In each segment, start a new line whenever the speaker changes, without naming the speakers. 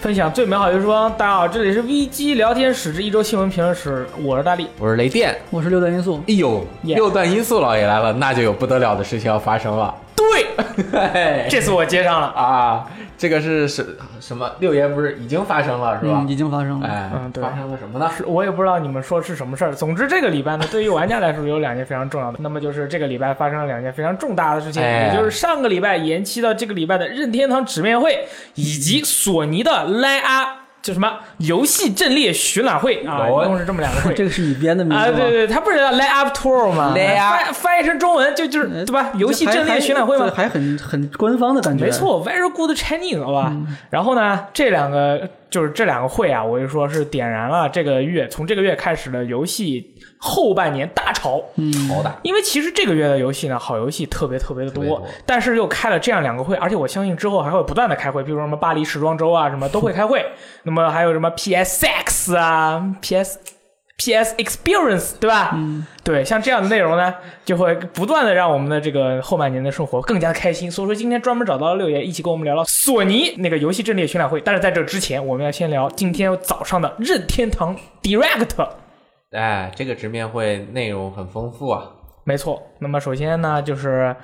分享最美好游时光。大家好，这里是 V G 聊天室之一周新闻评论室，我是大力。
我是雷电。
我是六段因素，
哎呦，
Yeah
六段音速老爷来了，那就有不得了的事情要发生了。
对，
嘿
这次我接上了。
啊，这个是什什么？六爷不是已经发生了是吧
嗯，？已经发生了。
哎，
嗯对
发生了什么呢？
是我也不知道你们说是什么事儿。总之，这个礼拜呢，对于玩家来说有两件非常重要的。那么就是这个礼拜发生了两件非常重大的事情，
哎
也就是上个礼拜延期到这个礼拜的任天堂直面会，以及索尼的 Line Up 叫什么游戏阵列巡览会啊，一
哦
共是这么两个会。
这个是你编的名
啊，
字吗？
对对，他不是叫 Line Up Tour 吗
Line Up
翻翻译成中文就就是
呃
对吧？游戏阵列巡览会
对
嘛，
还很很官方的感觉。
啊
嗯
没，错，very good Chinese，好吧。然后呢，这两个就是这两个会啊，我就说是点燃了这个月，从这个月开始的游戏后半年大潮。
嗯
好打，
因为其实这个月的游戏呢，好游戏特别特别的
特别多
但是又开了这样两个会，而且我相信之后还会不断的开会，比如说什么巴黎时装周啊，什么都会 开会。那么还有什么 PSX 啊，PS。PS Experience 对吧？嗯，对，像这样的内容呢，就会不断的让我们的这个后半年的生活更加的开心。所以说，今天专门找到了六爷一起跟我们聊聊索尼那个游戏阵列巡览会。但是在这之前，我们要先聊今天早上的任天堂 Direct。
哎，这个直面会内容很丰富啊。
没错。那么首先呢，就是。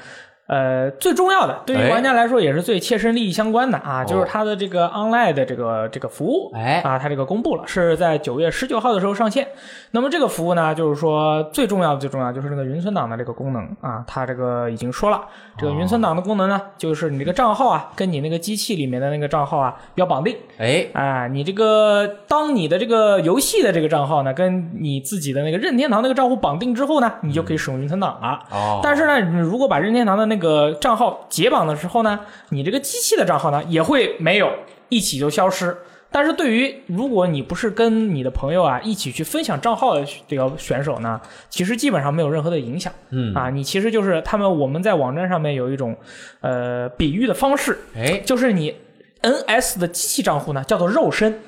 呃，最重要的，对于
哎
玩家来说也是最切身利益相关的啊，
哦
就是它的这个 online 的这个这个服务，
哎
啊，它这个公布了，是在九月十九号的时候上线。那么这个服务呢，就是说最重要的最重要就是那个云存档的这个功能啊，它这个已经说了，这个云存档的功能呢，就是你这个账号啊，跟你那个机器里面的那个账号啊要绑定，
哎，
啊，你这个当你的这个游戏的这个账号呢，跟你自己的那个任天堂那个账户绑定之后呢，你就可以使用云存档了。
哦，
但是呢，你如果把任天堂的那个账号解绑的时候呢，你这个机器的账号呢也会没有，一起就消失。但是对于如果你不是跟你的朋友啊一起去分享账号的这个选手呢，其实基本上没有任何的影响。
嗯
啊，你其实就是他们我们在网站上面有一种呃比喻的方式，
哎，
就是你 NS 的机器账户呢叫做肉身，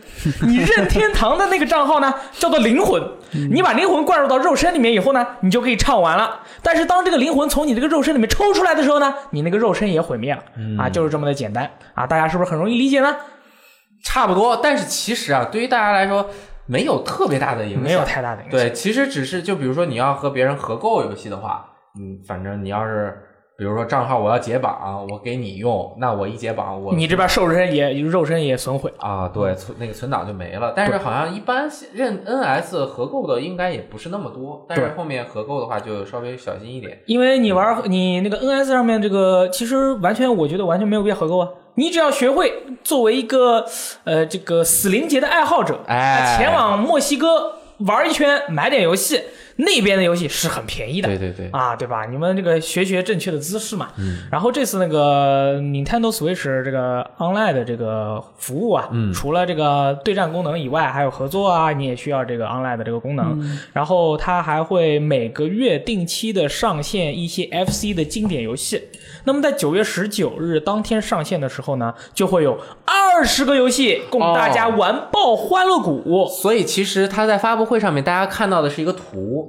你任天堂的那个账号呢叫做灵魂。
嗯
你把灵魂灌入到肉身里面以后呢，你就可以唱完了。但是当这个灵魂从你这个肉身里面抽出来的时候呢，你那个肉身也毁灭了
嗯
啊，就是这么的简单啊，大家是不是很容易理解呢？
差不多。但是其实啊，对于大家来说，没有特别大的影响，
没有太大的影响。
对，其实只是就比如说你要和别人合购游戏的话，嗯，反正你要是比如说账号我要解绑，我给你用，那我一解绑我
你这边瘦身也肉身也损毁，
啊，对，存那个存档就没了。但是好像一般认 NS 合购的应该也不是那么多，但是
对
后面合购的话就稍微小心一点。
因为你玩你那个 NS 上面这个，其实完全我觉得完全没有必要合购啊。你只要学会作为一个呃这个死灵节的爱好者，
哎
啊前往墨西哥玩一圈，买点游戏，那边的游戏是很便宜的。
对对，嗯
啊，对吧？你们这个学学正确的姿势嘛。然后这次那个 Nintendo Switch 这个 Online 的这个服务啊，
嗯
除了这个对战功能以外，还有合作啊，你也需要这个 Online 的这个功能。然后它还会每个月定期的上线一些 FC 的经典游戏。那么在九月十九日当天上线的时候呢，就会有二十个游戏供大家
哦
完爆欢乐谷。
所以其实他在发布会上面，大家看到的是一个图，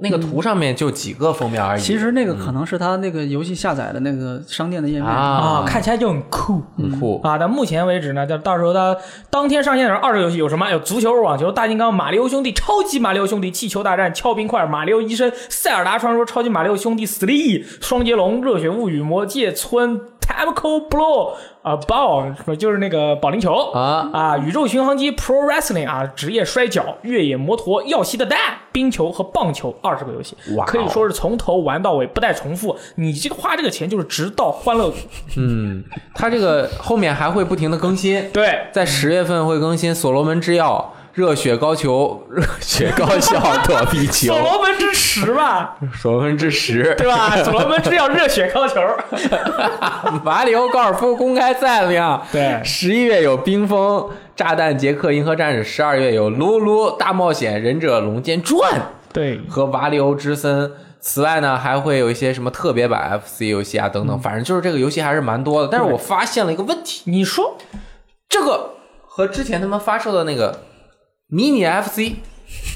嗯
那个图上面就几个封面而已。
其实那个可能是他那个游戏下载的那个商店的页面。
啊
啊，，看起来就很酷，
很酷
啊，但目前为止呢，到到时候它当天上线的时候，二十游戏有什么？有足球、网球、大金刚、马里奥兄弟、超级马里奥兄弟、气球大战、敲冰块、马里奥医生、塞尔达传说、超级马里奥兄弟、Slee、双截龙、热血物语、魔界村、Tamco Blow 啊、Ball 什么就是那个保龄球
啊
啊，宇宙巡航机 Pro Wrestling 啊，职业摔跤、越野摩托、耀西的蛋、冰球和棒球二十个游戏
哇，哦
可以说是从头玩到尾，不带重复。你这个花这个钱就是直到欢乐谷，
嗯，他这个后面还会不停的更新，
对。
在十月份会更新《所罗门之钥》《热血高球》《热血高校 躲避球
所》罗门之石 吧，
《所罗门之石
对吧？所罗门之要热血高球，》
《马里奥高尔夫公开赛》怎么样？
对
十一月有《冰封》《炸弹杰克》《银河战士》，十二月有《噜噜大冒险》《忍者龙剑传
对》
和《瓦里欧之森》。此外呢，还会有一些什么特别版 FC 游戏啊，
嗯
等等，反正就是这个游戏还是蛮多的。但是我发现了一个问题，
你说
这个和之前他们发售的那个迷你 FC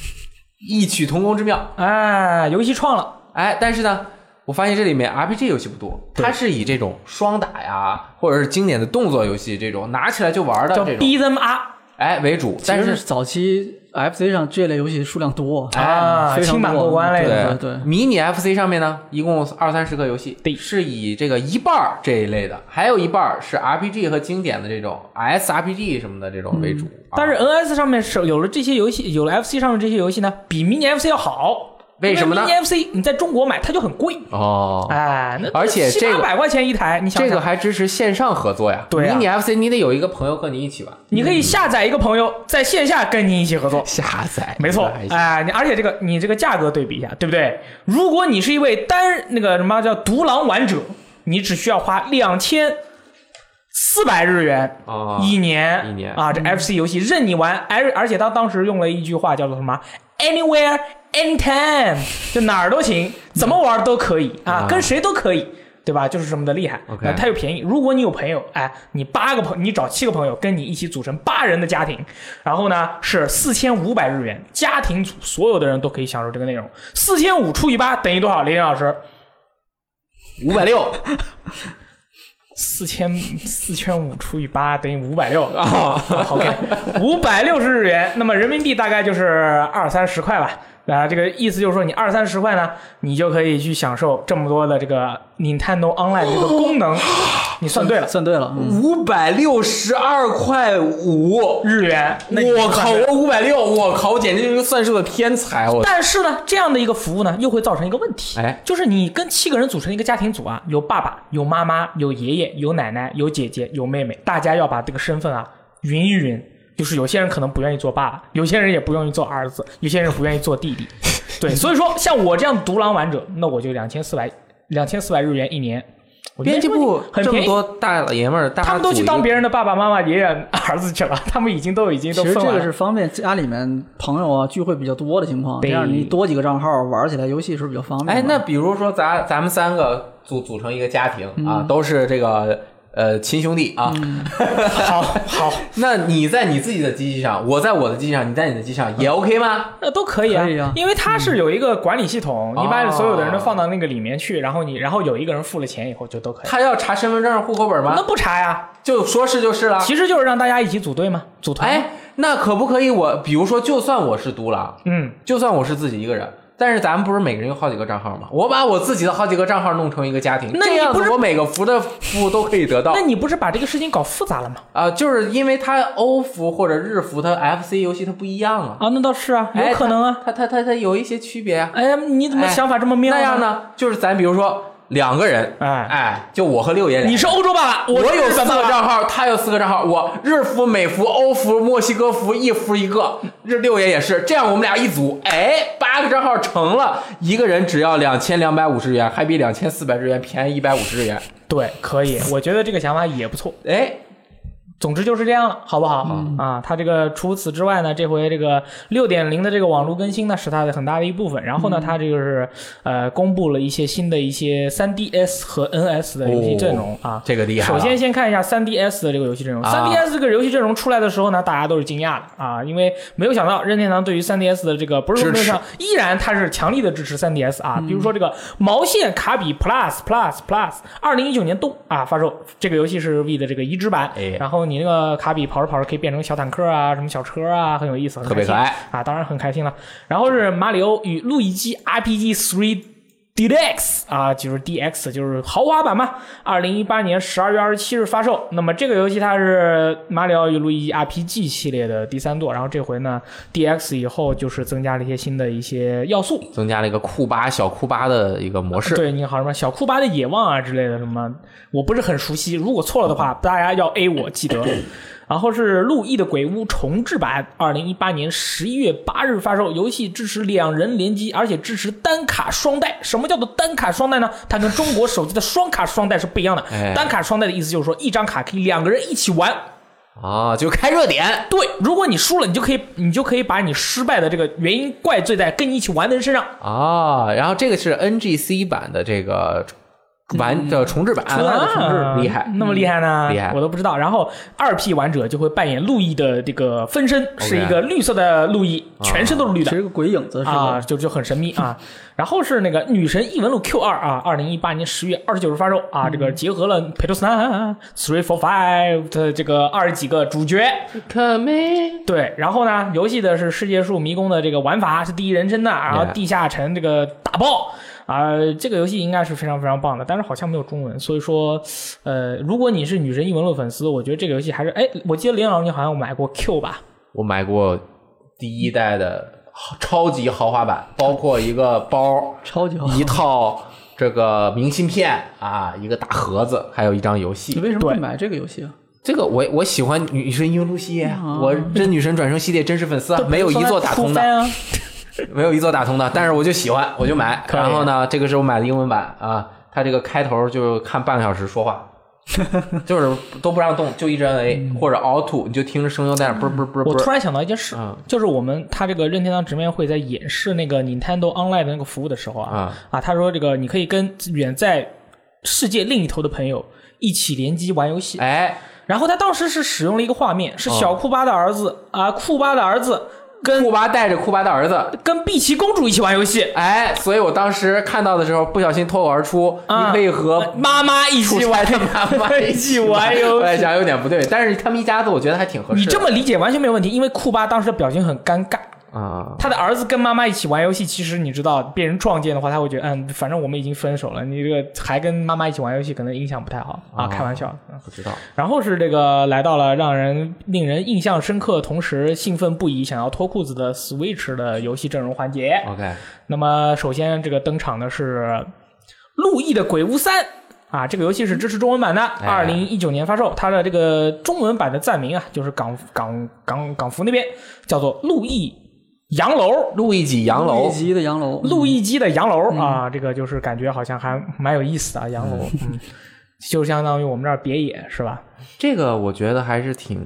异曲同工之妙。
哎，游戏创了，
哎，但是呢，我发现这里面 RPG 游戏不多，它是以这种双打呀，或者是经典的动作游戏这种拿起来就玩的
叫
这种，
B them up，
哎为主，
其
但
实
是
早期 FC 上这类游戏数量多，
啊，
非常
轻版
多
过关类的，
对对
迷你 FC 上面呢，一共二三十个游戏
对，
是以这个一半儿这一类的，还有一半儿是 RPG 和经典的这种 SRPG 什么的这种为主。啊
嗯但是 NS 上面是有了这些游戏，有了 FC 上面这些游戏呢，比 Mini FC 要好。
为什么呢
因为？Mini FC 你在中国买它就很贵，
哦，
哎，那
而且这个
八百块钱一台，你想
这
想
个还支持线上合作呀？
对啊
迷你 FC 你得有一个朋友和你一起玩，
你可以下载一个朋友在线下跟你一起合作。
下载
没错，哎，你而且这个你这个价格对比一下，对不对？如果你是一位单那个什么叫独狼玩者，你只需要花两千四百日元
啊，
一年，
一年
啊，这 FC 游戏任你玩，而而且他当时用了一句话叫做什么？Anywhere, anytime，就 哪儿都
嗯
行，怎么玩都可以啊
啊，
跟谁都可以。对吧？就是这么的厉害
OK
那它又便宜。如果你有朋友，哎，你八个朋，你找七个朋友跟你一起组成八人的家庭，然后呢是四千五百日元，家庭组所有的人都可以享受这个内容。四千五除以八等于多少？林老师，
五百六
四千四千五除以八等于五百六
啊，
OK，五百六十日元，那么人民币大概就是二三十块吧。啊，这个意思就是说，你二三十块呢，你就可以去享受这么多的这个 Nintendo Online 的这个功 能。你算对了，
算对了，嗯
五百六十二块五。
日元。那你
我
算
靠！
对了！
我五百六，我靠！我简直就算是个天才！我
但是呢，这样的一个服务呢，又会造成一个问题，
哎
就是你跟七个人组成一个家庭组啊，有爸爸，有妈妈，有爷爷，有奶奶，有姐姐，有妹妹，大家要把这个身份啊匀一匀。就是有些人可能不愿意做爸爸，有些人也不愿意做儿子，有些人不愿意做弟 弟。对，所以说像我这样独狼玩者，那我就两千四百两千四百日元一年，我觉得
编辑部
很
这么
便宜。
多大老爷们儿，大家
他们都去当
组一
别人的爸爸妈妈、爷爷、儿子去了，他们已经都已经
其
都
实
分
这
完
个
了。
是方便家里面朋友啊聚会比较多的情况，这
对
样你多几个账号玩起来游戏是比较方便
个。
的。
哎，那比如说咱咱们三个组组成一个家庭啊，都是这个呃亲兄弟啊。
好好，
那你在你自己的机器上，我在我的机器上，你在你的机器上也 OK 吗？
那都可以啊，哦
可以啊
因为它是有一个管理系统，
嗯
你把所有的人都放到那个里面去，然后你然后有一个人付了钱以后就都可以。
他要查身份证、户口本
那
吗？
不查呀，
就说是就是了。
其实就是让大家一起组队嘛，组团。，
哎，那可不可以我？比如说，就算我是独狼，
嗯，
就算我是自己一个人，但是咱们不是每个人有好几个账号吗？我把我自己的好几个账号弄成一个家庭，
那你
这样
不
子
是
我每个服的服务都可以得到
那你不是把这个事情搞复杂了吗？
啊、就是因为它欧服或者日服，它 FC 游戏它不一样啊，
啊，那倒是啊，有可能啊。
哎它它它它有一些区别啊。
哎呀，你怎么想法这么妙？
那样？呢，就是咱比如说两个人，
哎
哎，就我和六爷俩。
你是欧洲爸爸，
我
是
有
日
四
本爸
个
爸。
账号，他有四个账号，我日服、美服、欧服、墨西哥服一服一个，日六爷也是，这样我们俩一组，哎，八个账号成了，一个人只要两千两百五十元，还比两千四百日元便宜一百五十日元，
对，可以，我觉得这个想法也不错。
哎，
总之就是这样了，好不好？啊，它这个除此之外呢，这回这个六点零的这个网络更新呢，是它的很大的一部分。然后呢，它这就是呃，公布了一些新的一些 3DS 和 NS 的游戏阵容、啊。
哦这个厉害
首
了。
先，先看一下 3DS 的这个游戏阵容。
啊
3DS 这个游戏阵容出来的时候呢，大家都是惊讶的啊，因为没有想到任天堂对于 3DS 的这个不是说没有想，依然它是强力的支持 3DS
嗯
啊。比如说这个毛线卡比 Plus Plus Plus，二零一九年冬啊发售，这个游戏是 V 的这个移植版
哎，
然后你那个卡比跑着跑着可以变成小坦克啊，什么小车啊，很有意思，很
特别
开心
可爱
啊，当然很开心了。然后是马里奥与路易基 RPG Three。DX 啊，就是 DX，就是豪华版嘛。二零一八年十二月二十七日发售。那么这个游戏它是《马里奥与路易 RPG》系列的第三作，然后这回呢，DX 以后就是增加了一些新的一些要素，
增加了一个库巴小库巴的一个模式，
对你好什么小库巴的野望啊之类的什么，我不是很熟悉，如果错了的话，大家要 A 我记得。然后是《路易的鬼屋》重置版，二零一八年十一月八日发售。游戏支持两人联机，而且支持单卡双待。什么叫做单卡双待呢？它跟中国手机的双卡双待是不一样的。
哎
单卡双待的意思就是说，一张卡可以两个人一起玩，
啊，就开热点，
对，如果你输了，你就可以，你就可以把你失败的这个原因怪罪在跟你一起玩的人身上。
啊，然后这个是 NGC 版的这个
嗯
完的重制版，
初代的重置
啊
厉害
那么厉害呢？
嗯厉害
我都不知道。然后二 P 玩者就会扮演路易的这个分身，是一个绿色的路易，全身都是绿
其
的
实个鬼影子是
啊，
吧？
就就很神秘 啊。然后是那个女神异闻录 Q 二啊，二零一八年十月二十九日发售啊，这
嗯
个结合了《佩托斯南 Three Four Five》的这个二十几个主角，
可美。
对，然后呢，游戏的是世界树迷宫的这个玩法是第一人称的，然后
Yeah
地下城这个打爆啊、这个游戏应该是非常非常棒的，但是好像没有中文，所以说，呃，如果你是女神异闻录粉丝，我觉得这个游戏还是，哎，我记得林老师你好像买过 Q 吧？
我买过第一代的超级豪华版，包括一个包、
超级好。
一套这个明信片啊，一个大盒子，还有一张游
你
戏。
为什么会
对
买这个个游戏啊？
这个我我喜欢女神英露系列，啊
嗯
我真女神转生系列真实粉丝啊，没有一座打通的，
啊，
没有一座打通的，但是我就喜欢，我就买。
可以啊
然后呢，这个是我买的英文版啊，它这个开头就看半个小时 说话。就是都不让动，就一直按 A 或者凹凸，你就听着声优在那儿啵啵啵
嗯
啵。
我突然想到一件事
嗯，
就是我们他这个任天堂直面会在演示那个 Nintendo Online 的那个服务的时候啊，啊，他说这个你可以跟远在世界另一头的朋友一起联机玩游戏，
哎，
然后他当时是使用了一个画面，是小库巴的儿子啊、库巴的儿子跟
库巴带着库巴的儿子
跟碧琪公主一起玩游戏，
哎，所以我当时看到的时候不小心脱口而出，
啊
你可以和
妈妈一
出
起玩
差的妈妈
一起玩游
我在
戏。
想有点不对，但是他们一家子我觉得还挺合
你
适的。
这么理解完全没有问题，因为库巴当时的表情很尴尬。
啊，
他的儿子跟妈妈一起玩游戏，其实你知道，被人撞见的话，他会觉得，嗯，反正我们已经分手了，你这个还跟妈妈一起玩游戏，可能影响不太好啊，
哦
开玩笑。嗯
不知道
然后是这个来到了让人令人印象深刻，同时兴奋不已、想要脱裤子的 Switch 的游戏阵容环节。
，OK，
那么首先这个登场的是陆毅的《鬼屋三》。啊，这个游戏是支持中文版的，二
哎
零一九年发售。它的这个中文版的站名啊，就是港港港港服那边叫做“陆毅洋楼
路易吉洋
路易
楼，
吉的洋楼”，，
陆毅基的洋
嗯
楼、啊，这个就是感觉好像还蛮有意思的啊，洋楼，嗯，就相当于我们这儿别野是吧？
这个我觉得还是挺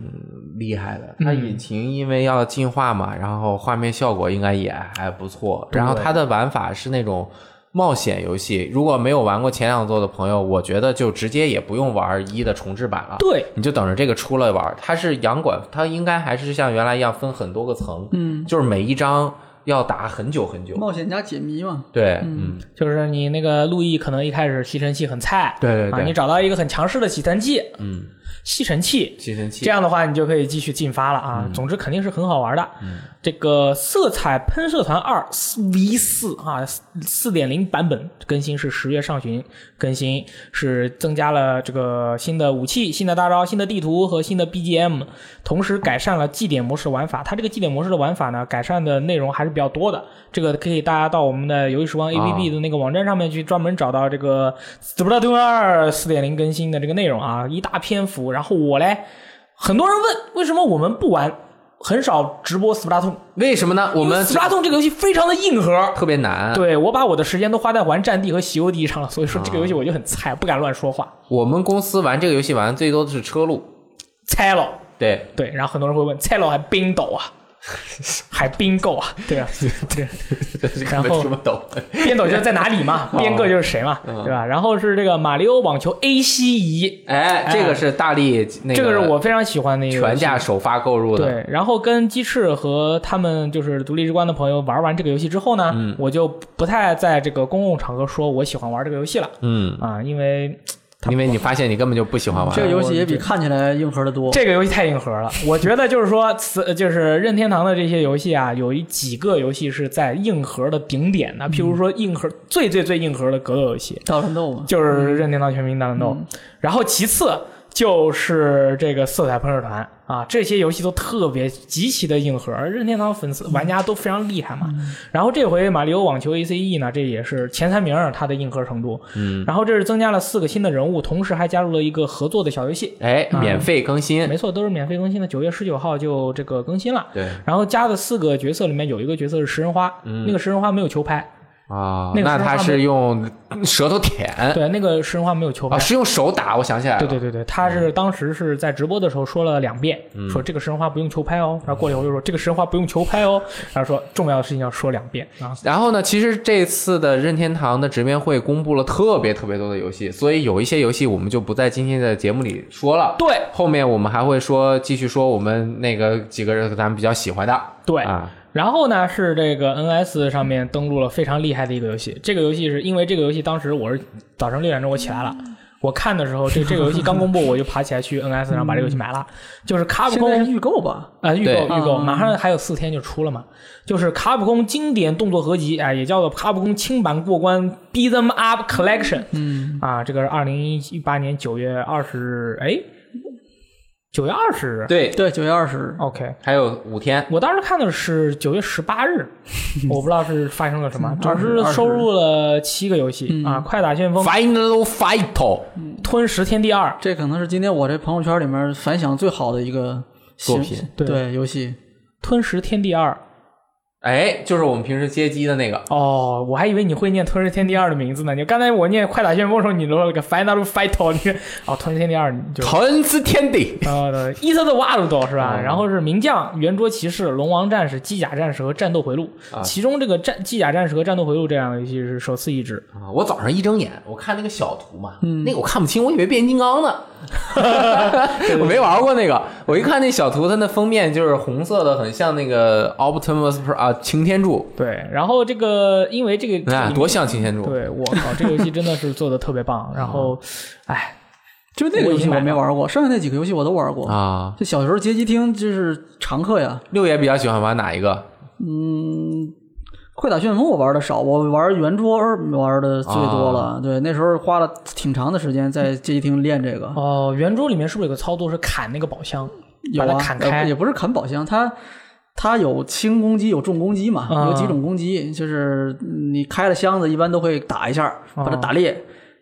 厉害的。它引擎因为要进化嘛，然后画面效果应该也还不错。然后它的玩法是那种。冒险游戏，如果没有玩过前两座的朋友，我觉得就直接也不用玩一的重置版了。
对，
你就等着这个出来玩儿。它是洋馆，它应该还是像原来一样分很多个层，嗯，就是每一张要打很久很久。
冒险家解谜嘛，
对，嗯，
就是你那个陆毅可能一开始吸尘器很菜，
对对
啊，
对
你找到一个很强势的吸尘器，
嗯，
吸尘器，
吸嗯尘器
这样的话，你就可以继续进发了啊！总之肯定是很好玩的。
嗯
这个《色彩喷射团二 V 四》啊，四点零版本更新是十月上旬更新，是增加了这个新的武器、新的大招、新的地图和新的 BGM，同时改善了祭典模式的玩法。它这个祭典模式的玩法呢，改善的内容还是比较多的。这个可以大家到我们的游戏时光 APP 的那个网站上面去专门找到这个《死不拉丢二》四点零更新的这个内容啊，一大篇幅。然后我嘞。很多人问为什么我们不玩，很少直播 Splatoon。
为什么呢？我们
Splatoon 这个游戏非常的硬核，
特别难。
对我把我的时间都花在玩战地和 COD 上了，所以说这个游戏我就很菜，不敢乱说话，
我们公司玩这个游戏玩的最多的是车路，
菜了。
对，
对，然后很多人会问，菜了还冰斗 啊，还冰购啊？对啊，对啊，然后
什么懂？
边斗就是在哪里嘛，
哦
边个就是谁嘛，
嗯
对吧？然后是这个马里奥网球 A 西怡，
哎，这个是大力那
这个是我非常喜欢的一个游戏
全价首发购入的，
对，然后跟鸡翅和他们就是独立之关的朋友玩完这个游戏之后呢，
嗯
我就不太在这个公共场合说我喜欢玩这个游戏了
嗯，
啊，因为
因为你发现你根本就不喜欢玩
这个游戏也比看起来硬核的 多。
这个游戏太硬核了。我觉得就是说，此就是任天堂的这些游戏啊，有一几个游戏是在硬核的顶点的，譬如说硬核最最最硬核的格斗游戏，
大乱斗嘛，
就是任天堂全民大乱斗，然后其次就是这个色彩喷射团啊，这些游戏都特别极其的硬核，而任天堂粉丝玩家都非常厉害嘛。然后这回马里奥网球 ACE 呢，这也是前三名儿它的硬核程度。嗯，然后这是增加了四个新的人物，同时还加入了一个合作的小游戏。
哎，免费更新，
嗯 没错，都是免费更新的，九月十九号就这个更新了。
对，
然后加的四个角色里面有一个角色是食人花，那个食人花没有球拍，
啊，
那个是
那他
他们
是用舌头舔啊，
对，那个食人花没有球拍，
是用手打，我想起来了，
对对对对，他是当时是在直播的时候说了两遍，说这个食人花不用球拍哦，然后过了一会儿又说这个食人花不用球拍哦，然后说重要的事情要说两遍啊。
然后呢，其实这次的任天堂的直面会公布了特别特别多的游戏，所以有一些游戏我们就不在今天的节目里说了。
对
后面我们还会说，继续说我们那个几个人咱们比较喜欢的。
对，
啊，
然后呢是这个 NS 上面登录了非常厉害的一个游戏，这个游戏是因为这个游戏当时我是早上六点钟我起来了。我看的时 候，这这个游戏刚公布，我就爬起来去 NS 上把这个游戏买了，就是卡普
现在
空
是预购吧？
啊，预
对
购预购，
啊
马上还有四天就出了嘛。就是卡普空经典动作合集，哎，也叫做卡普空轻版过关 Beat Them Up Collection。嗯，啊，这个是二零一八年九月二十，哎，九月二十日。
对，
对，九月二十。
OK，
还有五天。
我当时看的是九月十八日，我不知道是发生了什么，总之
20
收录了七个游戏啊，《快打旋风》《
Final Fight
吞食天地二》。
这可能是今天我这朋友圈里面反响最好的一个
作
新
品
对
对游戏。
吞食天地二
哎，就是我们平时接机的那个。
哦，我还以为你会念《吞食天地二》的名字呢。你刚才我念《快打旋风》的时候，你说了个 Final Fight，你哦，《吞食天地二》你就
腾之天地，
呃对伊瑟的瓦鲁多是吧？
嗯
然后是名将、圆桌骑士、龙王战士、机甲战士和战斗回路。其中这个战机甲战士和战斗回路这两个游戏是首次移植。
啊我早上一睁眼，我看那个小图嘛，那个我看不清，我以为变形金刚 呢，我没玩过那个。我一看那小图，它那封面就是红色的，很像那个 Optimus Prime- 啊擎天柱，
对，然后这个因为这个
那
里面
多像擎天柱。
对我靠，这游戏真的是做的特别棒。然
嗯
后，哎，
就那个
我
游戏
已经买
我
了
没玩过，剩下那几个游戏我都玩过。
啊，
这小时候街机厅就是常客呀。
六爷比较喜欢玩哪一个？
快打旋风我玩的少，我玩圆桌玩的最多了。对，那时候花了挺长的时间在街机厅练这个，
哦、圆桌里面是不是有个操作是砍那个宝箱，
有
把
啊
它砍开？
呃也不是砍宝箱，它它有轻攻击，有重攻击嘛，
啊
有几种攻击，就是你开了箱子，一般都会打一下，把它打
哦
裂。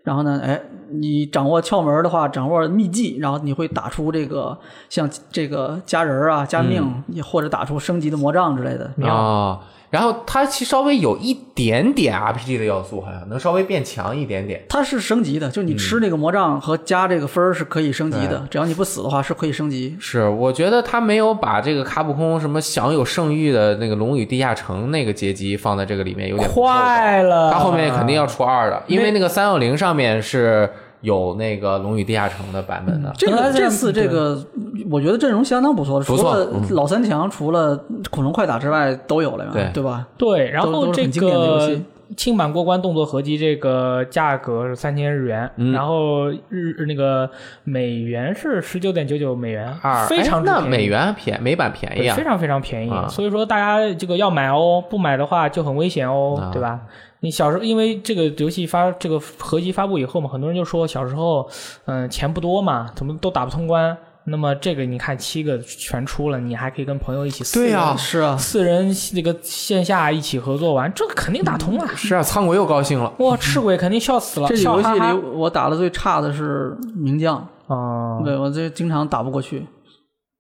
然后呢，哎，你掌握窍门的话，掌握秘技，然后你会打出这个像这个加人啊、
嗯
加命，也或者打出升级的魔杖之类的。
喵
啊，然后它其实稍微有一点点 RPG 的要素，好像能稍微变强一点点。
它是升级的，就
嗯
是你吃这个魔杖和加这个分儿是可以升级的，只要你不死的话是可以升级。
是，我觉得他没有把这个卡普空什么享有盛誉的那个《龙与地下城》那个街机放在这个里面，有点不透
快了，
他后面肯定要出二的，因为那个三六零上面是有那个《龙与地下城》的版本的。
这
啊本来
个
是
这次这个，我觉得阵容相当不错的，
不
除
错嗯
了老三强，除了恐龙快打之外都有了嘛，
对
对吧？
对。然
都
后
都是
这
很经典的游
个
戏
轻版过关动作合集，这个价格是三千日元，
嗯
然后日那个美元是十九点九九美元
二，
非常
哎
之
那
便宜
美元便美版
哎
便宜
对
啊
非，常非常便宜。
啊
所以说大家这个要买哦，不买的话就很危险哦，
啊
对吧？你小时候因为这个游戏发这个合集发布以后嘛，很多人就说小时候嗯、钱不多嘛，怎么都打不通关。那么这个你看七个全出了，你还可以跟朋友一起四
对
人
啊
是啊，
四人那个线下一起合作玩，这个肯定打通了。
是啊，苍鬼又高兴了。
哇，赤鬼肯定笑死了，
嗯这
笑
游戏
哈哈
里我打的最差的是名将，
哦
嗯
对我这经常打不过去。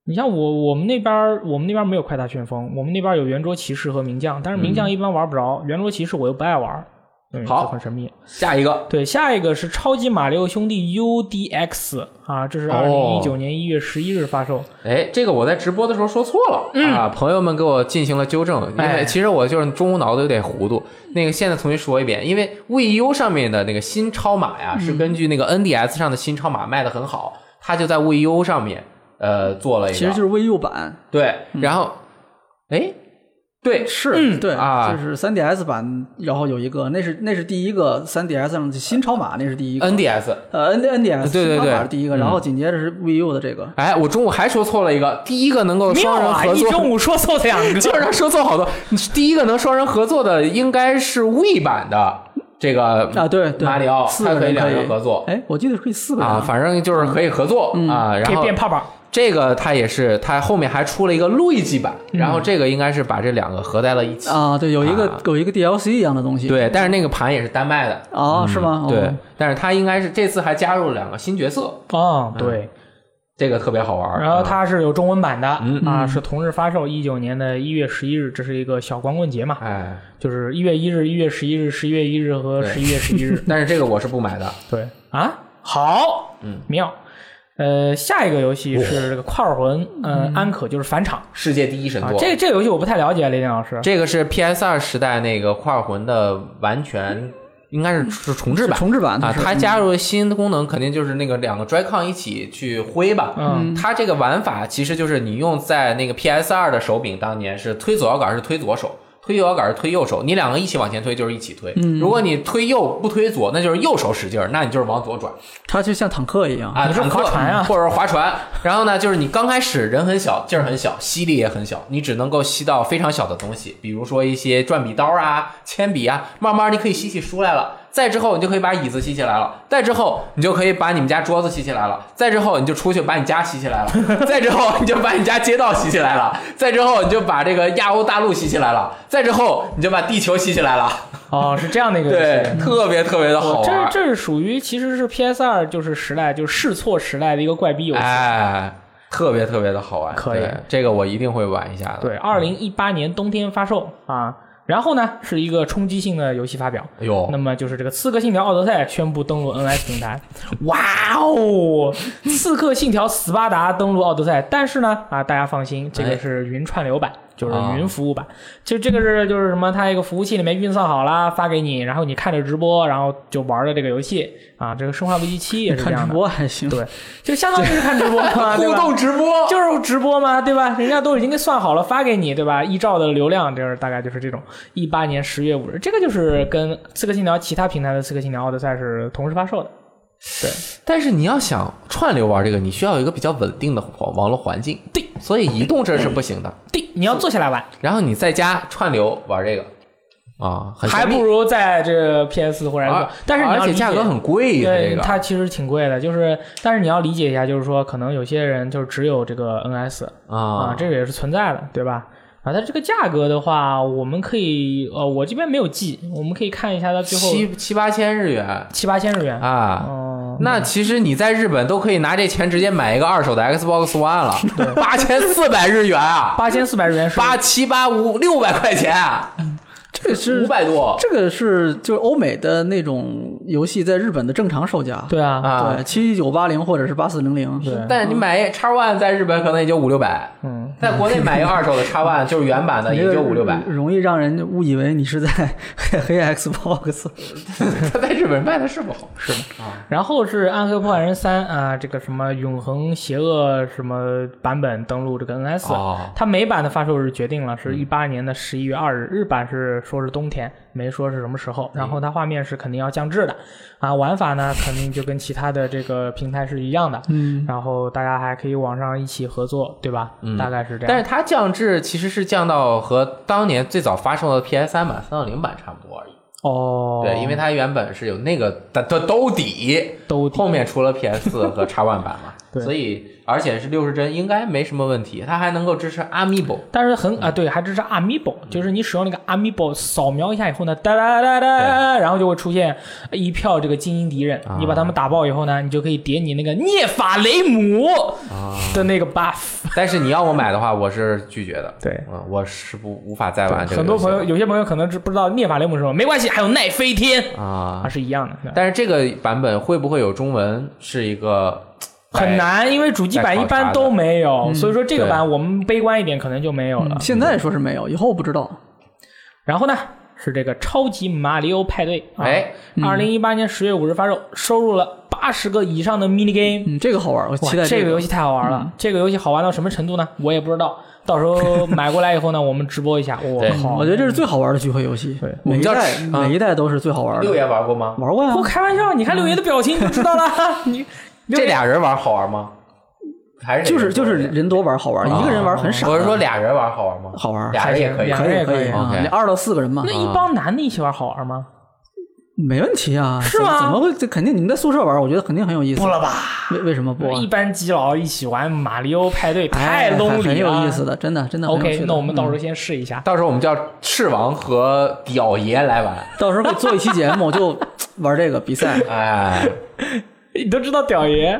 你像我我们那边儿我们那边儿没有快打旋风，我们那边儿有圆桌骑士和名将，但是名将一般玩不着，圆桌骑士我又不爱玩儿，嗯，
嗯好
就很神秘。
下一个
对，下一个是超级马里奥兄弟 UDX 啊，这是二
哦
零一九年一月十一日发售。
哎，这个我在直播的时候说错了、啊，朋友们给我进行了纠正，因为
嗯哎
其实我就是中午脑子有点糊涂。那个现在重新说一遍，因为 VU 上面的那个新超码
嗯
呀，是根据那个 NDS 上的新超码卖的很好，它就在 VU 上面呃做了一个，
其实就是 VU 版，
对，
嗯
然后哎，对，
是对
啊
就是 3DS 版，然后有一个，那是那是第一个 3DS 上的新超码，那是第一个，
NDS。
呃，N NDS
嗯对对
新超
对嗯
码是第一个，然后紧接着是 VU 的这个，
哎，我中午还说错了一个，第一个能够
妙
双人
啊！
合
一
作，
中午说错两个，
就是他说 错好多。第一个能双人合作的应该是 We 版的这个
啊，对对，
马里奥，
四
它
个
可以
人
两人合作。
哎，我记得是可以四个人
啊，反正就是可以合作、啊，
可
然
以
后
嗯变泡泡。
这个它也是，它后面还出了一个路易吉版，
嗯
然后这个应该是把这两个合在了一起。
啊，对，有一个、
啊
有一个 DLC 一样的东西，
对，嗯但是那个盘也是丹麦的，
啊，是吗？哦
对，但是它应该是这次还加入了两个新角色，
啊哦，对，
这个特别好玩儿。
然后
嗯
它是有中文版的、
嗯
啊，是同日发售，一九年的一月十一日，这是一个小光棍节嘛，
哎，
就是一月一日、一月十一日、十一月一日和
对
十一月十一日。
但是这个我是不买的。
对啊，好，
嗯，
妙。呃，下一个游戏是这个《块儿魂》，呃，
嗯
安可就是返场
世界第一神
啊
作。。
这这个游戏我不太了解，雷电老师。
这个是 PS 二时代那个块魂的完全，应该是是重置版。
重置版
啊，
是
它加入了新的功能，肯定就是那个两个 Joy-Con 一起去挥吧。
嗯，
它这个玩法其实就是你用在那个 PS 二的手柄，当年是推左摇杆是推左手，推右摇杆是推右手，你两个一起往前推就是一起推。
嗯
如果你推右不推左，那就是右手使劲儿，那你就是往左转。
它就像坦克一样，
啊，
你是
坦克
划船啊
或者是划船。然后呢，就是你刚开始人很小，劲儿很小，吸力也很小，你只能够吸到非常小的东西，比如说一些转笔刀啊、铅笔啊。慢慢你可以吸起书来了，再之后你就可以把椅子吸起来了，再之后你就可以把你们家桌子吸起来了，再之后你就出去把你家吸起来了，再之后你就把你家街道吸起来了，再之后你就把这个亚欧大陆吸起来了，再之后你就把地球吸起来了。
哦，是这样的一个游戏。
对，特别特别的好
哦
玩
这。这是属于其实是 PS 二就是时代就是试错时代的一个怪逼游戏。
哎，特别特别的好玩，
可以
对，这个我一定会玩一下的。
对，二零一八年冬天发售啊。然后呢，是一个冲击性的游戏发表。
哎呦
那，么就是这个《刺客信条：奥德赛》宣布登陆 NS 平台。 哇哦，《刺客信条：斯巴达》登陆奥德赛，但是呢，啊，大家放心，这个是云串流版，就是
啊
云服务版。就这个是就是什么，它一个服务器里面运算好啦，发给你，然后你看着直播，然后就玩的这个游戏啊。这个《生化危机七》也是这
看
样
直
的，
播还行。
对，就相当于是看直播 嘛，对
互
吧？
动直播，
就是直播嘛，对吧？人家都已经给算好了发给你，对吧？一兆的流量，就是大概就是这种。一八年十月五日，这个就是跟《刺客信条》其他平台的《刺客信条：奥德赛》是同时发售的。
但是你要想串流玩这个，你需要有一个比较稳定的网网络环境，
对，
所以移动这是不行的。
对，你要坐下来玩，
然后你在家串流玩这个，啊，很
还
神秘啊
不如在这个 PS 或者
而
Xbox 但是你
而
要
且
理解
价格很贵，它这
对，
个
它其实挺贵的，就是，但是你要理解一下，就是说，可能有些人就只有这个 NS，啊
啊，，
这个也是存在的，对吧？啊，但这个价格的话，我们可以，呃，我这边没有记，我们可以看一下它最后
七七八千日元
七八千日元，
啊。
哦，
那其实你在日本都可以拿这钱直接买一个二手的 Xbox One 了，八千四百日元 啊，
八千四百日元是
八七八五六百块钱啊，
这个
五
是
百多
这个是就是欧美的那种游戏在日本的正常售价，
对啊，
啊！
对，七九八零或者是八四零
对
零，
但你买 X One 在日本可能也就五六百，
嗯，
在国内买一个二手的 X One 就是原版的
你
也
这
就五六百，
容易让人误以为你是在 黑 Xbox。
他在日本卖的是不好，是
然后是《暗黑破坏神三》啊，这个什么永恒邪恶什么版本登陆这个 NS，、
哦
它美版的发售日决定了是一八年的十一月二日，日版是说是冬天，没说是什么时候。然后它画面是肯定要降质的，啊，玩法呢肯定就跟其他的这个平台是一样的，嗯，然后大家还可以网上一起合作，对吧？嗯大概是这样。
但是它降质其实是降到和当年最早发售的 PS 三版、三六零版差不多而已。
哦，
对，因为它原本是有那个的的兜底，
兜底
后面出了 PS 四和 X One 版嘛，
对
所以而且是六十帧，应该没什么问题。它还能够支持 Amiibo，
但是很啊，对，还支持 Amiibo，就是你使用那个 Amiibo 扫描一下以后呢，哒哒哒哒，然后就会出现一票这个精英敌人，你把他们打爆以后呢，你就可以点你那个涅法雷姆的那个 buff。
但是你要我买的话，我是拒绝的。
对
嗯，我是不无法再玩这个游戏了。
很多朋友，有些朋友可能知不知道涅法雷姆是什么，没关系，还有奈飞天
啊
啊，，是一样的，
但是这个版本会不会有中文是一个哎
很。难，因为主机版一般都没有，所以说这个版我们悲观一点，可能就没有
啊
了。
现在说是没有，以后不知道。
然后呢，是这个超级马里奥派对，啊
哎，
嗯
二零一八年十月五日发售，收录了八十个以上的 mini game。
嗯，这个好玩，我
哇
期待
这
个嗯
个游戏太好玩了！这个游戏好玩到什么程度呢？我也不知道。到时 候买过来以后呢，我们直播一下。我
对
靠！
我觉得这是最好玩的聚会游戏。
对
我
每一
们叫
代
吃啊
每一代都是最好玩的。
六爷玩过吗？
玩过呀
我，开玩笑，你看六爷的表情
嗯
就知道 了。你
这俩人玩好玩吗？还是得
就是就是
人
人多玩好玩，
多
一个人玩很傻
我。啊是说俩人玩好玩吗？
好玩
俩人也可以。
俩
可
人也
以
可以
以啊
OK，
二到四个人嘛啊
那，一帮男的一起玩好玩吗？
没问题啊。
是
怎
吗
怎么会？这肯定你们在宿舍玩，我觉得肯定很有意思。
了吧！
为为什么不啊？
一般基佬一起玩马里奥派对
哎
太 lonely 了，
很有意思。的，真的真的很有趣
OK，
的
那我们到时
嗯
候先试一下。
到时候我们叫赤王和屌爷来玩。
到时候可以做一期 节目，就玩这个比赛。
哎，
你都知道屌爷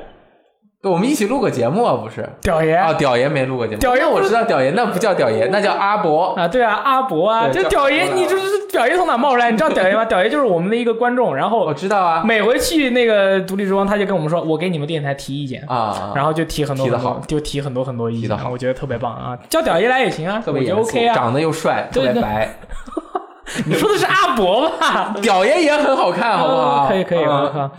对，我们一起录个节目啊，不是？
屌爷
啊，屌爷没录过节目。
哎屌爷
那我知道屌爷，那不叫屌爷，那叫阿伯。
啊，对啊，阿伯啊，
对
这
叫
屌
阿
爷，
伯
你这
啊
是屌爷从哪冒出来？你知道屌爷吗？屌爷就是我们的一个观众，然
我
哦
后
知道啊
每回去那个独立之光，他就跟我们说，我给你们电台提意见，
啊啊，
然后就提很多
提得
很多
好
就提很多很多意
提
见
得好，
我觉得特别棒啊，叫屌爷来也行啊，
特别
我觉
严
得
肃
OK 啊。
长得又帅，特
对
别
对
白。
你说的是阿伯 吧？
屌爷也很好看，好不好？
嗯可以可以，我
嗯
靠。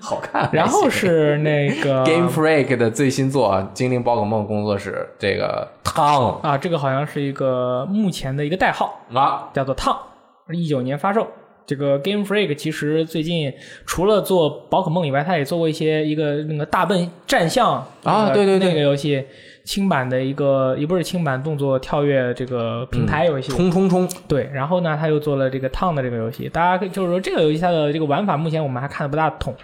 好看。
然 后是嗯那个
Game Freak 的最新作《精灵宝可梦工作室》，这个汤
啊，这个好像是一个目前的一个代号，
啊，
叫做烫，一九年发售。这个 Game Freak 其实最近除了做宝可梦以外，他也做过一些一个那个大笨战象
啊
那个
对对对
那个游戏轻版的一个，也不是轻版动作跳跃这个平台游戏，
冲冲冲！
对，然后呢，他又做了这个烫的这个游戏，大家可以就是说这个游戏它的这个玩法目前我们还看的不大懂，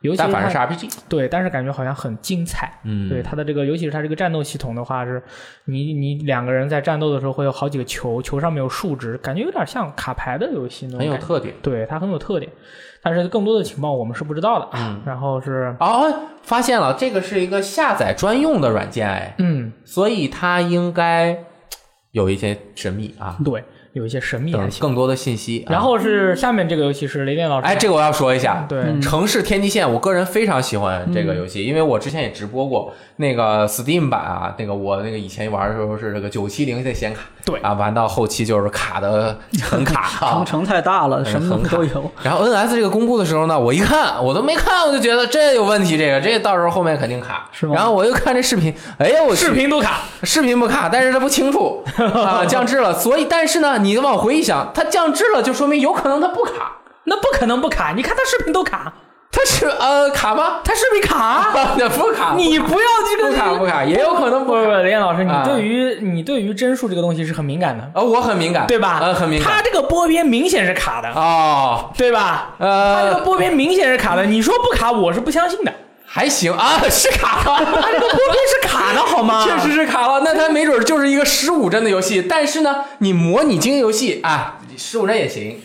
尤其
但
是
反正
它
是 RPG，
对，但是感觉好像很精彩。
嗯
对它的这个，尤其是它这个战斗系统的话，是你你两个人在战斗的时候会有好几个球，球上面有数值，感觉有点像卡牌的游戏那种
很有
感觉
特点。
对，它很有特点，但是更多的情报我们是不知道的。
嗯
然后是，
哦，发现了，这个是一个下载专用的软件，哎，
嗯，
所以它应该有一些神秘啊，
对，有一些神秘
等
的。
更多的信息啊。
然后是下面这个游戏是雷电老师，
哎，嗯这个我要说一下，
对
嗯
《城市天际线》，我个人非常喜欢这个游戏，因为我之前也直播过那个 Steam 版啊，那个我那个以前玩的时候是这个九七零的显卡，
对
啊，玩到后期就是卡的很卡
长
啊。
城太大了，什么都有。
然后 NS 这个公布的时候呢，我一看我都没看，我就觉得这有问题，这个这到时候后面肯定卡，
是吗
然后我又看这视频，哎呀，我去
视频都卡，
视频不卡，但是它不清 楚啊，降智了，所以但是呢，你往回一想，它降智了就说明有可能它不卡，
那不可能不卡，你看他视频都卡，
它是呃卡吗？
他视频卡，
啊，那 不卡，
你不要这个
不卡不卡，也有可能不
不是不
卡。
是，雷电老师，你
啊
对于、你对于帧数这个东西是很敏感的。
呃，我很敏感，
对吧？
呃，很敏
它
感。
这个波边明显是卡的，
哦，
对吧？它这个
呃，
波边明显是卡的，你说不卡，我是不相信的。
还行啊， 是卡了，
它这个波边是卡的，好吗？
确实是卡了。那它没准就是一个十五帧的游戏，但是呢，你模拟经营游戏啊，十五帧 也行。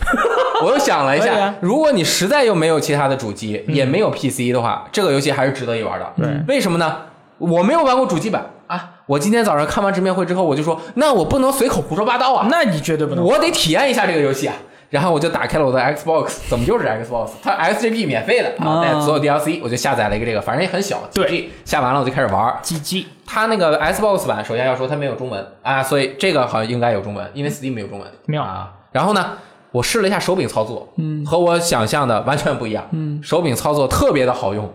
我又想了一
可以
下
啊，嗯
如果你实在又没有其他的主机，也没有 PC 的话，这个游戏还是值得一玩的。对，为什么呢？我没有玩过主机版啊。我今天早上看完直面会之后，我就说，那我不能随口胡说八道啊。
那你绝对不能。
我得体验一下这个游戏啊。然后我就打开了我的 Xbox，怎么又是 Xbox？它 SGP 免费的啊，
啊
带所有 DLC，我就下载了一个这个，反正也很小，几
对
G。下完了我就开始玩儿。
几 G
它那个 Xbox 版，首先要说它没有中文啊，所以这个好像应该有中文，因为 Steam 嗯没有中文。
妙
啊！然后呢，我试了一下手柄操作，嗯，和我想象的完全不一样。嗯，手柄操作特别的好用，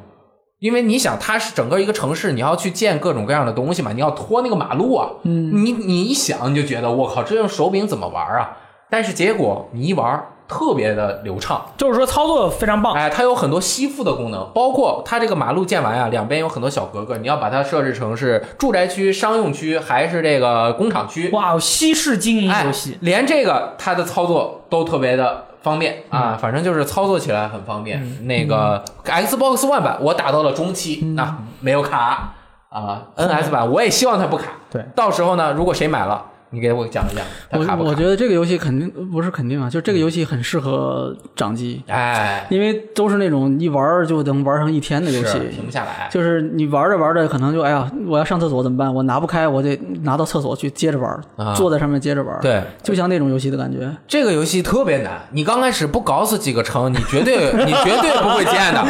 因为你想，它是整个一个城市，你要去建各种各样的东西嘛，你要拖那个马路啊，嗯，你你一想你就觉得我靠，这用手柄怎么玩啊？但是结果你一玩特别的流畅，
就是说操作非常棒，
哎，它有很多吸附的功能，包括它这个马路建完啊，两边有很多小格格，你要把它设置成是住宅区、商用区还是这个工厂区，
哇，西式经营
哎
游戏，，
连这个它的操作都特别的方便
嗯
啊，反正就是操作起来很方便。那个 Xbox One 版我打到了中期、
嗯
啊，没有卡啊，NS 版我也希望它不卡。
嗯
对，
到时候呢，如果谁买了，你给我讲一讲它卡不卡？
我我觉得这个游戏肯定不是肯定啊，就这个游戏很适合掌机，
哎，
因为都是那种一玩儿就能玩上一天的游
是
戏。
停不下来。
就是你玩着玩着，可能就哎呀，我要上厕所怎么办？我拿不开，我得拿到厕所去接着玩儿，
啊
坐在上面接着玩。，
对，
就像那种游戏的感觉。
这个游戏特别难，你刚开始不搞死几个城，你绝对你绝对不会接的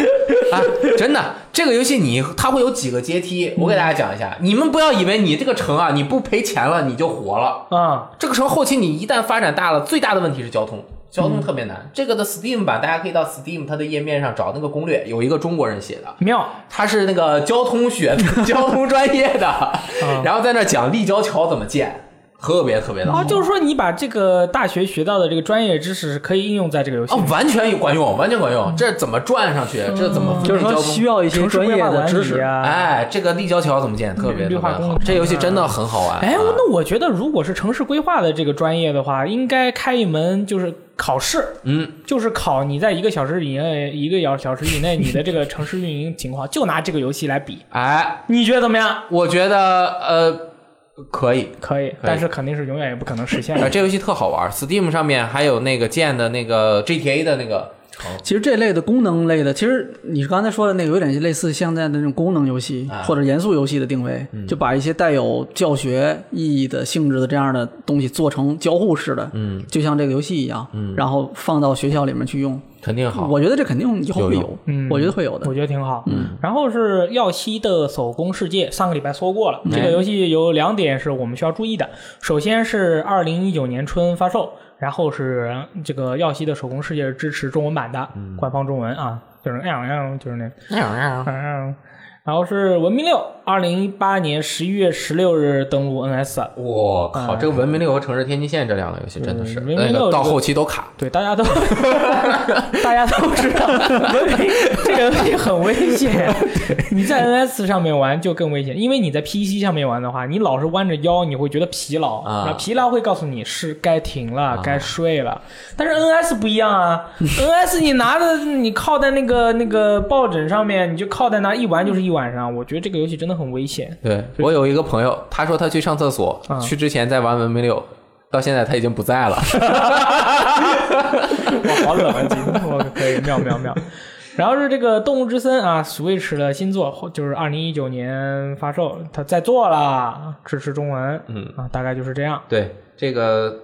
啊！真的，这个游戏你它会有几个阶梯，我给大家讲一下。你们不要以为你这个城啊，你不赔钱了你就活了。
嗯，
这个城后期你一旦发展大了，最大的问题是交通，交通特别难。这个的 Steam 版，大家可以到 Steam 它的页面上找那个攻略，有一个中国人写的，
妙，啊
他是那个交通学的 交通专业的，
嗯
然后在那讲立交桥怎么建，特别特别的好
啊，。就是说你把这个大学学到的这个专业知识是可以应用在这个游戏
啊，，完全有管用，完全管
嗯
用。这怎么转上去？这怎么
就是说
交通？
需要一些
城市
专
规
业
划
的
管
知识
理。啊。
哎，这个立交桥怎么建？特别特
绿
别
化工
好
程，
这游戏真的很好玩。
哎，
啊
那我觉得如果是城市规划的这个专业的话，应该开一门就是考试，
嗯，
就是考你在一个小时以内，一个小小时以内你的这个城市运营情况，就拿这个游戏来比，
哎，
你觉得怎么样？
我觉得呃可以。
可以，但是肯定是永远也不可能实现
呃，
的。
这游戏特好玩，Steam 上面还有那个建的那个 GTA 的那个
其实这类的功能类的，其实你刚才说的那个有点类似现在的那种功能游戏或者严肃游戏的定位，就把一些带有教学意义的性质的这样的东西做成交互式的，嗯，就像这个游戏一样，嗯，然后放到学校里面去用。
肯定好。
我觉得这肯定以后会
有
有
用，
嗯
我觉得会有的
我。觉得挺好。嗯，然后是耀西的手工世界，上个礼拜说过了。这个游戏有两点是我们需要注意的，首先是二零一九年春发售，然后是这个耀西的手工世界是支持中文版的官方中文啊，就是哎呀哎呀，就是那嗯。然后是《文明六》，二零一八年十一月十六日登陆 NS 的。
我靠，这个《文明六》和《城市天际线》这两个游戏真的是哎
嗯文明
那
六
个到
这个
后期都卡。
对，大家都大家都知道，文明这个东西很危险。你在 NS 上面玩就更危险，因为你在 PC 上面玩的话，你老是弯着腰，你会觉得疲劳，
啊
那疲劳会告诉你是该停了、该睡了。但是 NS 不一样啊，NS 你拿着你靠在那个那个抱枕上面，你就靠在那一玩就是一晚上。我觉得这个游戏真的很危险。
对我有一个朋友，他说他去上厕所，
嗯
去之前在玩《文明六》，到现在他已经不在了。
我好冷啊，今天我可以妙妙妙。然后是这个《动物之森》啊，Switch 的新作，就是二零一九年发售，它在做了，支持中文，
嗯
啊，大概就是这样。
对这个《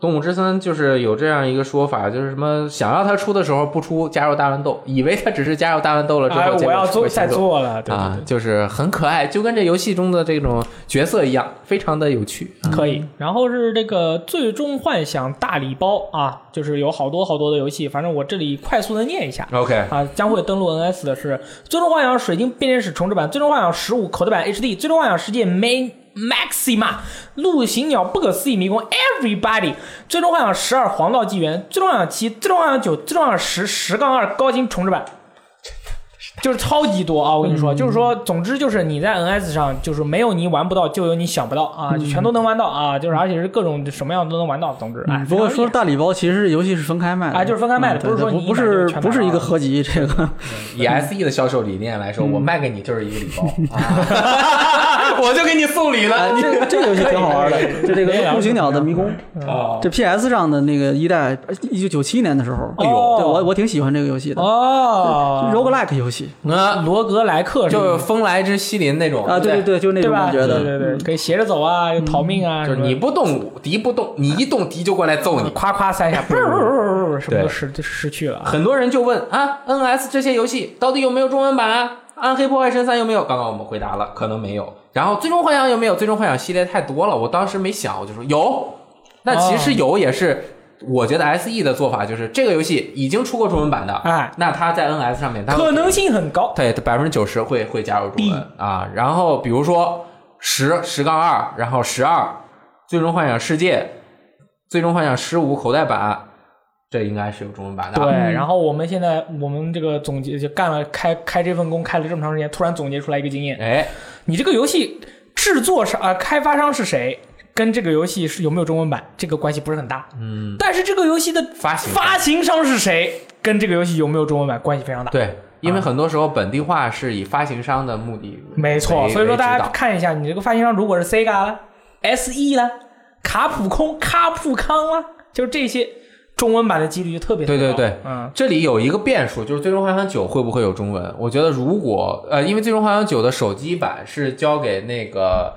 动物之森》，就是有这样一个说法，就是什么想要它出的时候不出，加入大乱斗，以为它只是加入大乱斗了之后，
哎，我
结果
要
出
做
个新
在
作
哎做了，对对
啊，就是很可爱，就跟这游戏中的这种角色一样，非常的有趣。
可以。然后是这个《最终幻想大礼包》啊，就是有好多好多的游戏，反正我这里快速的念一下。
OK，
啊，将会登陆 NS 的是《最终幻想水晶变身史重置版》《最终幻想十五口袋版 HD》《最终幻想世界 Main Maxima》《陆行鸟不可思议迷宫 Everybody》《最终幻想十二黄道纪元》《最终幻想七》《最终幻想九》《最终幻想十十杠二高清重置版》。就是超级多啊！我跟你说，就是说，总之就是你在 NS 上，就是没有你玩不到，就有你想不到啊，就全都能玩到啊！就是而且是各种什么样都能玩到。总之，哎
嗯，不过说大礼包，其实游戏是分开卖的，
哎就是分开卖的
嗯对
不是说
对
你
不
一买
是
就全买
不是一
了啊
个合 集，这个
以 S E 的销售理念来说，我卖给你就是一个礼包， 啊 我就给你送礼了。你
这个游戏挺好玩的，就这个
哎呀
《陆行鸟的迷宫》。
哦
这 PS 上的那个一代，一九九七年的时候，
哎呦
对我我挺喜欢这个游戏的
哦，
，roguelike 游戏
啊，
罗格莱克是
就
吗
是风来之西林那种
啊，
对
对对，对，就那
对
种
吧？
感觉
对对
的，
对，可以斜着走啊，逃命啊，
就是
什么
你不动敌不动，你一动敌就过来揍你。
夸夸三下， 什么
对
都失失去了啊。
很多人就问啊，NS 这些游戏到底有没有中文版啊？暗黑破坏神三有没有？刚刚我们回答了，可能没有。然后最终幻想有没有？最终幻想系列太多了，我当时没想，我就说有。那其实有也是，我觉得 SE 的做法就是这个游戏已经出过中文版的，
哎，
那它在 NS 上面它会
可能性很高。
对，百分之九十会会加入中文啊。然后比如说十十杠二，然后十二，最终幻想世界，最终幻想十五口袋版，这应该是有中文版的。啊
对，，然后我们现在我们这个总结就干了开开这份工开了这么长时间，突然总结出来一个经验：
哎，
你这个游戏制作商啊、呃开发商是谁，跟这个游戏是有没有中文版这个关系不是很大。嗯，但是这个游戏的
发行
发行商是谁，跟这个游戏有没有中文版关系非常大。
对，因为很多时候本地化是以发行商的目的为，
啊没错，
为
所以说大家
为指
看一下，你这个发行商如果是 Sega 啦、SE 啦、卡普空、卡普康啦，就是这些中文版的几率就特别
导对对
高
对，
嗯，
这里有一个变数，就是《最终幻想九》会不会有中文？我觉得如果呃，因为《最终幻想九》的手机版是交给那个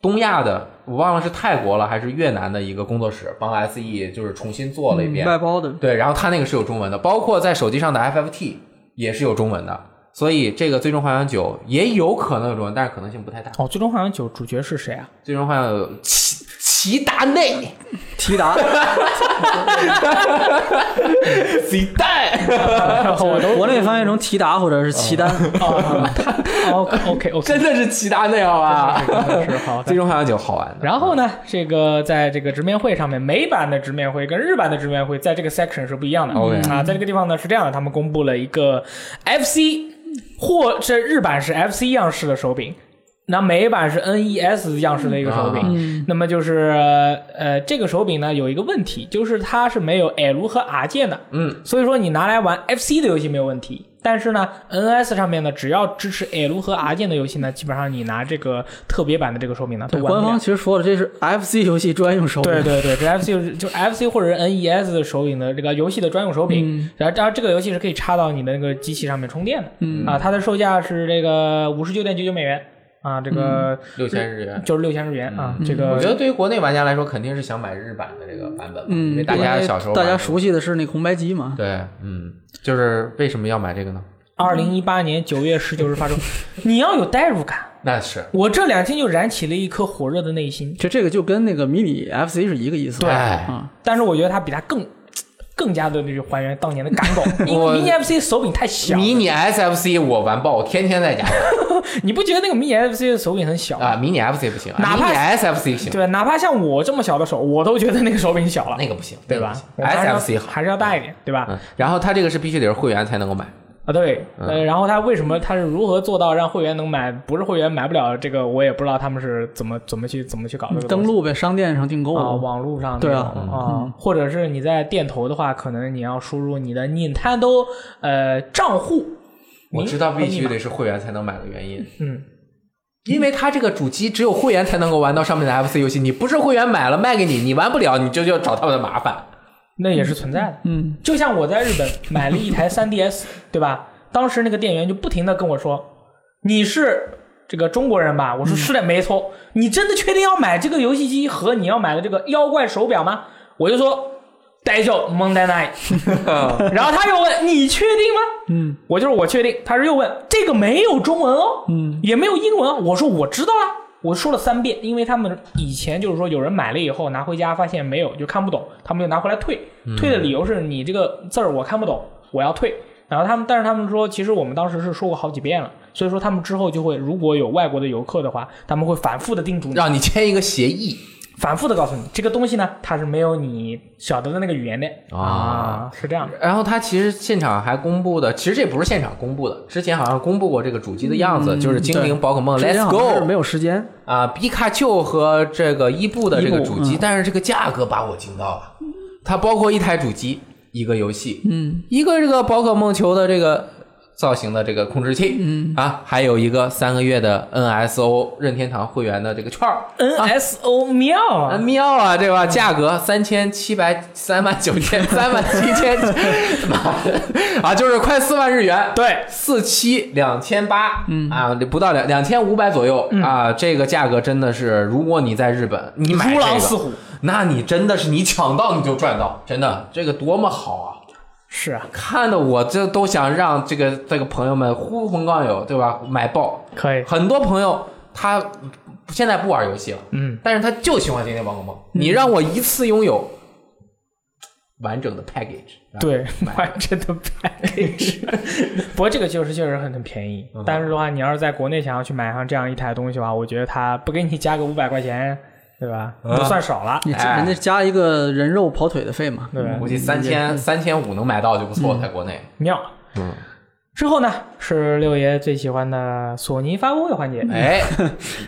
东亚的，我忘了是泰国了还是越南的一个工作室帮 SE 就是重新做了一遍，
外
嗯
包的。
对，然后它那个是有中文的，包括在手机上的 FFT 也是有中文的，所以这个《最终幻想九》也有可能有中文，但是可能性不太大。《
哦，最终幻想九主角是谁 啊？
最终幻想九》齐齐达内。
提达，
鸡蛋，
我都
国内翻译成提达或者是齐丹，
啊，OK OK，
真的是齐达内好吧？
是好的
最。终幻想九好玩的，
然后呢，这个在这个直面会上面，美版的直面会跟日版的直面会在这个 section 是不一样的
OK
啊，在这个地方呢是这样的，他们公布了一个 FC 或这日版是 FC 样式的手柄。那美版是 NES 样式的一个手柄，
啊
那么就是呃，这个手柄呢有一个问题，就是它是没有 L 和 R 键的，
嗯，
所以说你拿来玩 FC 的游戏没有问题，但是呢，NS 上面呢，只要支持 L 和 R 键的游戏呢，基本上你拿这个特别版的这个手柄呢，都
对，
玩
官
不了
方。其实说了，这是 FC 游戏专用
哦
手柄。
对对对，这 FC 就是就是 FC 或者是 NES 的手柄的这个游戏的专用手柄，
嗯
然后然后这个游戏是可以插到你的那个机器上面充电的，嗯啊，它的售价是这个五十九点九九美元啊，这个
六千日元。
就是六千日元啊，这
嗯我觉
个
得对于国内玩家来说，肯定是想买日版的这个版本嘛，因为
嗯，
大
因
家
为
小时候
大
玩
家
的
熟悉的是那个红白机嘛。
对，嗯，就是为什么要买这个呢？
二零一八年九月十九日 发售，你要有代入感。
那是
我这两天就燃起了一颗火热的内心，
就这个就跟那个迷你 FC 是一个意思。
哎
啊，
但是我觉得它比它更更加的就是还原当年的赶 狗，因
我
为迷你 FC 手柄太小了，
迷你 SFC 我玩爆，我天天在家玩
你不觉得那个迷你 FC 的手柄很小吗？
啊。迷你 FC 不行，啊
哪
迷
怕
你 SFC 行，
对，哪怕像我这么小的手，我都觉得那个手柄小了，
那个不行，
对吧
那个不行
我还是要
？SFC 好。
还是要大一点，对吧？
嗯，然后它这个是必须得是会员才能够买，
啊，对，呃，然后他为什么他是如何做到让会员能买，不是会员买不了这个，我也不知道他们是怎么怎么去怎么去搞这个东
登
西。
录呗，商店上订购
啊，网络上那
对啊
种
嗯
啊，或者是你在店头的话，可能你要输入你的 Nintendo 呃账户，
我
你
知道
和密
必须
码
得是会员才能买的原因，
嗯，
因为它这个主机只有会员才能够玩到上面的 FC 游戏，你不是会员买了卖给你，你玩不了，你就就找他们的麻烦。
那也是存在的。
嗯，
就像我在日本买了一台 3DS，对吧？当时那个店员就不停的跟我说：“你是这个中国人吧？”我说：“是的，没错。”你真的确定要买这个游戏机和你要买的这个妖怪手表吗？我就说。呆就蒙呆奈， 然后他又问你确定吗？嗯，我就是我确定。他是又问这个没有中文哦，嗯，也没有英文哦。我说我知道啊，我说了三遍，因为他们以前就是说有人买了以后拿回家发现没有就看不懂，他们就拿回来退，退的理由是你这个字儿我看不懂，我要退。然后他们，但是他们说，其实我们当时是说过好几遍了，所以说他们之后就会，如果有外国的游客的话，他们会反复的叮嘱你，
让你签一个协议
反复的告诉你这个东西呢，它是没有你晓得的那个语言的，啊，是这样的。
然后他其实现场还公布的，其实这不是现场公布的，之前好像公布过这个主机的样子，就是精灵宝可梦
之前
Let's
好像是
Go
没有时间，
啊，皮卡丘和这个伊布嗯的这个
伊布
主机，但是这个价格把我惊到了，它包括一台主机，一个游戏，嗯，一个这个宝可梦球的这个造型的这个控制器，嗯啊，还有一个三个月的 NSO 任天堂会员的这个券儿。
NSO 妙
啊
啊！
妙啊，对吧？价格三千七百三万九千三万七 千，啊，就是快四万日元，
对，
四七两千八，嗯啊，不到两两千五百左右、
嗯
啊，这个价格真的是，如果你在日本，你买这
如
个，
狼似虎。嗯
那你真的是你抢到你就赚到，真的，这个多么好啊！
是啊，
看的我这都想让这个这个朋友们呼朋唤友，对吧？买爆，
可以。
很多朋友他现在不玩游戏了，
嗯，
但是他就喜欢《精灵宝可梦》，你让我一次拥有完整的 package，
对
买，
完整的 package。不过这个确实确实很很便宜，但是的话，你要是在国内想要去买上这样一台东西的话，我觉得它不给你加个五百块钱，对吧？都算少了，
你
哎
人家加一个人肉跑腿的费嘛。嗯
对吧
估？计三
嗯
千三千五能买到就不错，在国内。
妙。
嗯。
之后呢，是六爷最喜欢的索尼发布会环节。
哎，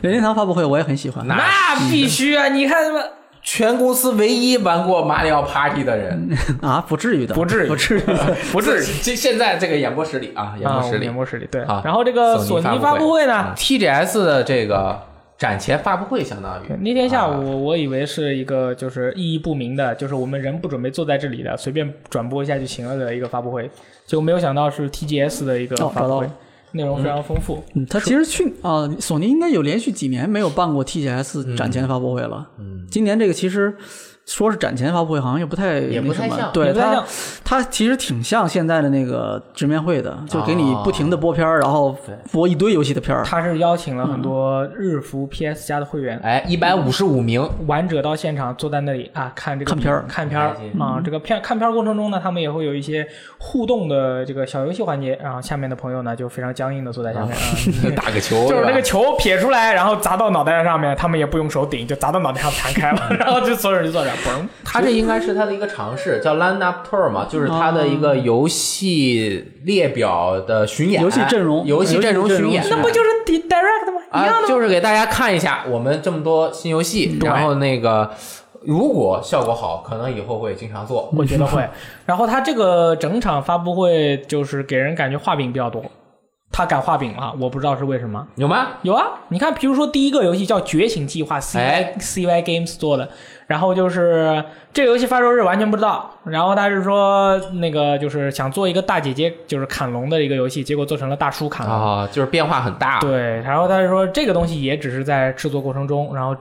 任天堂发布会我也很喜欢，
那
那必须啊！你看什么？
全公司唯一玩过马里奥 Party 的人，
啊，不至于的，
不至于
不至于的。
不至于。
这现在这个演播室里啊，演
啊，我
播室
们
里
演，播室里对。
好
然后这个索尼发布会
啊
呢，
，TGS 的这个展前发布会，相当于
对嗯那天下
啊
午，我以为是一个就是意义不明的，就是我们人不准备坐在这里的，随便转播一下就行了的一个发布会，结果没有想到是 TGS 的一个
哦
发布
找到
会
了，
内容非常丰富。
嗯，他其实去啊、索尼应该有连续几年没有办过 TGS 展前发布会了。嗯，今年这个其实说是展前发布会，好像也不太
也
也
不太像
也
对
不太
它
像
它其实挺像现在的那个直面会的，就给你
哦
不停的播片儿，然后播一堆游戏的片儿。
他是邀请了
嗯
很多日服 PS 加的会员，
哎，一百五十五名，
玩者到现场坐在那里啊，看这个
看片儿嗯
看片儿
开心
啊、这个片看片儿过程中呢，他们也会有一些互动的这个小游戏环节，然后下面的朋友呢就非常僵硬的坐在下面啊。
打个球，
就是那个
对吧
球撇出来，然后砸到脑袋上面，他们也不用手顶，就砸到脑袋上弹开了，然后就所有人就坐这儿嘣。
他这应该是他的一个尝试，叫 Land Up Tour 嘛，就是他的一个游戏列表的巡演，
哦游戏阵容
游戏阵容巡演，啊
游戏阵容巡演那不
就是 direct 吗
啊，就是给大家看一下我们这么多新游戏，然后那个如果效果好，可能以后会经常做。
嗯
我觉得会。然后他这个整场发布会就是给人感觉画饼比较多，他敢画饼了，我不知道是为什么。
有吗？
有啊，你看，比如说第一个游戏叫《觉醒计划》，CY、
哎
CY Games 做的，然后就是这个游戏发售日完全不知道，然后他是说那个就是想做一个大姐姐就是砍龙的一个游戏，结果做成了大叔
嗯
砍龙。
啊，就是变化很大。
对，然后他是说这个东西也只是在制作过程中，然后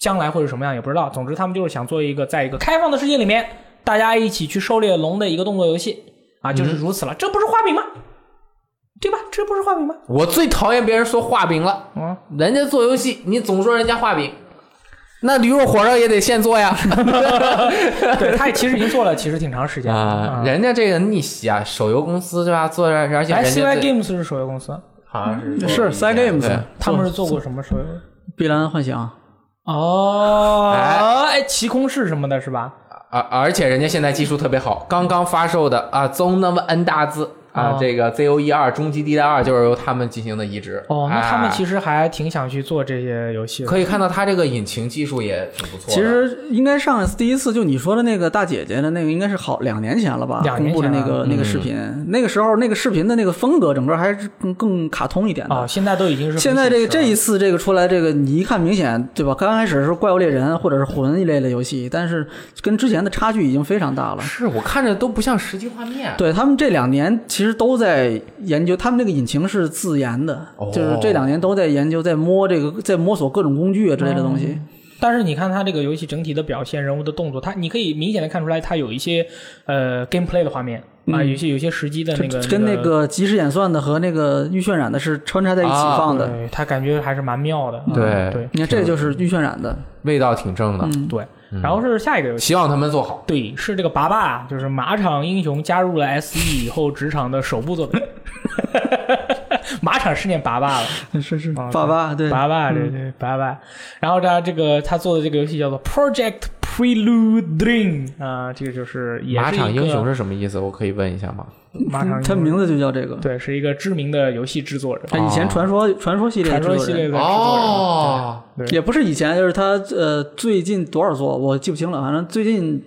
将来会是什么样也不知道。总之，他们就是想做一个在一个开放的世界里面，大家一起去狩猎龙的一个动作游戏啊，就是如此了。这不是画饼吗？对吧？这不是画饼吗？
我最讨厌别人说画饼了，
嗯，
人家做游戏，你总说人家画饼，那驴肉火烧也得现做 呀。
对，他也其实已经做了其实挺长时间了
嗯
啊，人家这个逆袭啊，手游公司对吧？做着，而且
哎
人家
，CY
最
Games 是手游公司，
好像是
是 Side Games
对
他们是做过什么手游？
碧蓝幻想，
哦，哎，奇空是什么的，是吧？
而而且人家现在技术特别好，刚刚发售的啊，宗那么 N 大字啊
哦，
这个 ZOE 二终极地带二就是由他们进行的移植。
哦，那他们其
实
实还挺想去做这些游戏的。
啊可以看到他这个引擎技术也挺不错的。
其实应该上一次第一次就你说的那个大姐姐的那个，应该是好两年前了吧？
两年前
公布的
了
那
嗯
个那个视频，那个时候那个视频的那个风格，整个还是更更卡通一点的。
哦，现在都已经是
现在这
很
个
写
这
实啊了
一次这个出来，这个你一看明显对吧？刚开始是怪物猎人或者是魂一类的游戏，但是跟之前的差距已经非常大了。
是我看着都不像实际画面。
对他们这两年其实都在研究，他们这个引擎是自研的，
哦
就是这两年都在研究，在摸这个，在摸索各种工具啊之类的东西。
哦但是你看它这个游戏整体的表现、人物的动作，它你可以明显的看出来，它有一些呃 gameplay 的画面啊，有些有些时机的那个
嗯跟
那
那个即时演算的和那个预渲染的是穿插在一起
啊
放的。
对，它感觉还是蛮妙的。
对
嗯对嗯
你看，这就是预渲染的，
味道挺正的，
对，然后是下一个游戏。
希望他们做好。
对，是这个拔拔，就是马场英雄加入了 SE 以后职场的首部作品。 马场 是念拔拔了，
是是
啊
爸爸对，嗯
拔拔，对对拔拔。然后他这个他做的这个游戏叫做 Project Prelude Dream 啊、这个就是也是
马场
一个
英雄是什么意思？我可以问一下吗？
马场英
他
雄
名字就叫这个。
对，哦是一个知名的游戏制作人，
他以前传说传说哦系列
传
制作
说
人
系列的制作人。
哦，
对
也不是以前，就是他呃最近多少座我记不清了，反正最近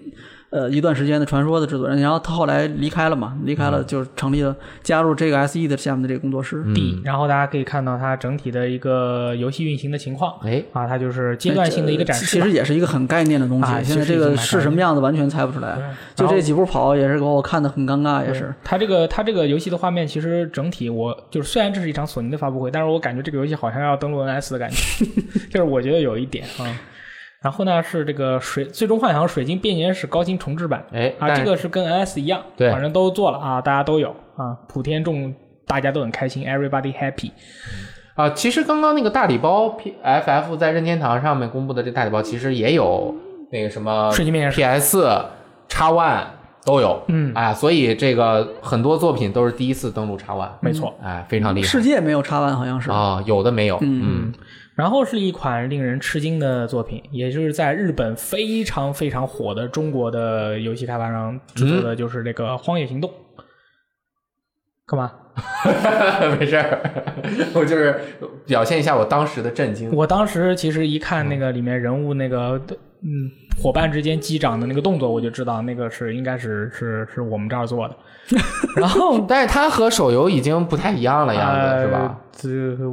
呃一段时间的传说的制作人，然后他后来离开了嘛，离开
嗯
了就是成立了加入这个 SE 的下面的这个工作室。
D，然
哦嗯
后大家可以看到它整体的一个游戏运行的情况
哎，
啊，它就是阶段性的一个展示
其
吧。
实也是一个很概念的东西
啊，
现在
其实
这
已经
个
蛮
是什么样子完全猜不出
对
来，
然
就
后
这几步跑也是给我看的很尴尬，也是。
它这个它这个游戏的画面，其实整体我就是虽然这是一场索尼的发布会，但是我感觉这个游戏好像要登陆 NS 的感觉， 就是我觉得有一点啊。然后呢是这个水最终幻想水晶变年史高清重置版，
哎
啊，这
但
个是跟 NS 一样，
对
反正都做了啊，大家都有啊，普天众大家都很开心，everybody happy。
啊，其实刚刚那个大礼包 P F F 在任天堂上面公布的这大礼包，其实也有那个什么
瞬息面
P S、x One 都有，
嗯
哎，所以这个很多作品都是第一次登陆 x One，
没错，
哎，非常厉害
世界没有插完，好像是。
啊，有的没有，嗯，
然后是一款令人吃惊的作品，也就是在日本非常非常火的中国的游戏开发商制作的，就是这个《荒野行动》。干嘛？
没事儿，我就是表现一下我当时的震惊，
我当时其实一看那个里面人物那个，嗯，伙伴之间击掌的那个动作，我就知道那个是应该是是是我们这儿做的。然后，
但是它和手游已经不太一样了样子，
呃，
是吧？？
这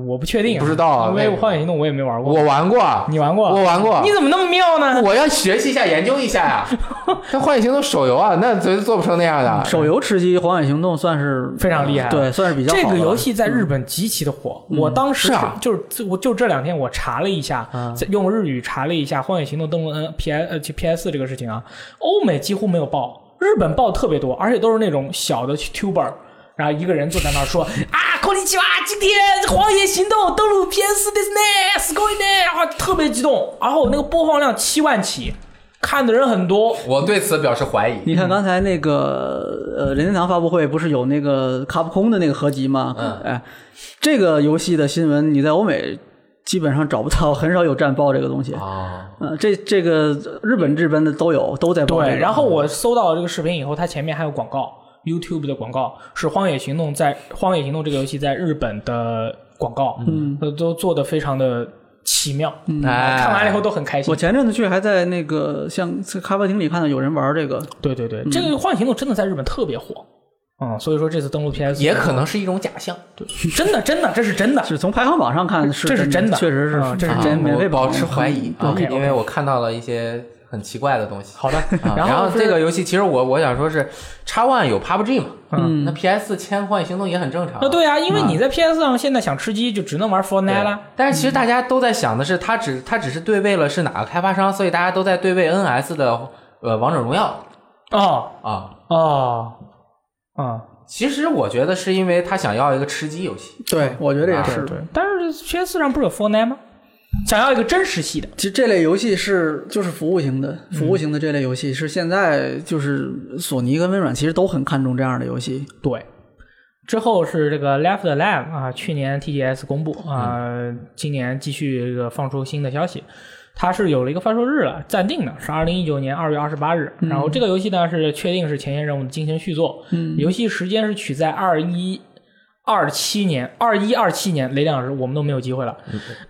我不确定啊，
不知道啊
因为
那
《
个
荒野行动》我也没玩过。
我玩过，
你玩过？
我玩过
你怎么那么妙呢？
我要学习一下，研究一 下呀、这《幻影行动》手游啊，那绝对做不成那样的。
手游吃鸡《荒野行动》算是
非常厉害
对，算是比较
这
好
个
的嗯
游戏在日本极其的火，我当时
是啊
就是我就这两天我查了一下，
啊
在用日语查了一下《荒野行动》登陆 N P S 呃 P S 这个事情啊，欧美几乎没有爆，日本爆特别多，而且都是那种小的 tuber。然后一个人坐在那儿说啊，空尼奇哇，今天《荒野行动》登陆 PS 的呢，すごいね，然后特别激动，然后那个播放量七万起，看的人很多，
我对此表示怀疑。
你看刚才那个呃，任天堂发布会不是有那个卡普空的那个合集吗？
嗯
哎，这个游戏的新闻你在欧美基本上找不到，很少有战报这个东西。
啊，
呃，这这个日本这边的都有，都在报这
对，
个
然后我搜到了这个视频以后，它前面还有广告，YouTube 的广告是《荒野行动》在《荒野行动》这个游戏在日本的广告，嗯，都做的非常的奇妙，
哎，
看完了以后都很开心
我。前阵子去还在那个像在咖啡厅里看到有人玩这个，
对对对，这个《幻影行动》真的在日本特别火，嗯，所以说这次登陆 PS
也可能是一种假象。
真的真的这是真的，
是从排行榜上看是
这是真的
确实是
嗯这是
啊
真的
免费
我
榜
保持怀疑啊，
嗯 OK，OK
因为我看到了一些很奇怪的东西。好的，
然
然
后
后
是
这个游戏其实我我想说是叉 One 有 PUBG 嘛，嗯，那 PS 签《幻影行动》也很正常。
那对啊，因为你在 PS 上现在想吃鸡就只能玩 Fortnite
对
啦。
但是其实大家都在想的是，它只它只是对位了是哪个开发商，所以大家都在对位 NS 的呃王者荣耀
哦
啊。
哦啊，
其实我觉得是因为他想要一个吃鸡游戏，
对，我觉得也
啊
是。
对，但是 PS 上不是有 Fortnite 吗？想要一个真实系的，
其实这类游戏是就是服务型的，服务型的这类游戏是现在就是索尼跟微软其实都很看重这样的游戏。
对。之后是这个 Left a l a b 啊，去年 TGS 公布啊、今年继续这个放出新的消息，它是有了一个发售日了，暂定的是二零一九年二月二十八日。然后这个游戏呢是确定是前线任务的进行续作，嗯、游戏时间是取在二一二七年二一二七年，雷亮老师我们都没有机会了。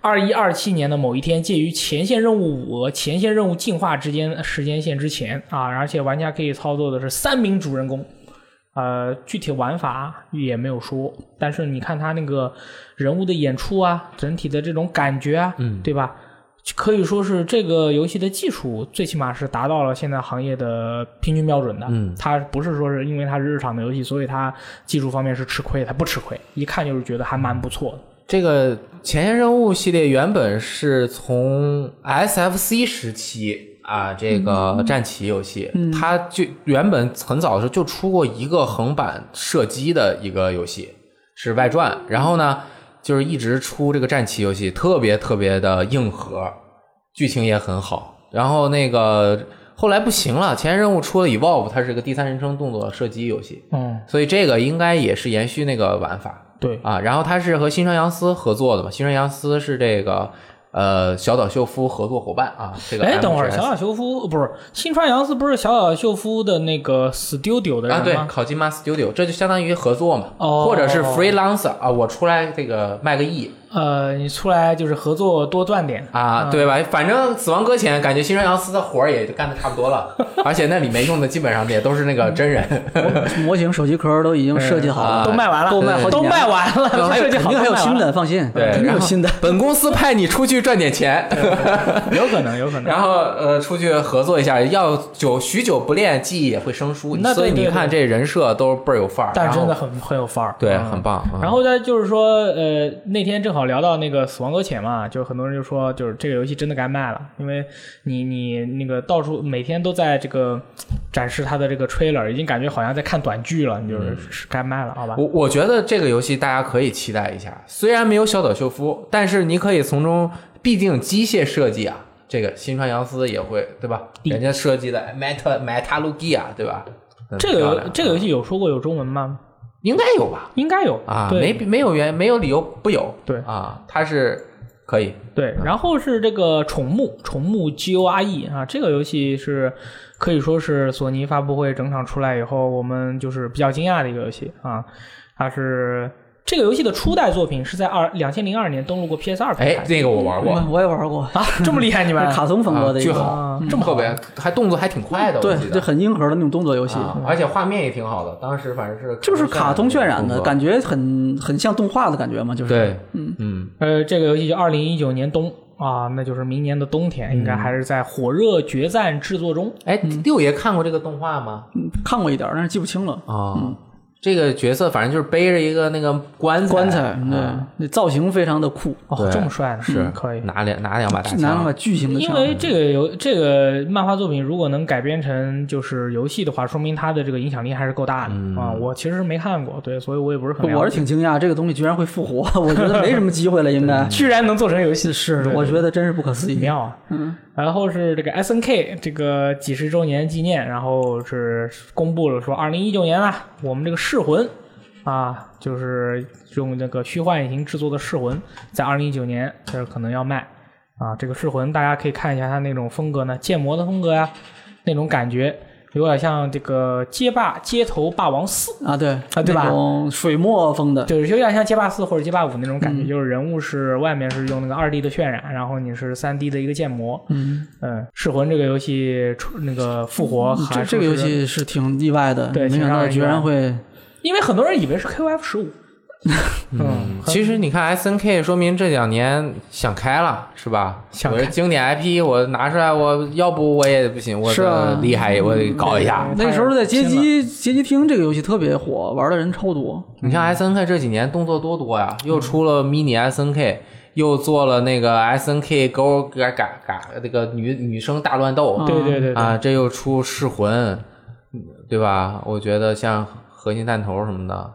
二一二七年的某一天，介于前线任务五和前线任务进化之间时间线之前啊，而且玩家可以操作的是三名主人公。呃，具体玩法也没有说，但是你看他那个人物的演出啊，整体的这种感觉啊，嗯，对吧？可以说是这个游戏的技术，最起码是达到了现在行业的平均标准的。嗯，它不是说是因为它是日常的游戏，所以它技术方面是吃亏，它不吃亏，一看就是觉得还蛮不错的。
这个前线任务系列原本是从 SFC 时期啊，这个战棋游戏，它就原本很早的时候就出过一个横版射击的一个游戏，是外传。然后呢，就是一直出这个战棋游戏，特别特别的硬核，剧情也很好。然后那个后来不行了，前线任务出了 Evolve，它是个第三人称动作射击游戏，
嗯，
所以这个应该也是延续那个玩法。
对，
啊，然后他是和新川洋司合作的嘛，新川洋司是这个呃小岛秀夫合作伙伴啊。这个
哎，等会儿，小
MGS
岛秀夫不是新川洋司，不是小岛秀夫的那个 studio 的
啊，对
人，吗？
考金马 Studio，这就相当于合作嘛，
哦
或者是 freelancer 啊，我出来这个卖个亿
呃，你出来就是合作多赚点。
啊，对吧？反正死亡搁浅，感觉新川洋司的活儿也干的差不多 了，而且那里面用的基本上也都是那个真人，
嗯
模型手机壳都已经设计好了，
啊
都卖完了，
都卖好几
哦都
年
卖完 了，
还有
设计
肯
好
定还有
都卖完
新
了
的，放心，
哎对，
肯定
然
有
后
新的。
本公司派你出去赚 点钱，
有可能，有可能。
然后呃，出去合作一下，要久许久不练，技艺也会生疏。
那对
所以
对
你
对
看这人设都倍儿有范儿，
但
然
是真
后
的很很有范儿，
对，
嗯
很棒。嗯
然后呢，就是说，呃，那天正好聊到那个《死亡搁浅》嘛，就是很多人就说，就是这个游戏真的该卖了，因为你你那个到处每天都在这个展示它的这个 trailer，已经感觉好像在看短剧了，你
嗯
就是是该卖了，好吧？
我我觉得这个游戏大家可以期待一下，虽然没有小岛秀夫，但是你可以从中，毕竟机械设计啊，这个新川洋司也会对吧？人家设计的 Meta Metalogia 对吧？嗯
这个
漂
游
亮
这个游戏有说过有中文吗？
应该有吧？
应该有
啊，
对
没没有原没有理由不有。
对
啊，它是可以
对，然后是这个《宠木》，《宠木 G O R E》啊，这个游戏是可以说是索尼发布会整场出来以后，我们就是比较惊讶的一个游戏啊。它是这个游戏的初代作品是在二两千零二年登陆过 PS 二平
哎
台，
那个我玩过
我我也玩过，
啊，这么厉害你们
是 卡通风格的一
巨
个，嗯
好
啊，
这么特别，还动作还挺快的，我
对
记，得
这很硬核的那种动作游戏，
啊，而且画面也挺好的，当时反正是
就是卡通渲染
风
的
格
感觉，很很像动画的感觉嘛，就是。
对，嗯嗯，
呃，这个游戏就二零一九年冬啊，那就是明年的冬天，
嗯
应该还是在火热决战制作中。
哎，六爷看过这个动画吗？
嗯看过一点儿，但是记不清了。
啊，这个角色反正就是背着一个那个棺材，
棺材，啊对
嗯，
那造型非常的酷，
哦，
对
这么帅呢，
是
嗯可以。
拿两拿两把大
拿了
枪
把，巨型的
因
枪，
为这个游这个漫画作品如果能改编成就是游戏的话，说明它的这个影响力还是够大的、啊。我其实没看过，对，所以我也不是很了解。。
我是挺惊讶，这个东西居然会复活，我觉得没什么机会了，应该
居然能做成游戏，
是，我觉得真是不可思
挺
议。
妙啊。嗯，然后是这个 S N K 这个几十周年纪念，然后是公布了说，二零一九年啊，我们这个《噬魂》啊，就是用那个虚幻引擎制作的《噬魂》，在二零一九年这可能要卖啊。这个《噬魂》大家可以看一下它那种风格呢，建模的风格呀、那种感觉。有点像这个街霸街头霸王四，
啊，对
啊对吧
那种水墨风的，
就是有点像街霸四或者街霸五那种感
嗯
觉，就是人物是外面是用那个二 D 的渲染，然后你是三 D 的一个建模。
嗯，
嗯，噬魂这个游戏出那个复活还
这这个
说
游
是，
戏是挺意外的，
对
没想到居然会，
因为很多人以为是 KOF 十五，嗯，
其实你看 S N K，说明这两年想开了，是吧？
想
我
开
是经典 I P，我拿出来，我要不我也不行，我
是啊
的厉害，我得搞一下。
嗯
那时候在街
太
机街机厅这个游戏特别火，玩的人超多，
你看 S N K 这几年动作多多呀，又出了 Mini S N K，又做了那个 S N K 勾嘎嘎嘎那个女女生大乱
嗯
斗，
对对对对，
啊，这又出噬魂，嗯对吧？我觉得像合金弹头什么的，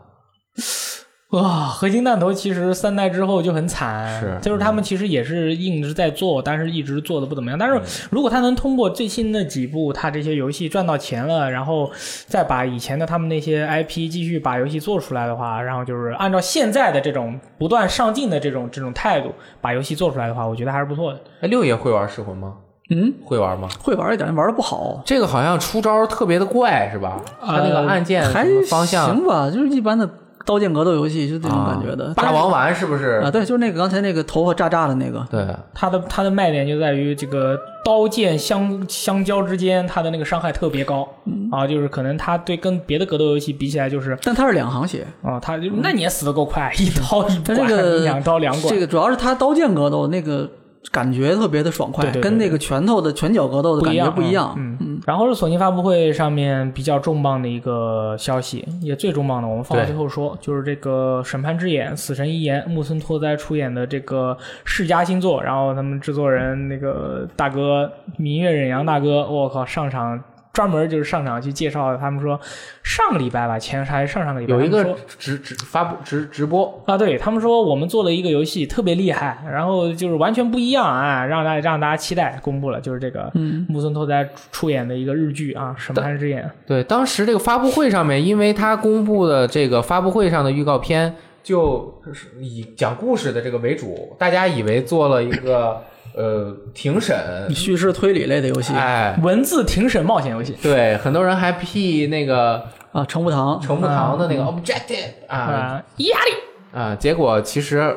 哇，合金弹头其实三代之后就很惨，
是
就是他们其实也是一直在做，但是一直做的不怎么样。但是如果他能通过最新的几部他这些游戏赚到钱了，然后再把以前的他们那些 IP 继续把游戏做出来的话，然后就是按照现在的这种不断上进的这种这种态度把游戏做出来的话，我觉得还是不错的。
哎，六爷会玩噬魂吗？
嗯，
会玩吗？
会玩一点，玩的不好，
这个好像出招特别的怪，是吧？他那个按键
呃
什
还
么方向，
行吧，就是一般的刀剑格斗游戏，就是这种
啊
感觉的。
霸王丸是不
啊，
是？
对，就是那个刚才那个头发炸炸的那个，
对，
它的它的卖点就在于这个刀剑相相交之间，它的那个伤害特别高、啊，就是可能它对跟别的格斗游戏比起来，就是
但它是两行血。
哦，他就那你也死的够快， 一刀一
它
管，
这个
两刀两管，
这个主要是它刀剑格斗那个感觉特别的爽快，
对对对
跟那个拳头的拳脚格斗的
不
感
一
觉
样，
不一样。
嗯，然后是索尼发布会上面比较重磅的一个消息，也最重磅的，我们放到
对
最后说，就是这个《审判之眼》《死神一言》木村拓哉出演的这个世嘉新作，然后他们制作人那个大哥明月忍阳大哥，我靠，上场。专门就是上场去介绍，他们说上个礼拜吧，前还是上上个礼拜
有一
他们
个
说
直直发布直直播，
啊，对他们说我们做了一个游戏特别厉害，然后就是完全不一样啊，让大让大家期待。公布了，就是这个木村拓哉出演的一个日剧啊，《审判之眼》。
嗯对，当时这个发布会上面，因为他公布的这个发布会上的预告片，就是以讲故事的这个为主，大家以为做了一个呃庭审，
嗯叙事推理类的游戏、
哎，
文字庭审冒险游戏，
对，很多人还 P 那个
啊，程步堂
程步堂的那个
嗯
objective 啊
啊，压力
啊，结果其实。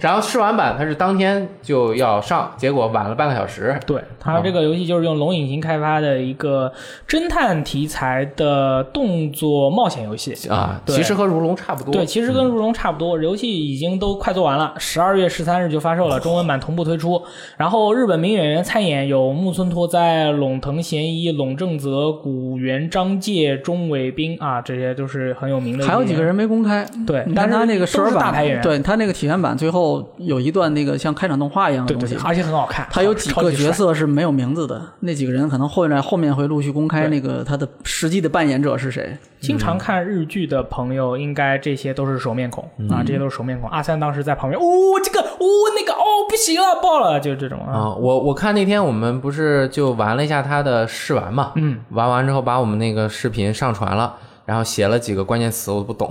然后试玩版它是当天就要上，结果晚了半个小时。
对，它这个游戏就是用龙引擎开发的一个侦探题材的动作冒险游戏。
啊，
对
其实和如龙差不多。
对，其实跟《
嗯
如龙》差不多，游戏已经都快做完了，十二月十三日就发售了，中文版同步推出。然后日本名演员参演，有木村拓哉、龙藤贤一、龙正则、古原章介、中尾彬啊，这些都是很有名的。
还有几个，人没公开。
对
你，
但
看
是
他那个
都
试玩
是大牌演员，
版，对他那个体验版，最后有一段那个像开场动画一样的
对
东
对
西
对，，嗯而且很好看。
他有几
超
个
级
角
帅，
色是没有名字的，那几个人可能后来后面会陆续公开那个他的实际的扮演者是谁。
经
嗯
常看日剧的朋友，应该这些都是熟面孔
嗯
啊，这些都是熟面孔。阿三当时在旁边，哦，这个，哦，那个，哦，不行了，爆了，就是这种啊。
哦
啊，我我看那天我们不是就玩了一下它的试玩嘛，
嗯，
玩完之后把我们那个视频上传了，然后写了几个关键词，我都 不懂，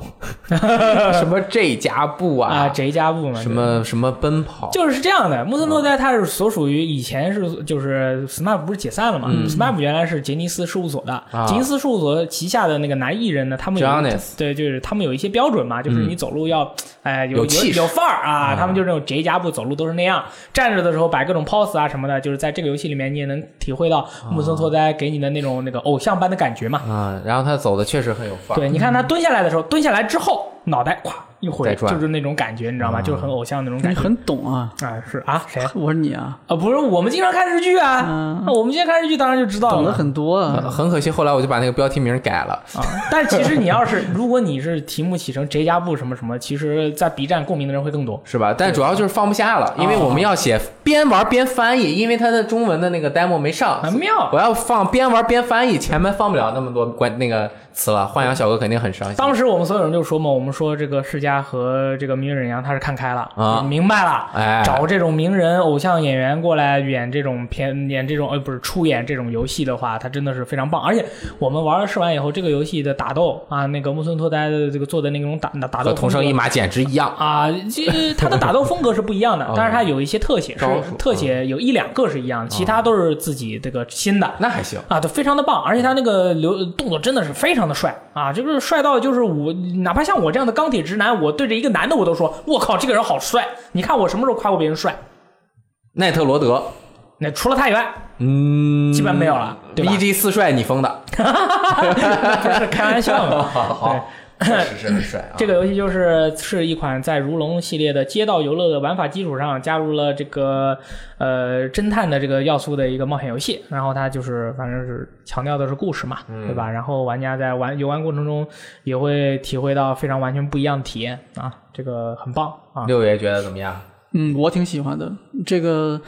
什么这家步
啊，
啊，
谁家部门
什么什么奔跑，
就是这样的，木
嗯
村拓哉他是所属于以前是就是 SMAP 不是解散了嘛、s m a p 原来是杰尼斯事务所的，
嗯啊
杰尼斯事务所旗下的那个男艺人呢，他们有
Jonas
对，就是他们有一些标准嘛，就是你走路要哎、有
嗯有
有
气势
有范儿啊，他们就是那种杰家步走路都是那样，站着的时候摆各种 pose 啊什么的，就是在这个游戏里面你也能体会到木村拓哉给你的那种那个偶像般的感觉嘛。
啊，然后他走的确实很有范儿，
对，你看他蹲下来的时候，蹲下来之后脑袋咵一回，
再转啊
就是那种感觉，你知道吗？就是很偶像那种
你
感觉。
很懂啊，
啊，是啊，谁？
我说你啊，
啊，不是，我们经常看日剧啊，那我们经常看日剧，当然就知道
懂
了
得很多啊。
呃很可惜后来我就把那个标题名改了，
啊。但其实你要是， 如果你是题目起成“谁家部”什么什么，其实，在 B 站共鸣的人会更多。
是吧？但主要就是放不下了，因为
哦
我们要写边玩边翻译，因为它的中文的那个 demo 没上，
很妙
我，要放边玩边翻译，前面放不了那么多关那个词了，幻想小哥肯定很伤心。
当时我们所有人就说嘛，我们说这个世家和这个明日忍阳他是看开了
啊
明白了，
哎
找这种名人偶像演员过来演这种片演这种呃不是出演这种游戏的话，他真的是非常棒。而且我们玩了试完以后，这个游戏的打斗啊，那个木村拓哉的这个做的那种打打斗
和同
风
生
格
一马简直一样。，
啊，这它的打斗风格是不一样的 但是它有一些特写是
哦招数嗯哦
特写有一两个是一样的，其他都是自己这个新的。
那还行，
啊，对，非常的棒，而且他那个流动作真的是非常的帅啊，这个帅到就是我，哪怕像我这样的钢铁直男，我对着一个男的我都说，我靠，这个人好帅！你看我什么时候夸过别人帅？
奈特罗德，
那除了他以外，
嗯，
基本没有了，对吧
B？G 四帅你封的，
不是开玩笑的，对。
哦确实是很帅啊。
这个游戏就是是一款在如龙系列的街道游乐的玩法基础上，加入了这个呃侦探的这个要素的一个冒险游戏。然后它就是反正是强调的是故事嘛，对吧？然后玩家在玩游玩过程中也会体会到非常完全不一样的体验啊，这个很棒啊。
六爷觉得怎么样？
嗯，我挺喜欢的。这个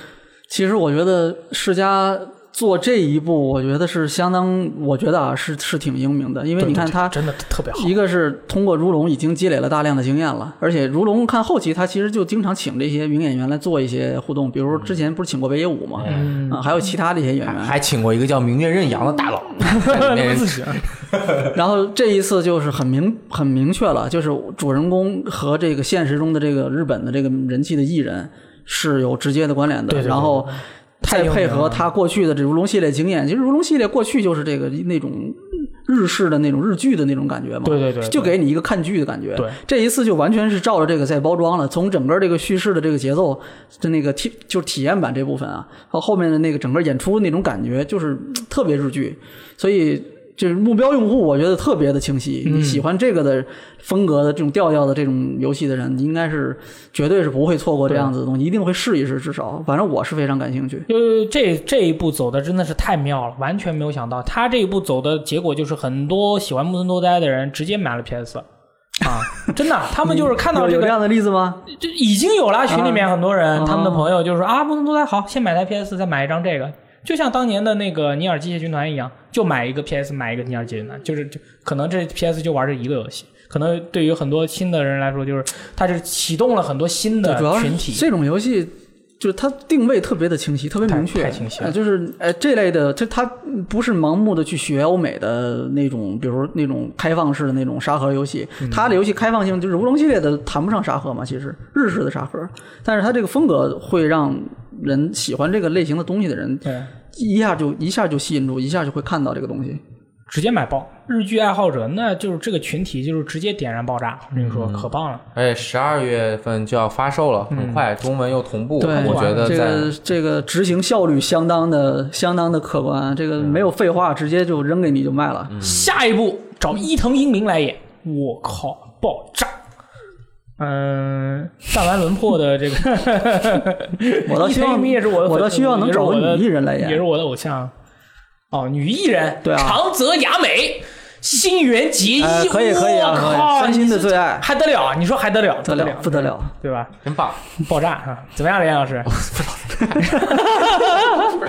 其实我觉得世嘉做这一步，我觉得是相当，我觉得啊是是挺英明的，因为你看它
真的特 别好，
一个是通过如龙已经积累了大量的经验了，而且如龙看后期他其实就经常请这些名演员来做一些互动，比如之前不是请过北野武嘛，嗯、还有其他的一些演员，
还请过一个叫明月任阳的大佬，在里面
自己啊
然后这一次就是很明很明确了，就是主人公和这个现实中的这个日本的这个人气的艺人是有直接的关联的。
对对对
然后
太有
再
名
配合
了
他过去的这如龙系列经验，其实如龙系列过去就是这个那种日式的那种日剧的那种感觉嘛。
对对对对
就给你一个看剧的感觉。
对，
这一次就完全是照着这个在包装了，从整个这个叙事的这个节奏的那个体就是体验版这部分啊，到后面的那个整个演出那种感觉，就是嗯特别日剧，所以。就是目标用户，我觉得特别的清晰。你喜欢这个的风格的这种调调的这种游戏的人，你应该是绝对是不会错过这样子的东西，一定会试一试，至少反正我是非常感兴趣。
因为呃这这一步走的真的是太妙了，完全没有想到，他这一步走的结果就是很多喜欢木村拓哉的人直接买了 PS 啊，真的，他们就是看到
嗯有
这
有这
个，
样的例子吗？
就已经有了群里面很多人，
啊
他们的朋友就说啊，木村拓哉好，先买台 PS，再买一张这个。就像当年的那个尼尔机械军团一样，就买一个 PS，买一个尼尔机械军团，就是就可能这 PS 就玩这一个游戏，可能对于很多新的人来说，就是它是启动了很多新的
主要是
群体，
这种游戏，就是它定位特别的清晰，特别明确，
太太清晰了
呃就是呃这类的，这它不是盲目的去学欧美的那种，比如说那种开放式的那种沙盒游戏，
嗯
它的游戏开放性就是《如龙》系列的谈不上沙盒嘛，其实日式的沙盒，但是它这个风格会让人喜欢这个类型的东西的人，
对，
一下就一下就吸引住，一下就会看到这个东西。
直接买爆。日剧爱好者，那就是这个群体，就是直接点燃爆炸。我跟你
嗯
说，可棒了。
哎，十二月份就要发售了，很快，中文又同步，
对，
我觉得
这个
在
这个执行效率相当的相当的可观，这
嗯
个没有废话，直接就扔给你就卖了。
下一步找伊藤英明来演，我靠，爆炸！嗯，弹丸轮破的这个，
我倒希望
伊藤英明也是我的粉丝，
我倒希望能找个
也是我的
女艺人来演
也是我的偶像。哦，女艺人，
对啊
长泽雅美、新垣结衣，
呃可以可以啊
我
可以
靠，
三星的最爱
还得了？啊你说还得了？
不得了，不得了！
对吧？
真棒，
爆炸啊！怎么样，连老师？
不知道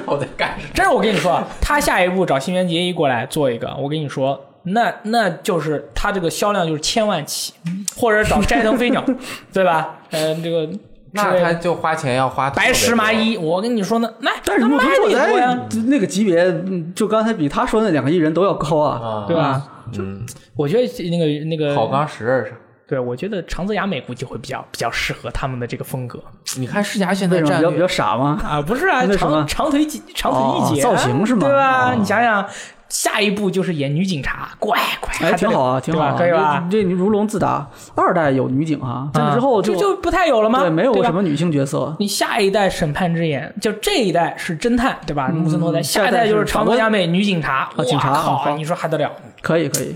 我在干什么。
真是我跟你说，他下一步找新垣结衣过来做一个，我跟你说，那那就是他这个销量就是千万起，或者找斋藤飞 鸟，对吧？呃，这个之
那
类的
他就花钱要花特别
白
多
石麻衣，我跟你说呢，那
但是
那
木
卖
村拓
的多
哉
呀，
那个级别，嗯就刚才比他说那两个艺人都要高啊
啊，
对吧？
嗯，
我觉得那个那个
好钢石。
对我觉得长泽雅美估计会比较比较适合他们的这个风格
你看世嘉现
为
在
什么
战
比较比
略
较，傻吗？
啊，不是啊，
那什么
长长腿姐长腿一姐、啊
哦造型是吗
对吧？
哦
你想想，下一步就是演女警察，乖乖，
哎，挺好啊，挺好啊，
对吧可以吧？
这这如龙自打二代有女警啊，但之后
就
就
就不太有了吗？
对没有
吧
什么女性角色，
你下一代审判之眼，就这一代是侦探，对吧？木村拓哉，
嗯下
下
一
一
代
代就是是长泽雅美女警察，哇
啊警察好
靠，你说还得了？
可以可以。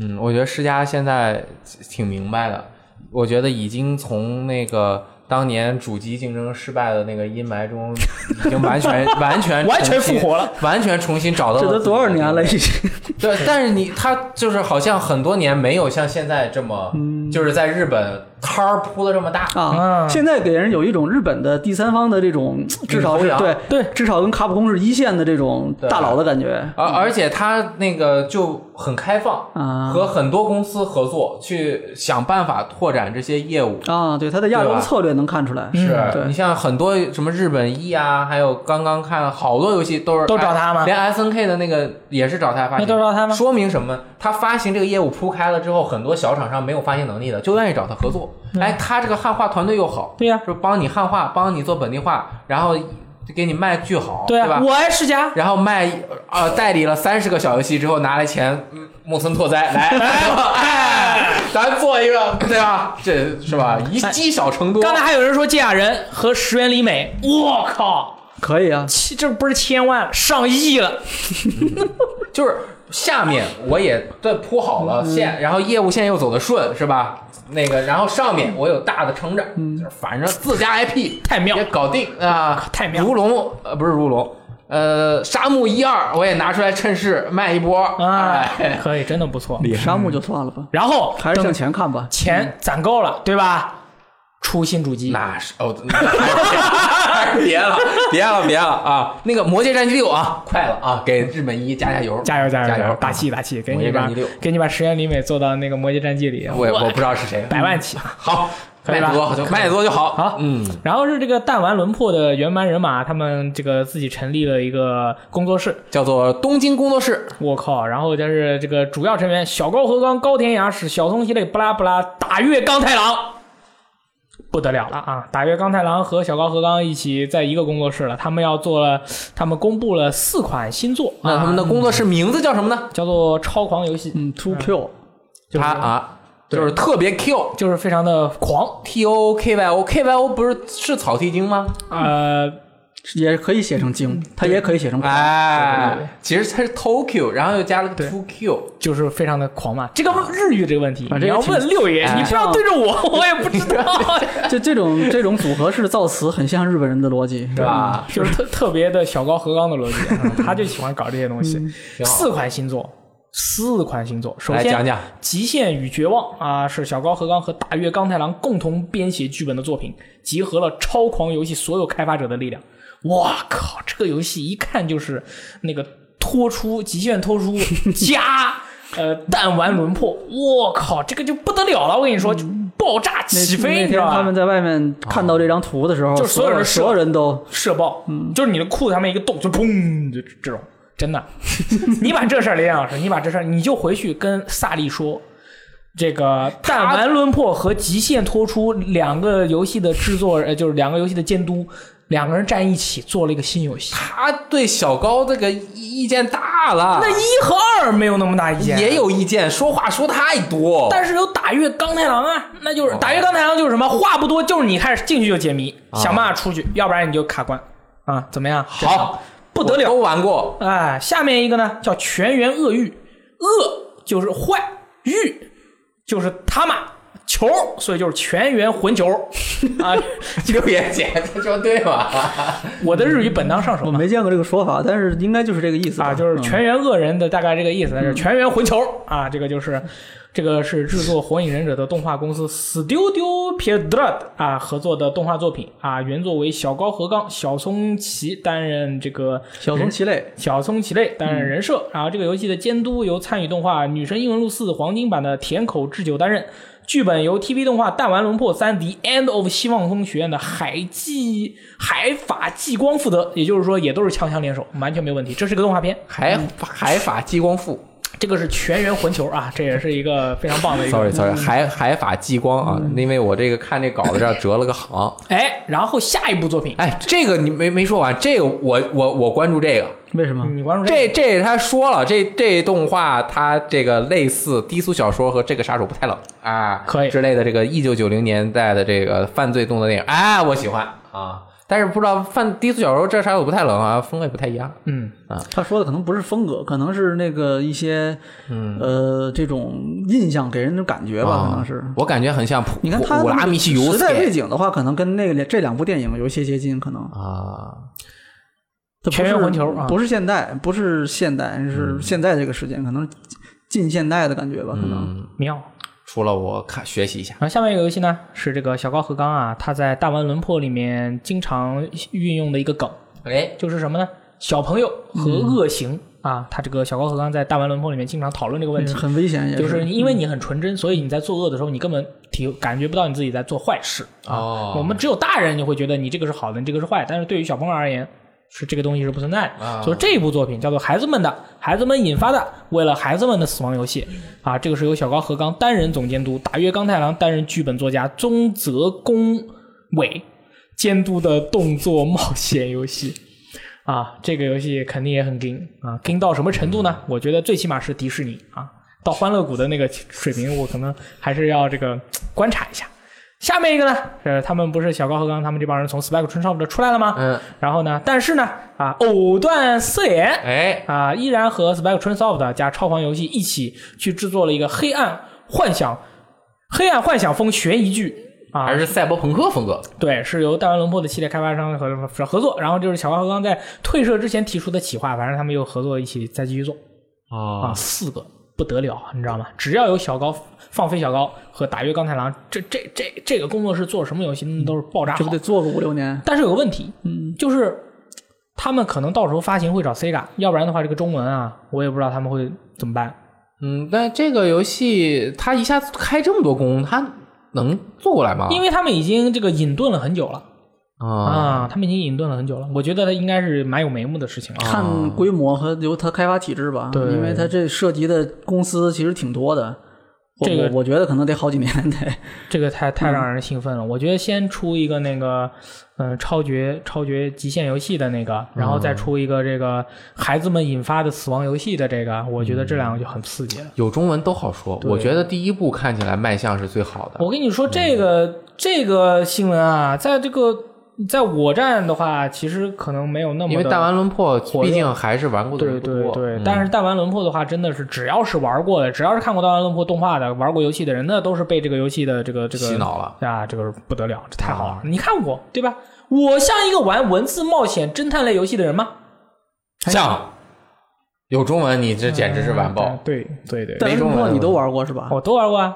嗯，我觉得世嘉现在挺明白的，我觉得已经从那个。当年主机竞争失败的那个阴霾中，已经 完全完全
完全
重新
复活了，
完全重新找到了
这都
自己
多少
的
年
定
了
位
已经？嗯
对，但是你他就是好像很多年没有像现在这么，就是在日本摊儿铺的这么大，
啊
嗯，
现在给人有一种日本的第三方的这种，至少
头
是
羊
对
对
至少跟卡普空是一线的这种大佬的感觉
而而且他那个就很开放，
啊
和很多公司合作，去想办法拓展这些业务。
啊，对他的亚
对
洲
吧
策略能看出来，
是
嗯对
你像很多什么日本裔啊，还有刚刚看好多游戏都是哎
都找他吗
连 S N K 的那个也是找他发
那
行，
都找他吗？
说明什么？他发行这个业务铺开了之后，很多小厂商没有发行能力的，就愿意找他合作。哎，他这个汉化团队又好，
嗯对呀
就帮你汉化，帮你做本地化，然后给你卖巨好，
对啊，
吧？
我爱世嘉，
然后卖呃代理了三十个小游戏之后，拿来钱，嗯木村拓哉 来，哎，咱做一个，对吧？这是吧？一积少成多。
哎刚才还有人说芥雅人和石原里美，我靠，
可以啊，
七这不是千万了，上亿了，
就是下面我也对铺好了
嗯
线，然后业务线又走得顺，是吧？那个，然后上面我有大的成长，就是反正自家 IP
太嗯 妙
也搞定啊，
太妙
如龙呃不是如龙，呃沙漠一二我也拿出来趁势卖一波，
啊
哎，，
可以，真的不错。
沙漠就算了吧，
然后
还是
等
向前嗯看吧。
钱攒够了，对吧？出新主机，
那是哦， 那别了， 别了，别了啊！那个《魔界战记六》啊，快了啊，给日本一加加油，
加油加油
加
油，打！气打气，给
魔
你
戒
把
战记六
给你把石原里美做到那个《魔界战记》里，
我也我不知道是谁，嗯
百万起。
好，
可以
卖
吧
多就卖多就好，
好
嗯。
然后是这个弹丸轮破的原班人马，他们这个自己成立了一个工作室，
叫做东京工作室，
我靠！然后就是这个主要成员小高和刚、高田雅史、小松喜磊、布拉布拉、打月刚太郎，不得了了啊！打月刚太郎和小高和刚一起在一个工作室了，他们要做了，他们公布了四款新作
那他们
啊，
的工作室名字叫什么呢？
叫做《超狂游戏》，
嗯，Two Q
就是
他啊，就是特别 Q
就是非常的狂，
T O K Y O K Y O 不是是草剃精吗？
呃，
也可以写成精，它也可以写成狂
对对对
哎，其实它是 Tokyo，然后又加了个 Two Q，
就是非常的狂嘛。这个日语这个问题，
啊
你
这个
要
挺哎
问六爷，
哎
你不要对着我，我也不知 道，
就这种这种组合式造词很像日本人的逻辑，
是吧？
嗯就是 特特别的小高和刚的逻辑，嗯他就喜欢搞这些东西。
嗯挺好。
四款星座，四款星座，首
来
先
讲讲，
极限与绝望》啊，是小高和刚和大月刚太郎共同编写剧本的作品，集合了超狂游戏所有开发者的力量。哇靠！这个游戏一看就是那个脱出极限脱出 加呃弹丸轮破，我靠，这个就不得了了！我跟你说，就爆炸
那
起飞，
那
你知
天
道
他们
吧？哦
在外面看到这张图的时候，
就所有人射
所有人都
射爆，就是你的裤子上面一个洞，就砰，就这种。真的， 你把这事儿，雷电老师，你把这事儿，你就回去跟萨利说，这个《弹丸论破》和《极限脱出》两个游戏的制作，呃，就是两个游戏的监督，两个人站一起做了一个新游戏。
他对小高这个意意见大了，
那一和二没有那么大意见，
也，有意见，说话说太多。
但是有打月刚太郎啊，那就是打月刚太郎就是什么话不多，就是你开始进去就解谜，想办法出去，要不然你就卡关啊，怎么样？
好，
不得了
我都玩过，
哎，下面一个呢叫全员恶欲，恶就是坏，欲就是他妈球，所以就是全员混球啊！
六爷姐，他说哎对吧？
我的日语本当上手
我
嘛
没见嗯过这个说法，但是应该就是这个意思
嗯
吧
啊，就是全员恶人的大概这个意思，
嗯
是全员混球啊，这个就是。这个是制作《火影忍者》的动画公司 Studio Pierrot 啊合作的动画作品啊，原作为小高和刚、小松崎担任这个
小松崎类
小松崎类担任人设，然后这个游戏的监督由参与动画《女神异闻录四》黄金版的田口智久担任，剧本由 TV 动画《弹丸轮破三 The End of 希望风学院》的海纪海法纪光负责，也就是说也都是强强联手，完全没问题。这是个动画片，
海海法激光腹
这个是全员混球啊，这也是一个非常棒的一个
，sorry sorry，海海法激光啊，
嗯
因为我这个看这稿子这儿折了个行。
哎，然后下一部作品，
哎，这个你没没说完，这个我我我关注这个，
为什么？
你关注
这这他说了，这这动画它这个类似低俗小说和这个杀手不太冷啊，
可以
之类的这个一九九零年代的这个犯罪动作电影，哎，我喜欢啊，但是不知道犯低俗小说这杀手不太冷啊，风味不太一样，
嗯，
他说的可能不是风格，可能是那个一些，
嗯
呃，这种印象给人的感觉吧，
啊
可能是。
我感觉很像普
你看
普
他
普拉米西尤
时
斯
代背景的话，可能跟那个这两部电影有一些接近，可能。
啊，
它不
全员
是
环球啊
不是现代，
嗯
不
嗯
是现代，是现在这个时间，可能近现代的感觉吧，可能。
妙，
出了我看学习一下。
然后下面一个游戏呢嗯是这个小高和刚啊，他在《大丸轮破》里面经常运用的一个梗，
啊
哎，
就是什么呢？小朋友
嗯
和恶行、啊，他这个小高和刚在《大丸轮破》里面经常讨论这个问题，
很危险，
嗯
也
就是因为你很纯真，所以你在作恶的时候，你根本体感觉不到你自己在做坏事。
哦
我们只有大人你会觉得你这个是好的，你这个是坏，但是对于小朋友而言。是这个东西是不存在的，
啊
所以这部作品叫做《孩子们的孩子们引发的为了孩子们的死亡游戏》啊，这个是由小高和刚单人总监督，大约刚太郎单人剧本作家中泽公伟监督的动作冒险游戏啊，这个游戏肯定也很 king 啊，king 到什么程度呢？我觉得最起码是迪士尼啊，到欢乐谷的那个水平，我可能还是要这个观察一下。下面一个呢，呃，他们不是小高和刚他们这帮人从 Spec 春少的出来了吗？
嗯，
然后呢，但是呢，啊，藕断丝连，
哎，
啊，依然和 Spec Trinsoft 加超凡游戏一起去制作了一个黑暗幻想、黑暗幻想风悬疑剧啊，
还是赛博朋克风格。
对，是由大丸龙破的系列开发商和合合作，然后就是小花和刚在退社之前提出的企划，反正他们又合作一起再继续做啊，
哦，
四个不得了，你知道吗？只要有小高放飞小高和打月刚太郎，这这这这个工作室做什么游戏那都是爆炸
这
好
不得做个五六年，
但是有个问题，
嗯，
就是他们可能到时候发行会找 Sega，要不然的话这个中文啊，我也不知道他们会怎么办。
啊
嗯，但这个游戏它一下子开这么多工，它能做过来吗？
因为他们已经这个隐遁了很久了
啊，
啊，他们已经隐遁了很久了，我觉得他应该是蛮有眉目的事情了。
啊
看规模和由它开发体制吧，
对
因为它这涉及的公司其实挺多的，我
这个
我我觉得可能得好几年得，
这个太
嗯
太让人兴奋了。我觉得先出一个那个，嗯、超绝超绝极限游戏的那个，然后
嗯
再出一个这个孩子们引发的死亡游戏的这个，我觉得这两个就很刺激了。
有中文都好说。我觉得第一部看起来卖相是最好的。
我跟你说，
嗯
这个这个新闻啊，在这个在我站的话，其实可能没有那么的
因为弹丸论破，
热
毕竟还是玩过的
对
人不
对
多。
对，
嗯
但是弹丸论破的话，真的是只要是玩过的，只要是看过弹丸论破动画的、玩过游戏的人，那都是被这个游戏的这个这个
洗脑了
啊，这个不得了，这太好了！你看我对吧？我像一个玩文字冒险侦探类游戏的人吗？
像有中文，你这简直是完爆。
嗯对对对，
但是
中文
莫
了
你都玩过是吧？
我都玩过啊。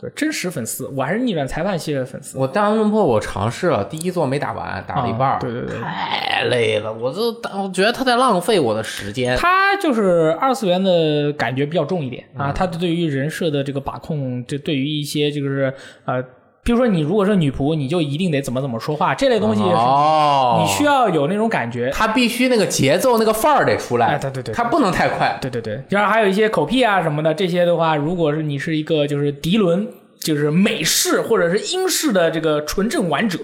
对，真实粉丝，我还是逆转裁判系列的粉丝。
我弹丸论破我尝试了，第一座没打完，打了一半儿，
啊对对对，
太累了，我就打我觉得他在浪费我的时间。
他就是二次元的感觉比较重一点
嗯
啊，他对于人设的这个把控，这对于一些就是呃，比如说你如果是女仆，你就一定得怎么怎么说话，这类东西是
哦，
你需要有那种感觉。
他必须那个节奏那个范儿得出来，
哎对对对
他不能太快。
对对对，然后还有一些口癖啊什么的，这些的话，如果是你是一个就是迪伦，就是美式或者是英式的这个纯正玩者，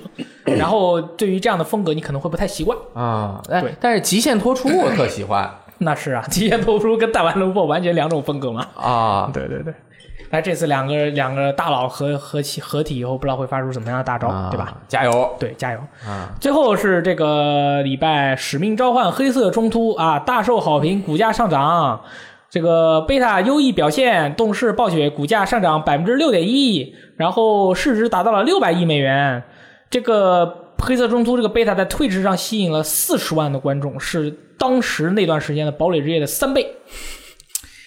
然后对于这样的风格你可能会不太习惯。
啊、哎
对
但是极限脱出我特喜欢
那是啊， 极限脱出跟大丸龙破完全两种风格嘛。
啊，
对对对。那这次两个两个大佬合合体合体以后，不知道会发出什么样的大招，
啊
对吧？？
加油
对，加油！
啊！
最后是这个礼拜《使命召唤：黑色冲突》啊，大受好评，股价上涨。这个贝塔优异表现，动视暴雪股价上涨百分之六点一，然后市值达到了六百亿美元。这个黑色冲突这个贝塔在 Twitch 上吸引了四十万的观众，是当时那段时间的堡垒之夜的三倍。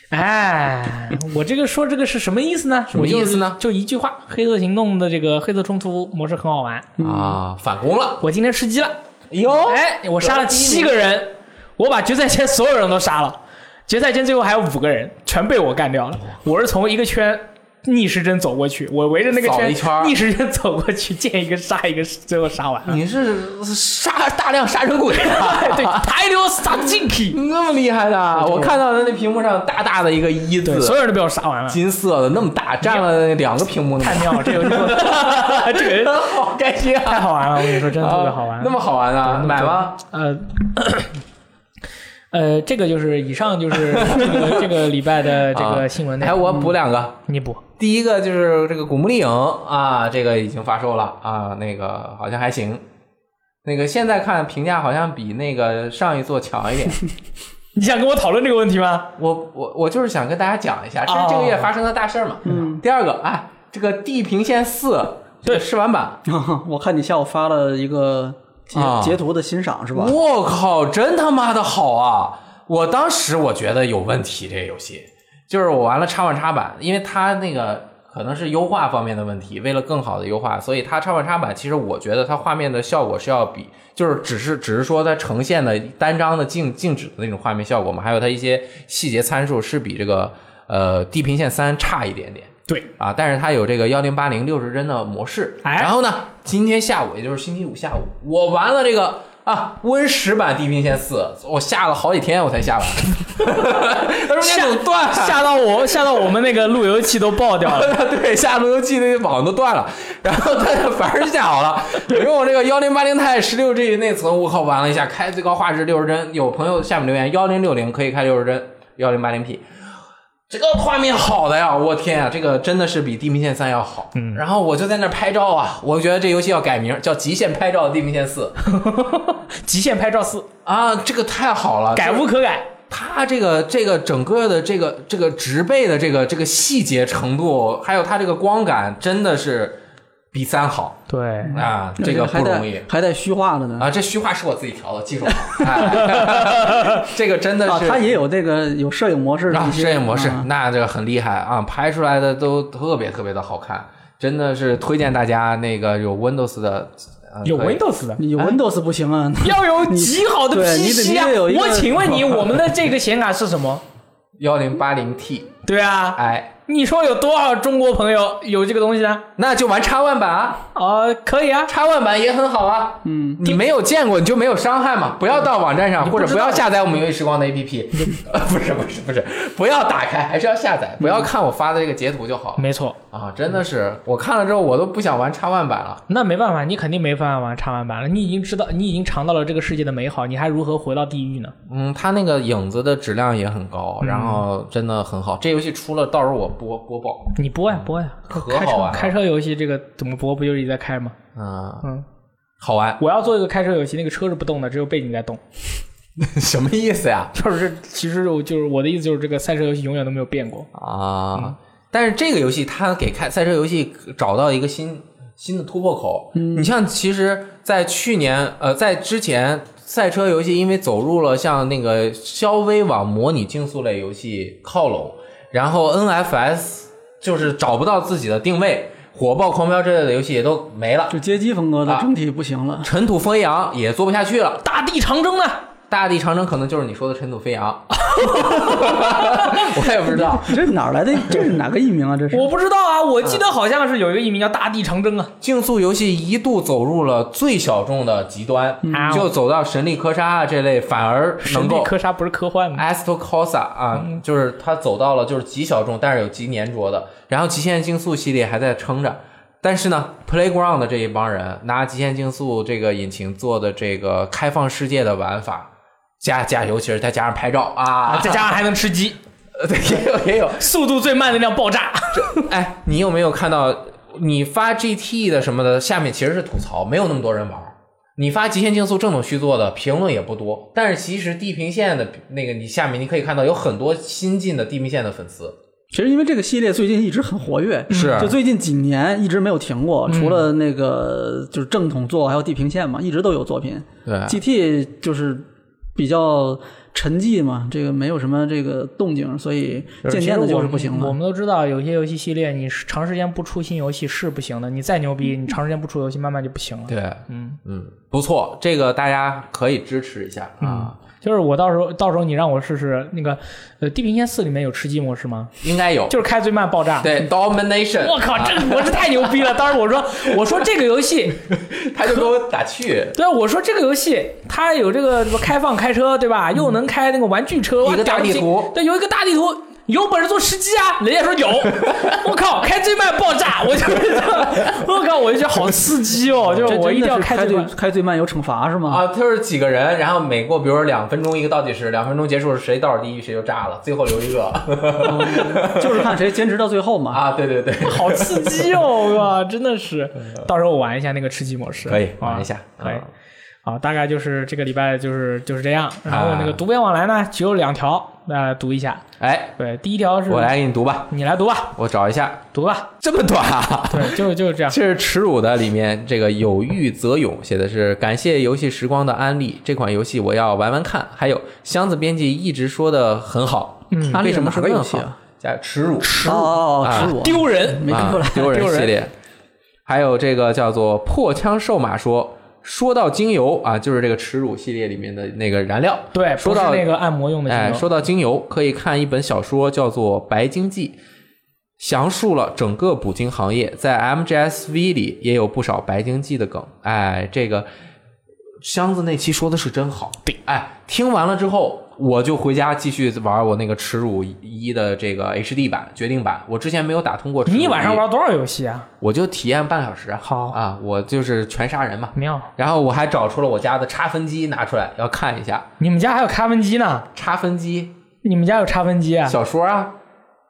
哎，我这个说这个是什么意思呢？什
么意思呢
就一句话，黑色行动的这个黑色冲突模式很好玩。
啊，反攻了！
我今天吃鸡了。
哟
哎，我杀了七个人，我把决赛圈所有人都杀了，决赛圈最后还有五个人，全被我干掉了。我是从一个圈逆时针走过去，我围着那个
扫了
圈
一圈儿
逆时针走过去，见一个杀一个，最后杀完了。哎
你是杀大量杀人鬼啊！
对，台流杀进去，
那么厉害的，啊我看到的那屏幕上大大的一个一
对，所
字，
有人都被我杀完了。
金色的那么大，占了两个屏幕那么
太
大，
妙了，这 个这个人
好开心啊！
太好玩了，我跟你说，真的特别好玩。
啊那么好玩啊！买吗？
呃， 呃，这个就是以上就是这个这个礼拜的这
啊
个新闻内
哎，
容。
我补两个，
你补
第一个就是这个《古墓丽影》啊，这个已经发售了啊，那个好像还行。那个现在看评价好像比那个上一座强一点。
你想跟我讨论这个问题吗？
我我我就是想跟大家讲一下，这
哦
是这个月发生的大事儿嘛。嗯。第二个，哎，这个《地平线四》这
对
个试玩版，
我看你下午发了一个截、
啊
截图的欣赏是吧？
我靠，真他妈的好啊！我当时我觉得有问题，这个游戏就是我玩了叉万叉版，因为它那个可能是优化方面的问题，为了更好的优化，所以它超万插板其实我觉得它画面的效果是要比，就是只是只是说它呈现的单张的静静止的那种画面效果嘛，还有它一些细节参数是比这个呃《地平线三》差一点点。
对
啊，但是它有这个幺零八零六十帧的模式。
哎
然后呢，今天下午也就是星期五下午，我玩了这个啊 Win 十版《地平线四》，我下了好几天我才下完， 它中间总断，
吓到我，吓到我们那个路由器都爆掉 了。
对，下路由器那网都断了，然后它反而下好了。 我用我这个幺零八零 i 十六 G 内存，我靠，玩了一下，开最高画质六十帧。有朋友下面留言，幺零六零可以开六十帧，幺零八零 P。这个画面好的呀，我天啊，这个真的是比《地平线三》要好。嗯，然后我就在那儿拍照啊，我觉得这游戏要改名叫《极限拍照的地平线四》
极限拍照四，
啊，这个太好了，
改
就是
无可改。
它这个这个整个的这个这个植被的这个这个细节程度，还有它这个光感，真的是比三好
对，
啊，这
那
个不
还
容易
带还带虚化了呢。
啊。这虚化是我自己调的，技术好，哎 这个真的
啊，
是
它也有那个有摄影模式的
啊，
一些
摄影模式
啊，
那这个很厉害啊，拍出来的都特别特别的好看，真的是推荐大家那个有 Windows 的，呃
有
可以
Windows 的。
你 Windows 不行啊，
要有极好的
对你
PC 啊
你得有！一个
我请问你，我们的这个显卡是什么？
幺零八零 T，
对啊，
哎，
你说有多少中国朋友有这个东西呢？
那就玩叉 One 版啊。
呃，可以啊，
插万版也很好啊。嗯，你没有见过你就没有伤害嘛。不要到网站上，或者不要下载我们游戏时光的 APP。呃 不是不是不是，不要打开，还是要下载，不要看我发的这个截图就好了。
没错。
啊，真的是，我看了之后我都不想玩插万版了。
那没办法，你肯定没办法玩插完版了。你已经知道，你已经尝到了这个世界的美好，你还如何回到地狱呢？
嗯，它那个影子的质量也很高，然后真的很好。这游戏出了，到时候我播播报。
你播呀播呀，
可
开车
好玩了
开车游戏这个怎么播不就一直在开吗？
嗯
嗯，
好玩，
我要做一个开车游戏，那个车是不动的，只有背景在动。
什么意思呀？
就是其实我就是我的意思就是这个赛车游戏永远都没有变过。
啊、但是这个游戏它给开赛车游戏找到一个新新的突破口。你像其实，在去年呃，在之前赛车游戏因为走入了像那个稍微往模拟竞速类游戏靠拢，然后 NFS 就是找不到自己的定位，火爆狂飙之类的游戏也都没了。
就街机风格的
啊
整体不行了。
尘土飞扬也做不下去了，
大地长征啊呢？
大地长征可能就是你说的尘土飞扬， 我也不知道。
这哪儿来的？这是哪个艺名啊？这是
我不知道啊，我记得好像是有一个艺名叫大地长征 啊。
竞速游戏一度走入了最小众的极端，
嗯
就走到神力科莎啊这类，反而能
神力
够
科莎嗯不是科幻吗？
a s t o Cosa 啊，就是它走到了就是极小众，但是有极粘着的。然后极限竞速系列还在撑着，但是呢，Playground 这一帮人拿极限竞速这个引擎做的这个开放世界的玩法。加加，尤其是再加上拍照啊，
再加上还能吃鸡，
对也有也有，
速度最慢的那辆爆 炸。
哎，你有没有看到你发 GT 的什么的下面其实是吐槽，没有那么多人玩儿。你发极限竞速正统续作的评论也不多，但是其实地平线的那个你下面你可以看到有很多新进的地平线的粉丝，
其实因为这个系列最近一直很活跃，
是
就最近几年一直没有停过，除了那个就是正统作还有地平线嘛，一直都有作品。
对
GT 就是比较沉寂嘛，这个没有什么这个动静，所以渐渐的就是不行
其实我们我
了。
们都知道，有些游戏系列你是长时间不出新游戏是不行的，你再牛逼，你长时间不出游戏，慢慢就不行了。
对，
嗯
嗯，不错，这个大家可以支持一下啊，
就是我到时候到时候你让我试试那个呃《地平线四》里面有吃鸡模式吗？
应该有。
嗯就是开最慢爆炸。
啊对，domination，
我靠，这个模式太牛逼了！当时我说我说这个游戏
他就给我打趣，
对啊，我说这个游戏它有这个什么开放开车，对吧？又能开那个玩具车，哇
一个大地图
屌不行对，有一个大地图。有本事做吃鸡啊！人家说有，我靠，开最慢爆炸，我就 觉得，我靠，我就觉得好刺激哦！就
这
是我一定要
真的是开
最
最
慢。
开最慢有惩罚是吗？
啊，就是几个人，然后每过比如说两分钟一个倒计时，两分钟结束谁倒数第一谁就炸了，最后留一个
就是看谁坚持到最后嘛。
啊，对对对，
好刺激哦！我靠，真的是， 到时候我玩一下那个吃鸡模式，
可以
啊
玩一下
可以
啊。
好，大概就是这个礼拜就是就是这样。然后
啊
那个读编往来呢，只有两条，那、读一下。
哎，
对，第一条是
我，来给你读吧，
你来读吧，
我找一下，
读吧。
这么短啊？
对，就是就是 这样。
这是耻辱的里面这个有欲则勇写的是感谢游戏时光的安利，这款游戏我要玩玩看。还有箱子编辑一直说的很好，
安利
为什么
是
说
个
更
游戏
好
啊？
加耻辱，
哦哦哦，耻辱，
丢人，
没看出来
啊，丢人
丢人
系列，还有这个叫做破枪瘦马说。说到精油啊，就是这个耻辱系列里面的那个燃料。
对，
说
不是
到
那个按摩用的精
哎，
油
说到精油，可以看一本小说，叫做《白鲸记》，详述了整个捕鲸行业。在 MGSV 里也有不少白鲸记的梗。哎，这个箱子那期说的是真好。对，哎，听完了之后，我就回家继续玩我那个耻辱一的这个 HD 版决定版。我之前没有打通过。
你一晚上玩，多少游戏啊？
我就体验半小时啊。
好
啊，我就是全杀人嘛。
妙，
然后我还找出了我家的插分机，拿出来要看一下
你们家还有插分机呢？
插分机
你们家有插分机啊？
小说啊。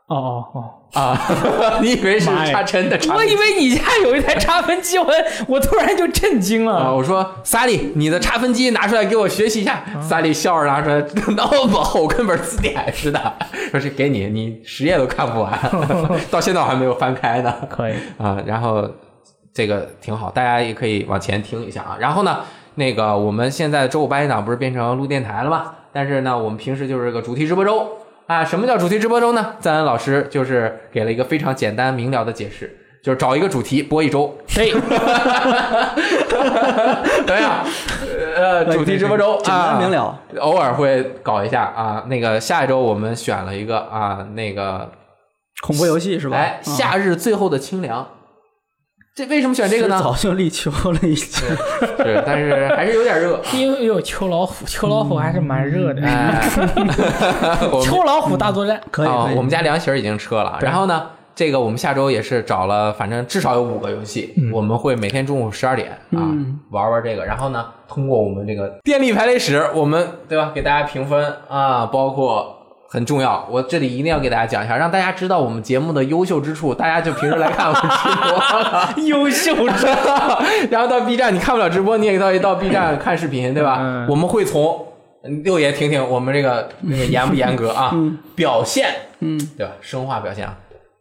哦哦哦！
啊， 你以为是
妈呀
插针的插
我以为你家有一台插分机，我我突然就震惊
啊！
了。
我说萨利，你的插分机拿出来给我学习一下。萨利笑着拿出来， 那么厚，跟本字典似的。说这给你，你十页都看不完， 到现在我还没有翻开呢。
可以，
啊，然后这个挺好，大家也可以往前听一下啊。然后呢，那个我们现在周五八点档不是变成录电台了吗？但是呢，我们平时就是个主题直播周啊。什么叫主题直播周呢？赞恩老师就是给了一个非常简单明了的解释，就是找一个主题播一周。
对，
怎么样？啊呃，主题直播周，
简单明了。
啊，偶尔会搞一下啊。那个下一周我们选了一个啊，那个
恐怖游戏是吧？
哎，
嗯
夏日最后的清凉。这为什么选这个呢
是？早就立秋了已经。
是，但是还是有点热。
因为有秋老虎，秋老虎还是蛮热的。
哎，我们
秋老虎大作战，
可以，
啊
可以
我们家凉席儿已经撤了。然后呢，这个我们下周也是找了，反正至少有五个游戏，我们会每天中午十二点啊
嗯
玩玩这个。然后呢，通过我们这个电力排列史，我们对吧，给大家评分啊，包括。很重要，我这里一定要给大家讲一下，让大家知道我们节目的优秀之处。大家就平时来看我们直播了，
优秀 者。
然后到 B 站，你看不了直播，你也到到 B 站看视频，对吧？
嗯
我们会从六爷听听我们这个那个严不严格啊？ 表现，嗯，对吧？生化表现啊，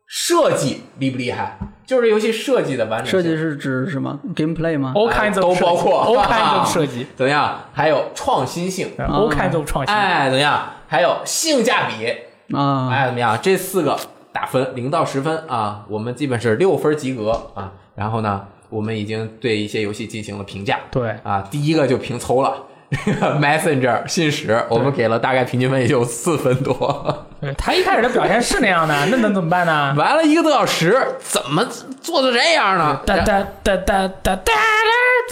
设计厉不厉害？就是这游戏设计的完整性哎
设计是指什么 gameplay 吗？
All kinds of
都包括啊
all kinds of 设 计嗯
怎么样？还有创新性，
，all kinds of 创新。
哎，怎么样？还有性价比，
啊，
哎，怎么样？这四个打分零到十分啊，我们基本是六分及格啊。然后呢，我们已经对一些游戏进行了评价，
对，
啊，第一个就平抽了。 这个 Messenger 信使，我们给了大概平均分也就四分多，
对他一开始的表现是那样 的，那能怎么办呢？
玩了一个多小时，怎么做到这样呢？
哒哒哒哒哒哒哒，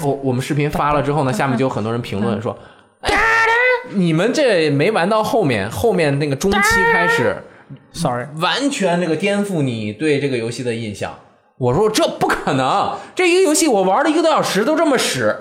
我我们视频发了之后呢，下面就有很多人评论说，哎、你们这没玩到后面，后面那个中期开始，
sorry，
完全这个颠覆你对这个游戏的印象。我说这不可能，这一个游戏我玩了一个多小时都这么屎，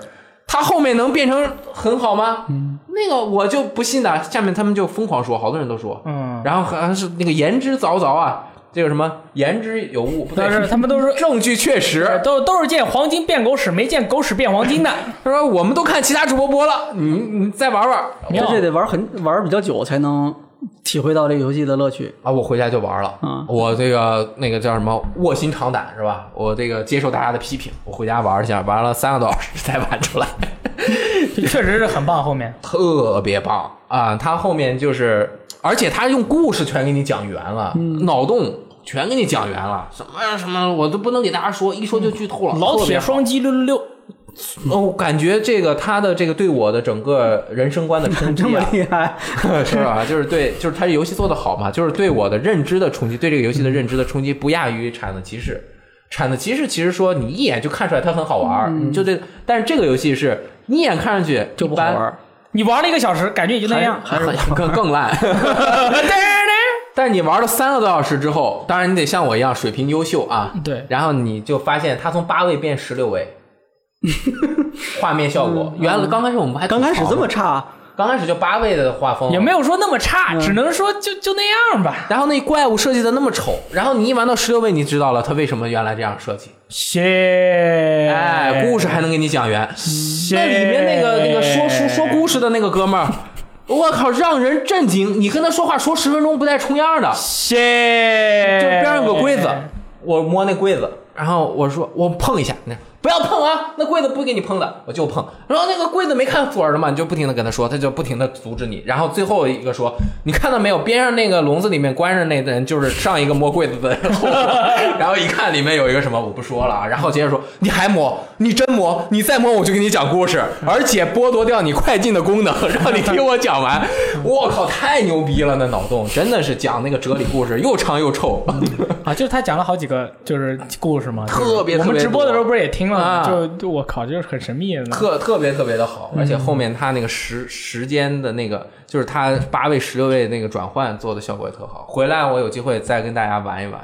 它后面能变成很好吗？那个我就不信的。下面他们就疯狂说，好多人都说，
嗯
然后好像是那个言之凿凿啊，这个什么言之有物，不对
但， 是他们都是
证据确实。
都都是见黄金变狗屎，没见狗屎变黄金的。
他说我们都看其他主播播了，你你再玩玩
这这得玩很玩比较久才能体会到这个游戏的乐趣。
啊！我回家就玩了，
嗯
我这个那个叫什么卧薪尝胆是吧？我这个接受大家的批评，我回家玩一下，玩了三个多小时 才玩出来。
确实是很棒。后面
特别棒啊！他后面就是，而且他用故事全给你讲圆了，脑洞全给你讲圆了，什么呀什么，我都不能给大家说，一说就剧透了。
老
特别
铁
好，
双击六六六，
哦，我感觉这个他的这个对我的整个人生观的冲击、
这
啊，
么厉害，
是吧？就是对，就是他这游戏做的好嘛，就是对我的认知的冲击，对这个游戏的认知的冲击不亚于《铲子骑士》。《铲子骑士》其实说你一眼就看出来它很好玩儿，你就对，但是这个游戏是你一眼看上去
嗯就不好
一般
玩。
你玩了一个小时，感觉也就那样。
还是
很更更 烂。但是你玩了三个多小时之后，当然你得像我一样水平优秀啊。
对
然后你就发现它从八位变十六 位，画面效果。原来刚开始我们还
嗯刚开始
吐槽
这么
呢，
差，
刚开始就八位的画风，
也没有说那么差，只能说就就那样吧。
然后那怪物设计的那么丑，然后你一玩到十六位，你知道了它为什么原来这样设计。
谢，
哎，故事还能给你讲圆。
谢
那里面那个那个说书说故事的那个哥们儿，我靠，让人震惊！你跟他说话说十分钟不带重样的。
谢，
就边上有个柜子，我摸那柜子，然后我说我碰一下，那不要碰啊，那柜子不给你碰的，我就碰。然后那个柜子没看锁着嘛，你就不停的跟他说，他就不停的阻止你。然后最后一个说，你看到没有，边上那个笼子里面关着那个人就是上一个摸柜子的人后边。然后一看里面有一个什么，我不说了啊。然后接着说，你还摸，你真摸，你再摸我就给你讲故事，而且剥夺掉你快进的功能，让你听我讲完。我靠，太牛逼了，那脑洞真的是讲那个哲理故事又长又臭。
啊，就是他讲了好几个就是故事嘛，就是
特别
我
特
们
别
直播的时候不是也听了吗？
啊
就就我靠，就是很神秘的呢。
特特别特别的好，而且后面他那个时时间的那个，就是他八位十六位那个转换做的效果也特好。回来我有机会再跟大家玩一玩，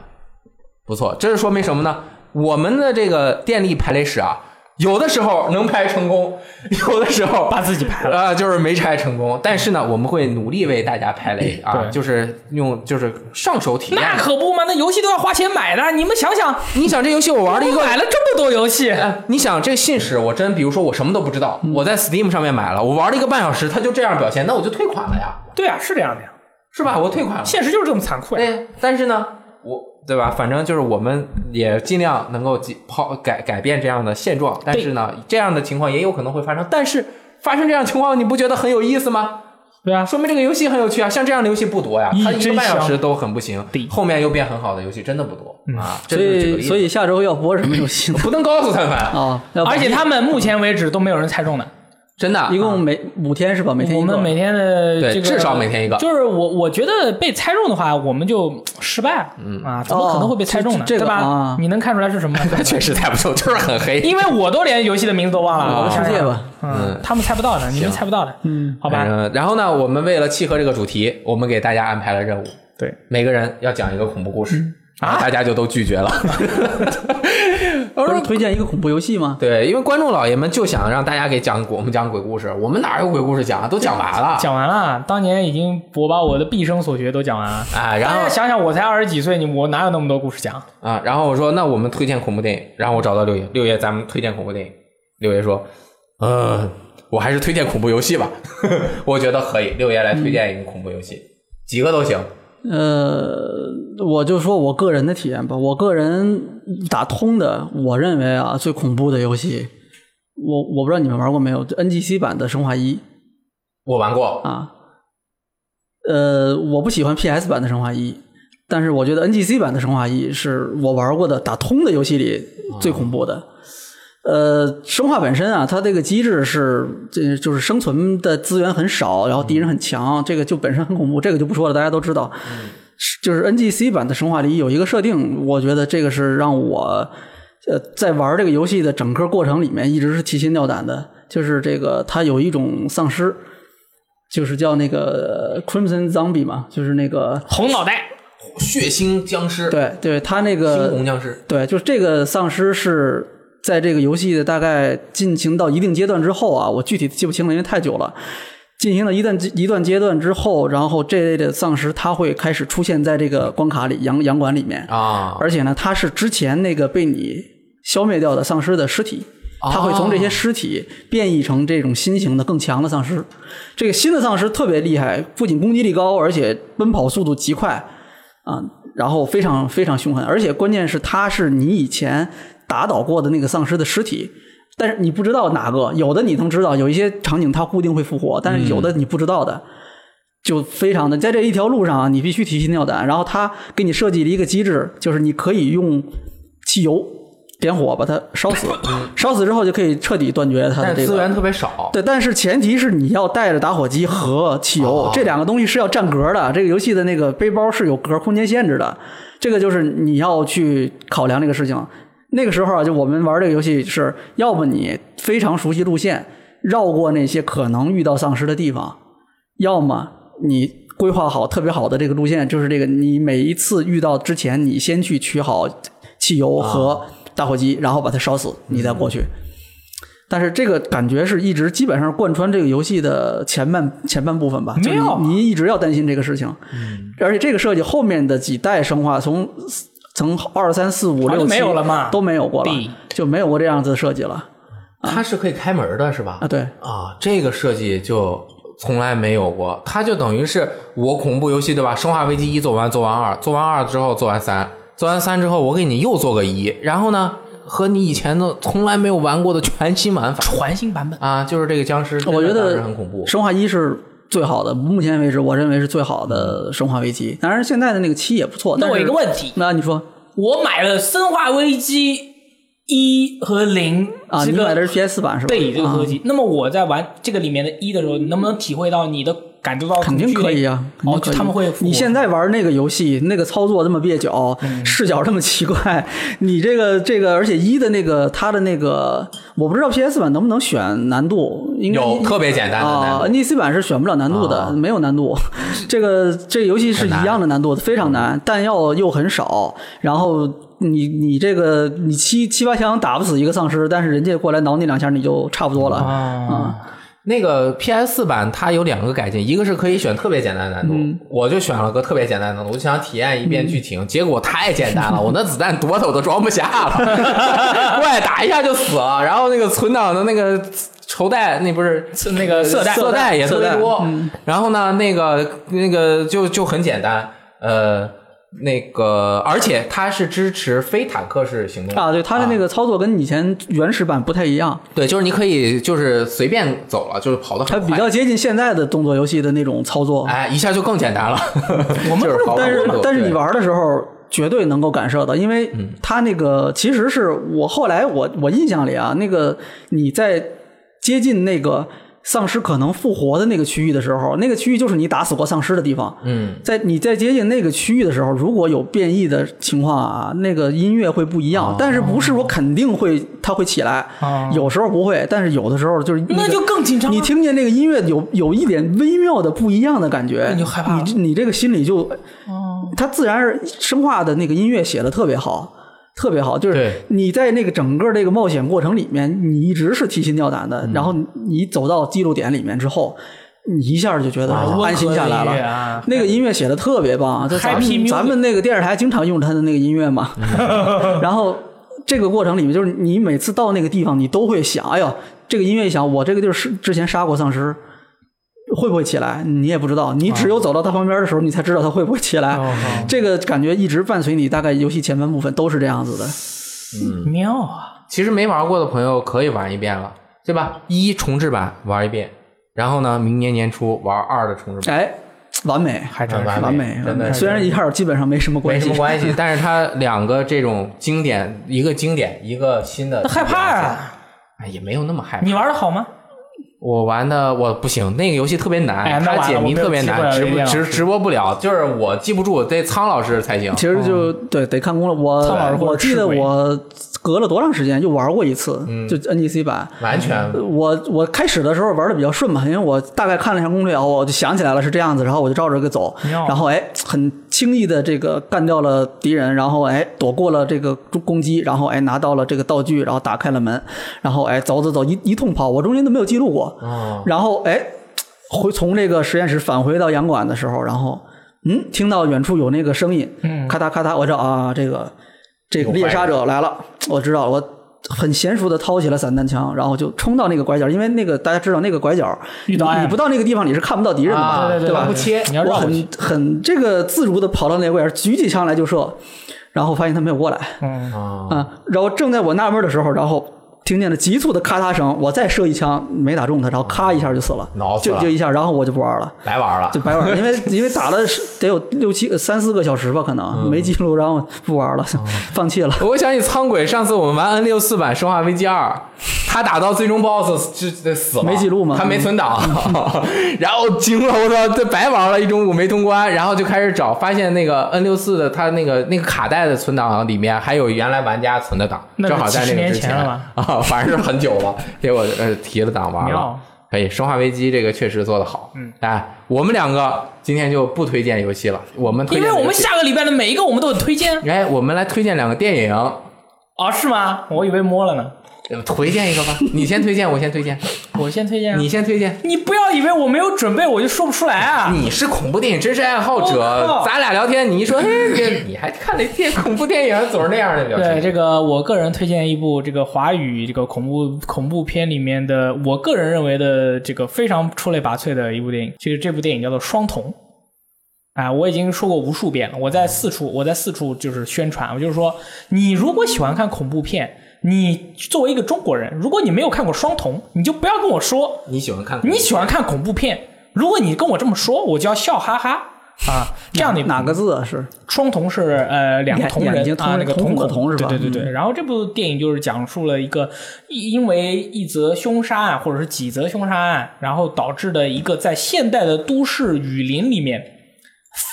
不错。这是说明什么呢？我们的这个电力排雷史啊，有的时候能排成功， 有的时候
把自己排了
啊、就是没拆成功。但是呢，我们会努力为大家排雷啊，
对
就是用就是上手体验。
那可不嘛，那游戏都要花钱买的，你们想想，
你想这游戏我玩了一
我
个
哎买了这么多游 戏，
哎，你想这信使，我真比如说我什么都不知道，
嗯
我在 Steam 上面买了，我玩了一个半小时，它就这样表现，那我就退款了呀，
对啊，是这样的呀，
是吧？我退款了。
现实就是这么残酷呀。
对，但是呢，我对吧？反正就是我们也尽量能够几抛改改变这样的现状，但是呢，这样的情况也有可能会发生。但是发生这样情况，你不觉得很有意思吗？
对啊，
说明这个游戏很有趣啊！像这样的游戏不多呀，
咦
它一个
真
半小
香
时都很不行
对，
后面又变很好的游戏真的不多啊。这
所
就是这个
以
意思
嗯所以下周要播什么游戏呢？
不能告诉他们，
啊，要不
而且他们目前为止都没有人猜中的。
真的
一共每五天是吧？每天
我
一个
们每天的
对
这个
至少每天一个
就是我我觉得被猜中的话，我们就嗯失败了。嗯啊，怎么可能会被猜中呢？
哦这这
对吧、
这个啊
你能看出来是什么吗？
那 确实猜不透，就是很黑。
因为我都连游戏的名字都忘了。我
我的啊世
想
界
想，
吧。
嗯，他们猜不到的，你们
行
猜不到的。嗯，好吧。
嗯，然后呢，我们为了契合这个主题，我们给大家安排了任务，
对，
每个人要讲一个恐怖故事，
啊
大家就都拒 绝了。
不是推荐一个恐怖游戏吗？
对，因为观众老爷们就想让大家给讲我们讲鬼故事，我们哪有鬼故事讲啊？都讲完了
讲完了，当年已经我把我的毕生所学都讲完了。
啊。然
大
后
家想想，我才二十几岁，你我哪有那么多故事讲？
啊，然后我说那我们推荐恐怖电影，然后我找到六爷，六爷咱们推荐恐怖电影，六爷说，嗯，我还是推荐恐怖游戏吧， 我觉得可以。六爷来推荐一个恐怖游戏，几个都行。
呃，我就说我个人的体验吧。我个人打通的，我认为啊，最恐怖的游戏，我我不知道你们玩过没有就，NGC 版的《生化一
我玩过》，
啊。呃，我不喜欢 PS 版的《生化一》，但是我觉得 NGC 版的《生化一》是我玩过的打通的游戏里最恐怖的。呃，生化本身啊，它这个机制是，这就是生存的资源很少，然后敌人很强，这个就本身很恐怖，这个就不说了，大家都知道。是就是 NGC 版的生化里有一个设定，我觉得这个是让我呃在玩这个游戏的整个过程里面一直是提心吊胆的，就是这个它有一种丧尸，就是叫那个呃 Crimson Zombie 嘛，就是那个
红脑袋，
血腥僵尸，
对对，它那个
猩红僵尸。
对，就是这个丧尸是在这个游戏的大概进行到一定阶段之后啊，我具体记不清了，因为太久了。进行到一段一段阶段之后，然后这类的丧尸它会开始出现在这个关卡里洋洋馆里面，
啊，
而且呢，它是之前那个被你消灭掉的丧尸的尸体。它会从这些尸体变异成这种新型的更强的丧尸，这个新的丧尸特别厉害，不仅攻击力高，而且奔跑速度极快，啊，然后非常非常凶狠，而且关键是它是你以前打倒过的那个丧尸的尸体，但是你不知道哪个，有的你能知道，有一些场景它固定会复活，但是有
嗯
的你不知道的。就非常的在这一条路上啊，你必须提心吊胆。然后他给你设计了一个机制，就是你可以用汽油点火把它烧 死，烧死之后就可以彻底断绝它的
但
这
是
个
资源特别少，
对，但是前提是你要带着打火机和汽油、
哦
这两个东西是要占格的。这个游戏的那个背包是有格空间限制的，这个就是你要去考量这个事情。那个时候啊，就我们玩这个游戏是，要么你非常熟悉路线，绕过那些可能遇到丧尸的地方，要么你规划好特别好的这个路线，就是这个你每一次遇到之前，你先去取好汽油
啊
和打火机，然后把它烧死，你再过去。
嗯
但是这个感觉是一直基本上贯穿这个游戏的前半前半部分吧，就
没有嗯啊
你你一直要担心这个事情，而且这个设计后面的几代生化从从二三四五
好
六
像
七
没有了嘛
都没有过了
对，
就没有过这样子的设计了
它是可以开门的，是吧
啊！？对，
啊，这个设计就从来没有过，它就等于是我恐怖游戏对吧？生化危机一做完，做完二，做完二之后做完三，做完三之后我给你又做个一，然后呢？和你以前的从来没有玩过的全新玩法
传新版本。
啊，就是这个僵尸，
我觉得
很恐怖。
生化一是最好的，目前为止我认为是最好的生化危机。当然，现在的那个七也不错。
那
但
我
是
有一个问题，
那你说
我买了《生化危机》一和零
啊，
这
你
个
买的是 PS 版是吧？
对这个合
啊，
集、那么我在玩这个里面的一的时候，能不能体会到你的感受到
肯定可以啊。肯
恐惧类
定
哦，
可
就
以
他们会
你现在玩那个游戏，那个操作这么蹩脚，
嗯
视角这么奇怪， 你这个这个，而且一的那个它的那个，我不知道 PS 版能不能选难度，应该
有特别简单的难
啊
度
，NDC 版是选不了难度的，
啊
没有难度。 这个这游戏是一样的难度，非常
嗯
难，弹药又很少，然后你你这个你七七八枪打不死一个丧尸，但是人家过来挠你两下你就差不多了啊。
那个 PS 四版它有两个改进，一个是可以选特别简单的难度，
嗯
我就选了个特别简单的难度，我就想体验一遍剧情，结果太简单 了，我那子弹多的我都装不下 了，怪打一下就死了。然后那个存档的那个绸带，那不是
是那个色带
色带也特别
嗯色带嗯
多。嗯然后呢，那个那个就就很简单，呃，那个而且它是支持非坦克式行动
啊，对，它的
个。
那个操作跟以前原始版不太一样，
对，就是你可以就是随便走了，就是跑得
它
很
比
快，
较接近现在的动作游戏的那种操作。
哎，一下就更简单了。 我们就是跑
但是
跑步
但是
对
你玩的时候绝对能够感受到，因为它那个其实是我后来我我印象里啊，那个你在接近那个丧尸可能复活的那个区域的时候，那个区域就是你打死过丧尸的地方。
嗯，
在你在接近那个区域的时候，如果有变异的情况啊，那个音乐会不一样，但是不是我肯定会它会起来，
哦
有时候不会，但是有的时候就是
那
个
就更紧张了。
你听见那个音乐有有一点微妙的不一样的感觉，
那你就害怕了
你你这个心里就，它自然而生化的那个音乐写的特别好，特别好，就是
对
你在那个整个这个冒险过程里面，你一直是提心吊胆的，然后你走到记录点里面之后，你一下就觉得
温和的
安心下来
音乐
了。
啊
那个音乐写的特别棒，啊就咱
Happy
们
music
咱们那个电视台经常用它的那个音乐嘛，
嗯
然后这个过程里面，就是你每次到那个地方，你都会想，哎呦，这个音乐一响，我这个地儿是之前杀过丧尸，会不会起来？你也不知道，你只有走到它旁边的时候，你才知道它会不会起来。
哦
这个感觉一直伴随你，大概游戏前半部分都是这样子的。
妙啊！
其实没玩过的朋友可以玩一遍了，对吧？一重置版玩一遍，然后呢，明年年初玩二的重置版，
哎，完美，
还真是
完
完美，
真
完美
的
虽然一号基本上没什么
没
关
什
系，
么关系。但是它两个这种经典，一个经典，一个新的，
那害怕！啊！
哎，也没有那么害怕。
你玩的好吗？
我玩的我不行，那个游戏特别
哎
难，
那
它
完了
解谜特别难，
我没有
直
机会
播
了
直直播不了，就是我记不住，得苍老师才行。
其实就对得看功了。我
苍哦老师或者
我记得
赤鬼
我隔了多长时间就玩过一次，
嗯
就 NGC 版。
完全
我我开始的时候玩的比较顺嘛，因为我大概看了一下攻略，哦我就想起来了是这样子，然后我就照着这个走，
妙
然后哎，很轻易的这个干掉了敌人，然后哎躲过了这个攻击，然后哎拿到了这个道具，然后打开了门，然后哎走走走一一通跑，我中间都没有记录过，
哦
然后哎回从这个实验室返回到洋馆的时候，然后嗯听到远处有那个声音，
嗯
咔嗒咔嗒，我知道啊这个这个
有坏
猎
人
杀者来了，我知道了我。很娴熟的掏起了散弹枪，然后就冲到那个拐角，因为那个大家知道那个拐角，
遇到
你
暗
你不到那个地方你是看不到敌人的嘛，
啊
对对对
吧？
对对你要
我
绕过
很
去
很这个自如的跑到那个拐角，举起枪来就射，然后发现他没有过来
嗯，
啊
啊、然后正在我纳闷的时候，然后听见了急促的咔嗒声，我再射一枪没打中他，然后咔一下就死了，
挠死
就
了
就一下，然后我就不玩了。
白玩了
就。白玩了，因为因为打了是得有六七三四个小时吧，可能没记录，然后不玩了， 放弃了。
我想起苍鬼，上次我们玩 N 六四版《生化危机二》，他打到最终 BOSS 就就死了，
没记录吗嗯
他没存档， 然后惊了，我操，这白玩了一中午没通关，然后就开始找，发现那个 N 六四的他那个那个卡带的存档里面还有原来玩家存的档，
那是
正好在那
70
个
年
之前
前了吧
啊，反正是很久了，结果呃提了档玩了
妙。
可以，《生化危机》这个确实做得好。嗯，哎，我们两个今天就不推荐游戏了，我们推
因
荐
为
的
我们
游戏
下个礼拜的每一个我们都有推荐
哎，我们来推荐两个电影。
啊，是吗？我以为摸了呢。
呃推荐一个吧，你先推荐，我先推荐，
我先推荐啊
你先推荐。
你不要以为我没有准备我就说不出来啊！
你是恐怖电影真实爱好者，
我靠
咱俩聊天，你一说，哎，你你还看了一电恐怖电影，总是那样的表
对
情。
这个，我个人推荐一部这个华语这个恐怖恐怖片里面的，我个人认为的这个非常出类拔萃的一部电影，就是这部电影叫做《双瞳》。啊，我已经说过无数遍了，我在四处我在四处就是宣传，我就是说，你如果喜欢看恐怖片，你作为一个中国人，如果你没有看过《双瞳》，你就不要跟我说
你喜欢看恐怖
你
片？
喜欢看恐怖片。如果你跟我这么说，我就要笑哈哈啊！这样你
哪个字啊？是
双瞳是呃两个
眼
瞳人
眼睛
啊，
瞳
那个
瞳
瞳
孔的瞳是吧嗯
对对对对。然后这部电影就是讲述了一个一因为一则凶杀案或者是几则凶杀案，然后导致的一个在现代的都市雨林里面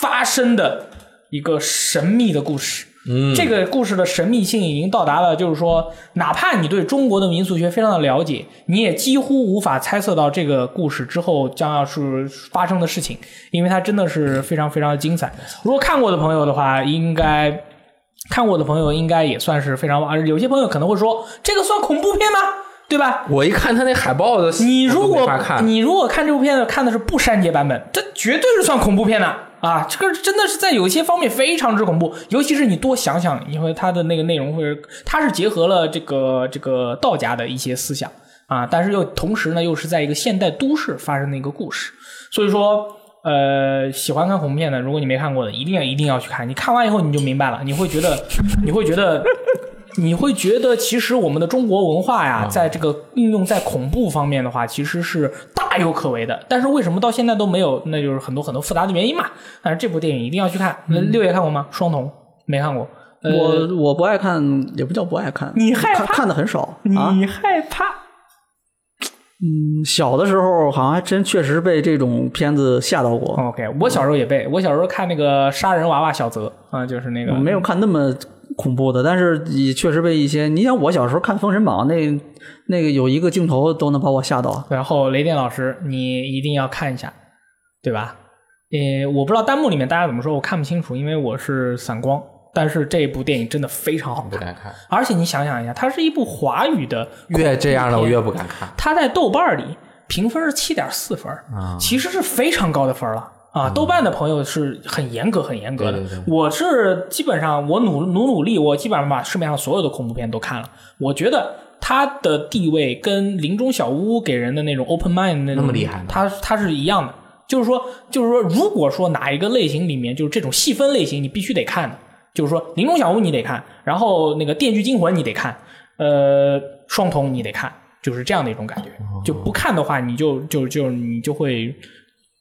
发生的一个神秘的故事。嗯，这个故事的神秘性已经到达了，就是说，哪怕你对中国的民俗学非常的了解，你也几乎无法猜测到这个故事之后将要是发生的事情，因为它真的是非常非常的精彩。如果看过的朋友的话，应该看过的朋友应该也算是非常，而有些朋友可能会说，这个算恐怖片吗？对吧？
我一看他那海报的，
你如
我都
果
没法看，
你如果看这部片子看的是不删节版本，这绝对是算恐怖片的啊！这个真的是在有一些方面非常之恐怖，尤其是你多想想，因为它的那个内容会是，它是结合了这个这个道家的一些思想啊，但是又同时呢又是在一个现代都市发生的一个故事，所以说。呃，喜欢看恐怖片的，如果你没看过的，一定要一定要去看。你看完以后你就明白了，你会觉得，你会觉得你会觉得，其实我们的中国文化呀，在这个应用在恐怖方面的话，其实是大有可为的。但是为什么到现在都没有？那就是很多很多复杂的原因嘛。但是这部电影一定要去看。呃六爷看过吗？双瞳没看过。呃，
我我不爱看，也不叫不爱看，
你害怕
看看的很少啊。
你害怕？
嗯小的时候好像还真确实被这种片子吓到过，
OK，我小时候也被，我小时候看那个杀人娃娃小泽啊、就是那个
我没有看那么恐怖的，但是也确实被一些。你像我小时候看《封神榜》，那那个有一个镜头都能把我吓到。
然后雷电老师，你一定要看一下，对吧？呃，我不知道弹幕里面大家怎么说，我看不清楚，因为我是散光。但是这部电影真的非常好
不
看，
敢看。
而且你想想一下，它是一部华语的，
越这样的我越不敢看。
它在豆瓣里评分是七点四分，
啊
其实是非常高的分了。啊，豆瓣的朋友是很严格、很严格的。
嗯对对
我是基本上我努努努力，我基本上把市面上所有的恐怖片都看了。我觉得它的地位跟《林中小屋》给人的那种 open mind 那种
那么厉害吗
嗯它它是一样的。就是说，就是说，如果说哪一个类型里面，就是这种细分类型，你必须得看的，就是说《林中小屋》你得看，然后那个《电锯惊魂》你得看，呃，《双瞳》你得看，就是这样的一种感觉。
哦
就不看的话，你就就就你就会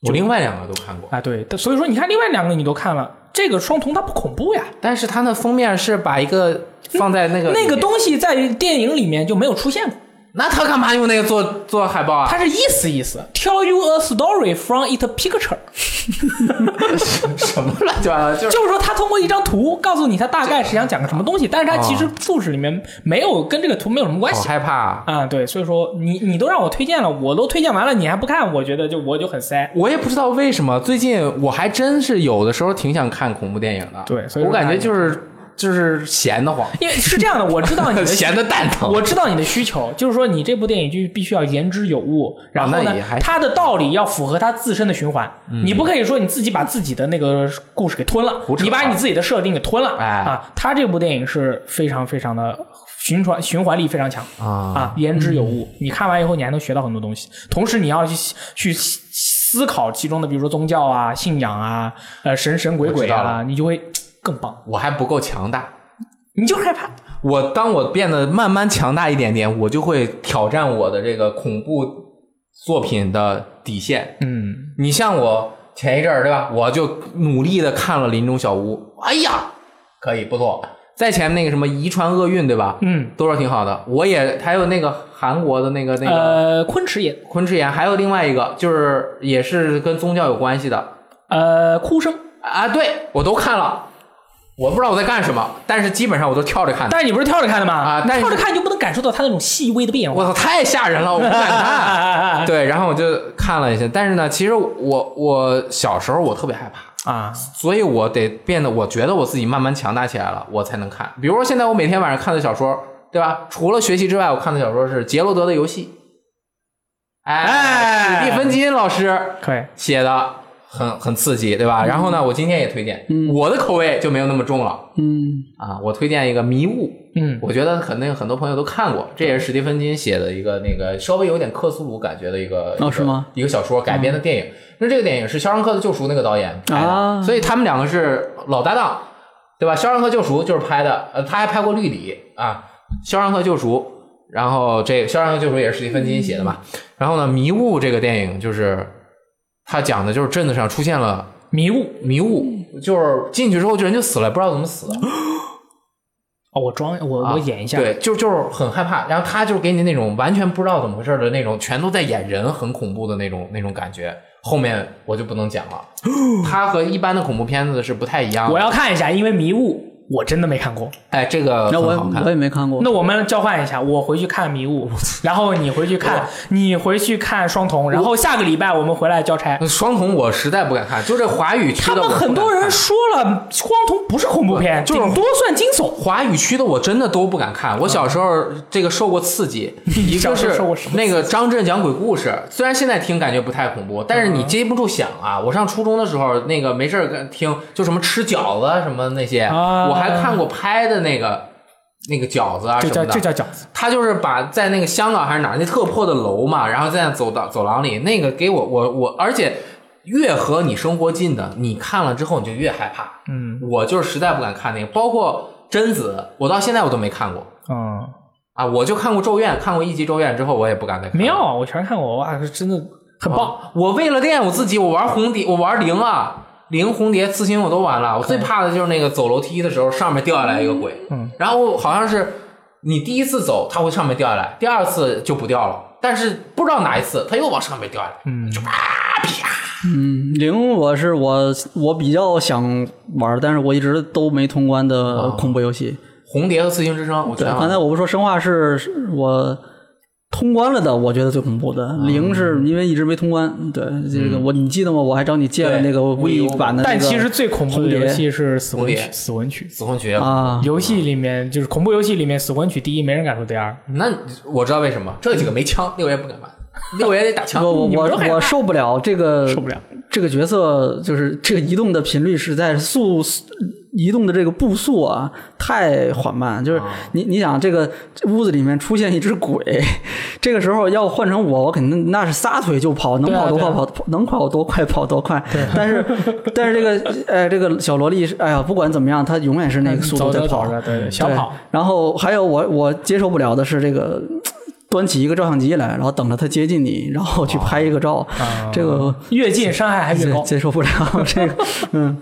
我另外两个都看过，
啊，对，但所以说你看另外两个你都看了，这个双瞳它不恐怖呀，
但是它的封面是把一个放在那个
嗯那个
东，
东西在电影里面就没有出现过，
那他干嘛用那个做做海报啊？
它是意思意思，tell you a story from it picture，
什么乱七八糟，就是
就是说他通过一张图告诉你他大概是想讲个什么东西，但是他其
啊
实故事里面没有跟这个图没有什么关
好
系。
害怕啊。
啊、对，所以说你你都让我推荐了，我都推荐完了，你还不看，我觉得就我就很塞。
我也不知道为什么，最近我还真是有的时候挺想看恐怖电影的。
对所以说
我感觉就是就是闲得慌，
因为是这样的，我知 道你 的
闲得蛋疼。
我知道你的需求，就是说你这部电影就必须要言之有物，然后
啊那
呢
也还，嗯
它的道理要符合它自身的循环，你不可以说你自己把自己的那个故事给吞了
胡，扯
你把你自己的设定给吞了
哎
啊！它这部电影是非常非常的循环循环力非常强
啊
啊，言之有物，
嗯
你看完以后你还能学到很多东西，同时你要去去思考其中的，比如说宗教啊、信仰啊、呃神神鬼
我
鬼
知道
啊
了，
你就会更棒，
我还不够强大。
你就害怕。
我当我变得慢慢强大一点点，我就会挑战我的这个恐怖作品的底线。
嗯，
你像我前一阵儿对吧，我就努力的看了《林中小屋》，哎呀，可以不错。在前面那个什么《遗传厄运》对吧？
嗯，
都说挺好的。我也还有那个韩国的那个那个
呃，昆池也，
昆池岩，还有另外一个就是也是跟宗教有关系的
呃，哭声。
啊，对我都看了。我不知道我在干什么，但是基本上我都跳着看的。
但是你不是跳着看的吗？
啊但是
跳着看你就不能感受到它那种细微的变化。
我操，太吓人了，我不敢看。
啊
对，然后我就看了一下，但是呢，其实我我小时候我特别害 怕，
啊！
所以我得变得，我觉得我自己慢慢强大起来了，我才能看。比如说现在我每天晚上看的小说，对吧？除了学习之外，我看的小说是杰罗德的游戏，哎，
哎
史蒂芬金老师
可以，
写的，很很刺激，对吧？然后呢，我今天也推荐，我的口味就没有那么重了
嗯，
啊，我推荐一个《迷雾》。
嗯，
我觉得可能很多朋友都看过，这也是史蒂芬金写的一个那个稍微有点克苏鲁感觉的一个
哦是吗？
一个一个小说改编的电影。那这个电影是《肖申克的救赎》那个导演拍的，
啊
所以他们两个是老搭档，对吧？《肖申克救赎》就是拍的，呃，他还拍过《绿里》啊。 《肖申克救赎》，然后这《肖申克救赎》也是史蒂芬金写的嘛。然后呢，《迷雾》这个电影就是他讲的就是镇子上出现了
迷雾
迷雾，就是进去之后就人就死了，不知道怎么死的。
哦，我装我我演一下，
啊对，就就是很害怕。然后他就给你那种完全不知道怎么回事的那种，全都在演人，很恐怖的那种那种感觉。后面我就不能讲 了，它和一般的恐怖片子是不太一样的。
我要看一下，因为迷雾我真的没看过。
哎，这个
那我
很好
也我
看。
也没看过。
那我们交换一下，我回去看迷雾，然后你回去看，你回去看双瞳，然后下个礼拜我们回来交差。
双瞳我实在不敢看，就这华语区
他
的
们
嗯我不敢看，
很多人说了，双瞳不是恐怖片，
就是
顶多算惊悚。
华语区的我真的都不敢看。我小时候这个受过刺 激，一
小
个
时候
是
受过什么
那个张震讲鬼故事，虽然现在听感觉不太恐怖，但是你
嗯
接不住响啊。我上初中的时候，那个没事儿跟听，就什么吃饺子什么那些，
啊
我还看过拍的那个那个饺子啊
这
什
叫
么
这
的。
叫饺子，
他就是把在那个香港还是哪儿那特破的楼嘛，然后在那走到走廊里，那个给我我我，而且越和你生活近的，你看了之后你就越害怕。
嗯
我就是实在不敢看那个，包括贞子，我到现在我都没看过
嗯，
啊，我就看过《咒怨》，看过一集《咒怨》之后，我也不敢再看了。
妙，啊我全看过，哇，真的很棒。
哦！我为了练我自己，我玩红蝶，我玩零啊，零红蝶、刺青我都玩了。我最怕的就是那个走楼梯的时候，上面掉下来一个鬼，
嗯，
然后好像是你第一次走，它会上面掉下来，第二次就不掉了，但是不知道哪一次它又往上面掉下来。
嗯，
嗯，零我是我我比较想玩，但是我一直都没通关
啊
的恐怖游戏。
红蝶和刺青之声，我觉
对，
得
刚才我不说生化是是我通关了的，我觉得最恐怖
啊
的。零是因为一直没通关，对这个我你记得吗？我还找你借了那个
对
Wii 版的
嗯
那
但
个，
其实最恐怖的
红
游
蝶
戏是死
红
魂
蝶
曲，死魂曲。
死魂曲
啊，
游戏里面就是恐怖游戏里面，死魂曲第一，没人敢说第二。
那我知道为什么这几个没枪，六爷不敢玩，六爷得打枪
我。我
你们都害怕
我我受不了这个，
受不了
这个角色，就是这个移动的频率实在是速速移动的这个步速啊太缓慢，就是你你想这个屋子里面出现一只鬼，这个时候要换成我，我肯定那是撒腿就跑，能
对啊
跑多
对
快
啊
跑跑能跑多快跑多快。但是但是这个呃这个小萝莉是，哎呀，不管怎么样，她永远是那个速度
走
在
着
跑
走。着，对，小跑。
对。然后还有我我接受不了的是这个。端起一个照相机来，然后等着它接近你，然后去拍一个照，这个
越近伤害还越 高。
接 受不了这个，嗯，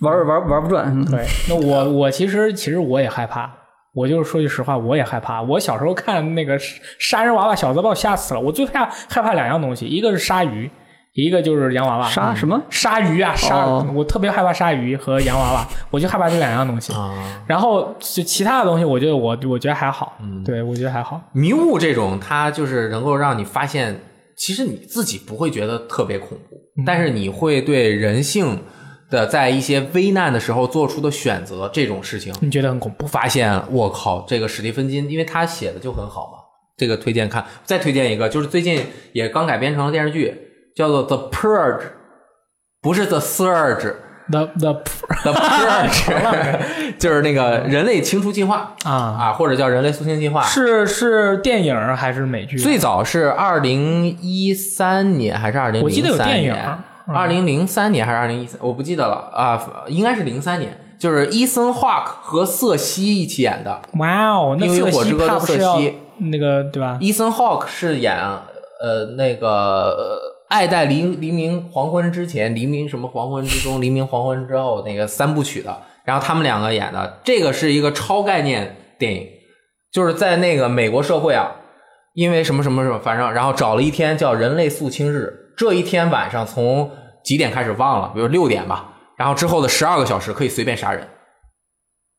玩儿玩儿玩儿不转，嗯
对，那我我其实其实我也害怕，我就是说句实话，我也害怕。我小时候看那个杀杀人娃娃小子把我吓死了。我最怕害怕两样东西，一个是鲨鱼，一个就是洋娃娃。
杀什么？
鲨鱼啊，鲨，
哦
我特别害怕鲨鱼和洋娃娃，我就害怕这两样东西。
啊，
然后就其他的东西，我觉得我我觉得还好，
嗯
对我觉得还好。
迷雾这种，它就是能够让你发现，其实你自己不会觉得特别恐怖，但是你会对人性的在一些危难的时候做出的选择这种事情，
你觉得很恐怖？
不发现，我靠，这个史蒂芬金，因为他写的就很好嘛，这个推荐看。再推荐一个，就是最近也刚改编成了电视剧，叫做《The Purge》，不是《The Surge》。
The the
The Purge，就是那个人类清除计划
啊，
啊，或者叫人类肃清计划。
是是电影儿还是美剧？啊
最早是二零一三年还是二零？
我记得有电影啊
二零零三年还是二零一三，我不记得了啊，应该是零三年。就是伊森·霍克和瑟西一起演的。
哇哦，那
因为
瑟
我
西
知道
怕
的
不是
瑟
要
西
那个对吧？
伊森·霍克是演呃那个呃《爱在黎黎明黄昏之前》《黎明什么黄昏之中》《黎明黄昏之后》那个三部曲的，然后他们两个演的，这个是一个超概念电影，就是在那个美国社会啊，因为什么什么什么，反正然后找了一天叫人类肃清日，这一天晚上从几点开始忘了，比如六点吧，然后之后的十二个小时可以随便杀人，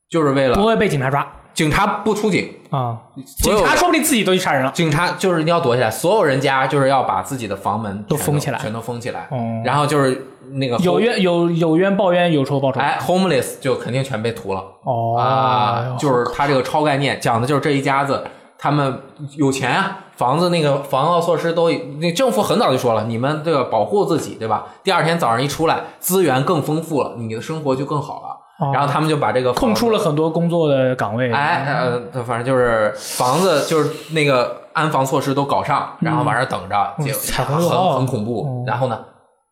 就是为
不
了
会被警察抓
警察不出警，
啊！
所
警
有
察说不定自己都去杀人了。
警察就是你要躲起来，所有人家就是要把自己的房门
都封起来
全都封起来。
哦
然后就是那个
有，冤有有冤报冤，有仇报仇。
哎，homeless 就肯定全被屠了
哦
啊！就是他这个超概念讲的就是这一家子，他们有钱啊，房子那个防盗措施都那政府很早就说了，你们这个保护自己，对吧？第二天早上一出来，资源更丰富了，你的生活就更好了。
哦
然后他们就把这个
空
房子
出了很多工作的岗位。
哎，呃，反正就是房子就是那个安防措施都搞上，然后往那儿等着，
嗯
结
彩
果
虹六号嗯
很很恐怖。然后呢，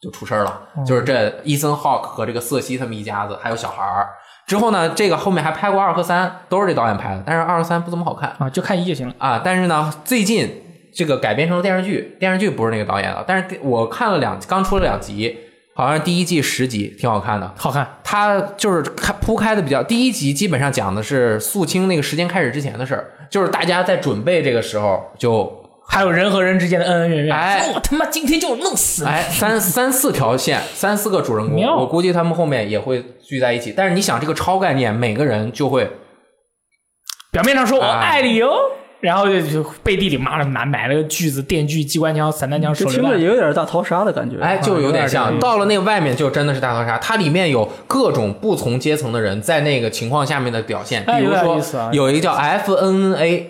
就出事儿了，就是这伊森·浩克和这个瑟西他们一家子，还有小孩儿。之后呢，这个后面还拍过二和三，都是这导演拍的，但是二和三不怎么好看
啊，就看一就行了。
啊。但是呢，最近这个改编成了电视剧，电视剧不是那个导演了，但是我看了两，刚出了两集，好像第一季十集，挺好看的。
好看，
它就是开铺开的比较，第一集基本上讲的是肃清那个时间开始之前的事儿，就是大家在准备这个时候就
还有人和人之间的恩恩怨怨。
哎
说我他妈今天就弄死你！
哎，三三四条线，三四个主人公，
妙
我估计他们后面也会聚在一起。但是你想，这个超概念，每个人就会
表面上说我
啊
爱理由，然后就就背地里妈的拿买了个锯子、电锯、机关枪、散弹枪、手
这
榴
听着
弹。
也有点大逃杀的感觉。
哎，就有点
有
像
点
到了那个外面，就真的是大逃杀。它里面有各种不同阶层的人在那个情况下面的表现，
哎
比如
有点
说
意思啊
有一个叫 FNA，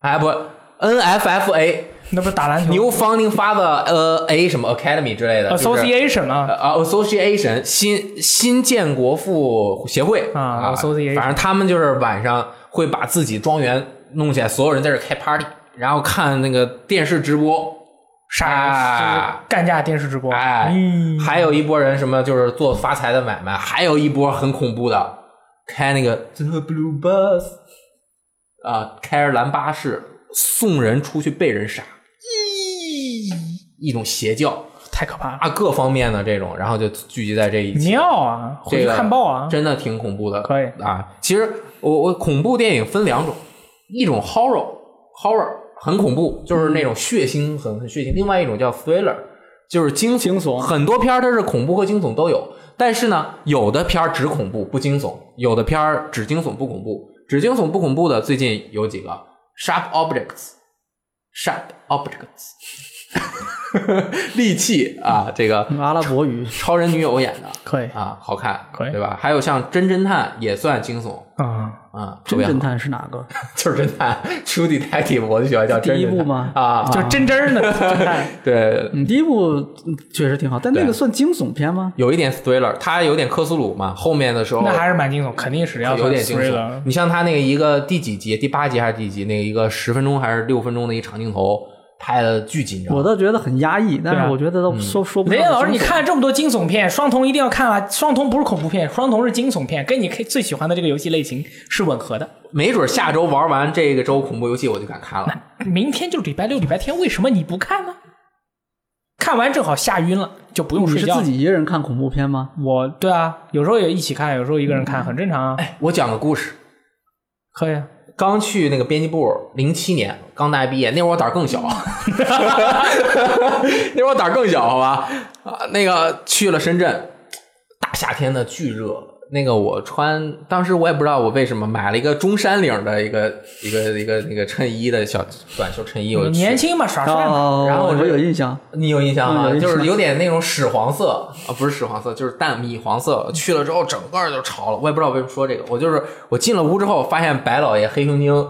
哎不 NFFA
那不是打篮球呃
New Founding Father 呃 A 什么 Academy 之类的，就是
association 吗？
啊，association 新新建国父协会
啊 association
反正他们就是晚上会把自己庄园弄起来，所有人在这儿开 party，然后看那个电视直播，
啥？就
啊
是干架电视直播。
哎，
嗯
还有一波人什么就是做发财的买卖，还有一波很恐怖的开那个 The Blue Bus 啊，开着蓝巴士送人出去被人杀，一一种邪教
太可怕了，
啊，各方面的这种，然后就聚集在这一起。
妙啊！回
这
去
个
看报啊。
真的挺恐怖的。
可以
啊，其实我我恐怖电影分两种，一种 horror horror 很恐怖，就是那种血腥很很血腥；另外一种叫 thriller，就是惊悚
惊悚
很多片儿它是恐怖和惊悚都有，但是呢，有的片儿只恐怖不惊悚，有的片儿只惊悚不恐怖。只惊悚不恐怖的最近有几个 sharp objects。Sharp objects，利器啊，这个
嗯阿拉伯 语，
超人女友演的，
可以
啊，好看，
可以
对吧？还有像《真侦探》也算惊悚
啊，
啊，特
真
别好
侦探是哪个？
就是侦探 True Detective，我就喜欢叫真
第一
侦探
部吗
啊，
就真真儿 的哎侦探
对，
嗯，第一部嗯确实挺好，但那
对
个算惊悚片吗？
有一点 thriller，它有点克苏鲁嘛，后面的时候
那还是蛮惊悚，肯定是要
哦有点惊
惊
悚。你像他那个一个第几集，第八集还是第几集？那个一个十分钟还是六分钟的一长镜头，拍的巨紧张。
我倒觉得很压抑，但
对啊
是我觉得都说说不
雷
上是惊悚。
电老师，你看这么多惊悚片，双瞳一定要看啊！双瞳不是恐怖片，双瞳是惊悚片，跟你最喜欢的这个游戏类型是吻合的。
没准下周玩完这个周恐怖游戏，我就敢看了。
明天就是礼拜六、礼拜天，为什么你不看呢？看完正好吓晕了，就不用
你
睡
是
觉
自。己一个人看恐怖片吗？
我对啊，有时候也一起看，有时候一个人
嗯
看，很正常啊。
我讲个故事，
可以啊，
刚去那个编辑部，零七年刚大学毕业，那会儿我胆儿更小，那会儿我胆儿更小，好吧？啊，那个去了深圳，大夏天的巨热，那个我穿，当时我也不知道我为什么买了一个中山领的一个一个一个那个衬衣的小短袖衬衣，我就去
年轻嘛，耍帅嘛。
哦，
然后我
我
就
有印象，
你有印象
嗯
吗？
有印
就
象
是有点那种屎黄色啊，不是屎黄色，就是淡米黄色。去了之后，整个就潮了。我也不知道为什么说这个。我就是我进了屋之后，发现白老爷、黑熊精、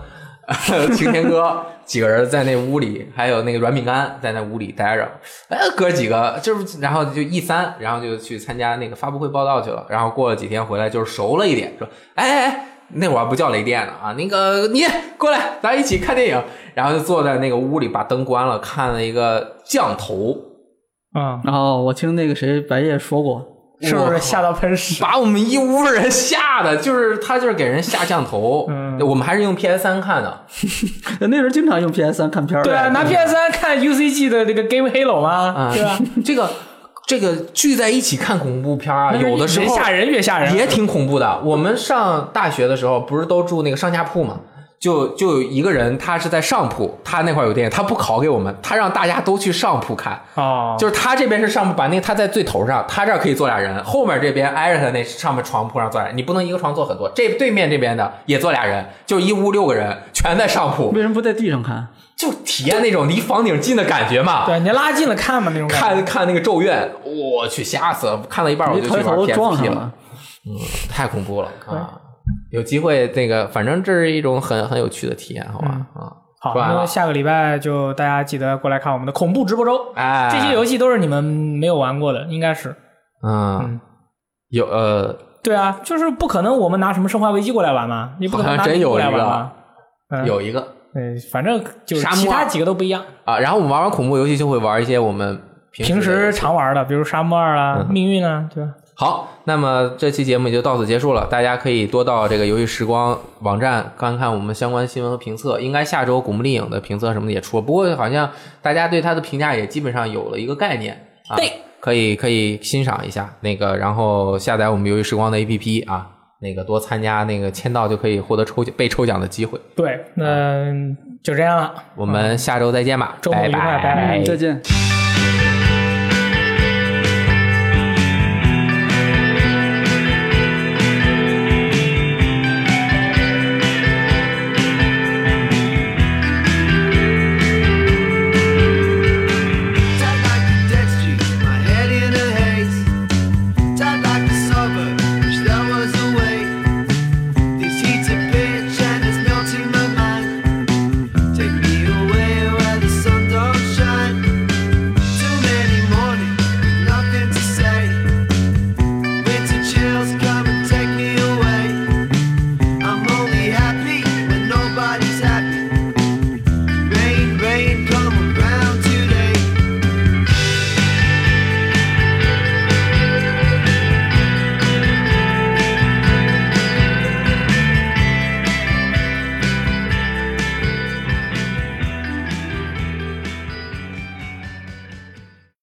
晴天哥几个人在那屋里，还有那个软饼干在那屋里待着。哎，哥几个就是，然后就一三，然后就去参加那个发布会报道去了。然后过了几天回来，就是熟了一点，说哎哎哎。那会儿还不叫雷电呢啊，那个你过来，咱一起看电影。然后就坐在那个屋里，把灯关了，看了一个降头，
嗯，
然后我听那个谁白夜说过，
是不是吓到喷 屎？
把我们一屋人吓的，就是他就是给人下降头。
嗯
我们还是用 PS 三看的，
那时候经常用 PS 三看片儿，
对啊，拿 PS 3看 UCG 的那个 Game Halo
啊、
嘛，对吧？？
这个这个聚在一起看恐怖片啊，
那就是
有的时
人
候
吓人越吓人，
也挺恐怖的。我们上大学的时候，不是都住那个上下铺嘛？就就有一个人，他是在上铺，他那块儿有电影，他不拷给我们，他让大家都去上铺看。
哦，
就是他这边是上面把那个他在最头上，他这儿可以坐俩人，后面这边挨着他那上面床铺上坐俩人，你不能一个床坐很多。这对面这边的也坐俩人，就一屋六个人全在上铺，
为什么不在地上看？
就体验那种离房顶近的感觉嘛。
对你拉近了看嘛那种感觉。
看看那个《咒怨》，我去吓死了！看到一半
哦
我
一
就
抬
去玩
头撞
PSP
上嗯
了，，嗯太恐怖了啊！有机会那个，反正这是一种很很有趣的体验，好吧？啊，
好，
说完
那
了
么下个礼拜就大家记得过来看我们的恐怖直播周，
哎，
这些游戏都是你们没有玩过的，应该是。
嗯
嗯，
有呃，
对啊，就是不可能我们拿什么《生化危机》过来玩嘛，你不可能
好
拿
像真有
这个过来玩
一
嘛。嗯，
有一个
嗯，反正就是
沙漠
其他几个都不一样。
啊，然后我们玩完恐怖游戏就会玩一些我们
平时常玩的，比如沙漠啊、
嗯
命运啊，对吧？
好，那么这期节目也就到此结束了。大家可以多到这个游戏时光网站看看我们相关新闻和评测。应该下周古墓丽影的评测什么的也出了，不过好像大家对它的评价也基本上有了一个概念啊。
对，
可以可以欣赏一下那个，然后下载我们游戏时光的 APP 啊，那个多参加那个签到就可以获得抽奖被抽奖的机会。
对，
嗯
那就这样了，
我们下周再见吧，
嗯周末愉快拜拜
嗯再见。
拜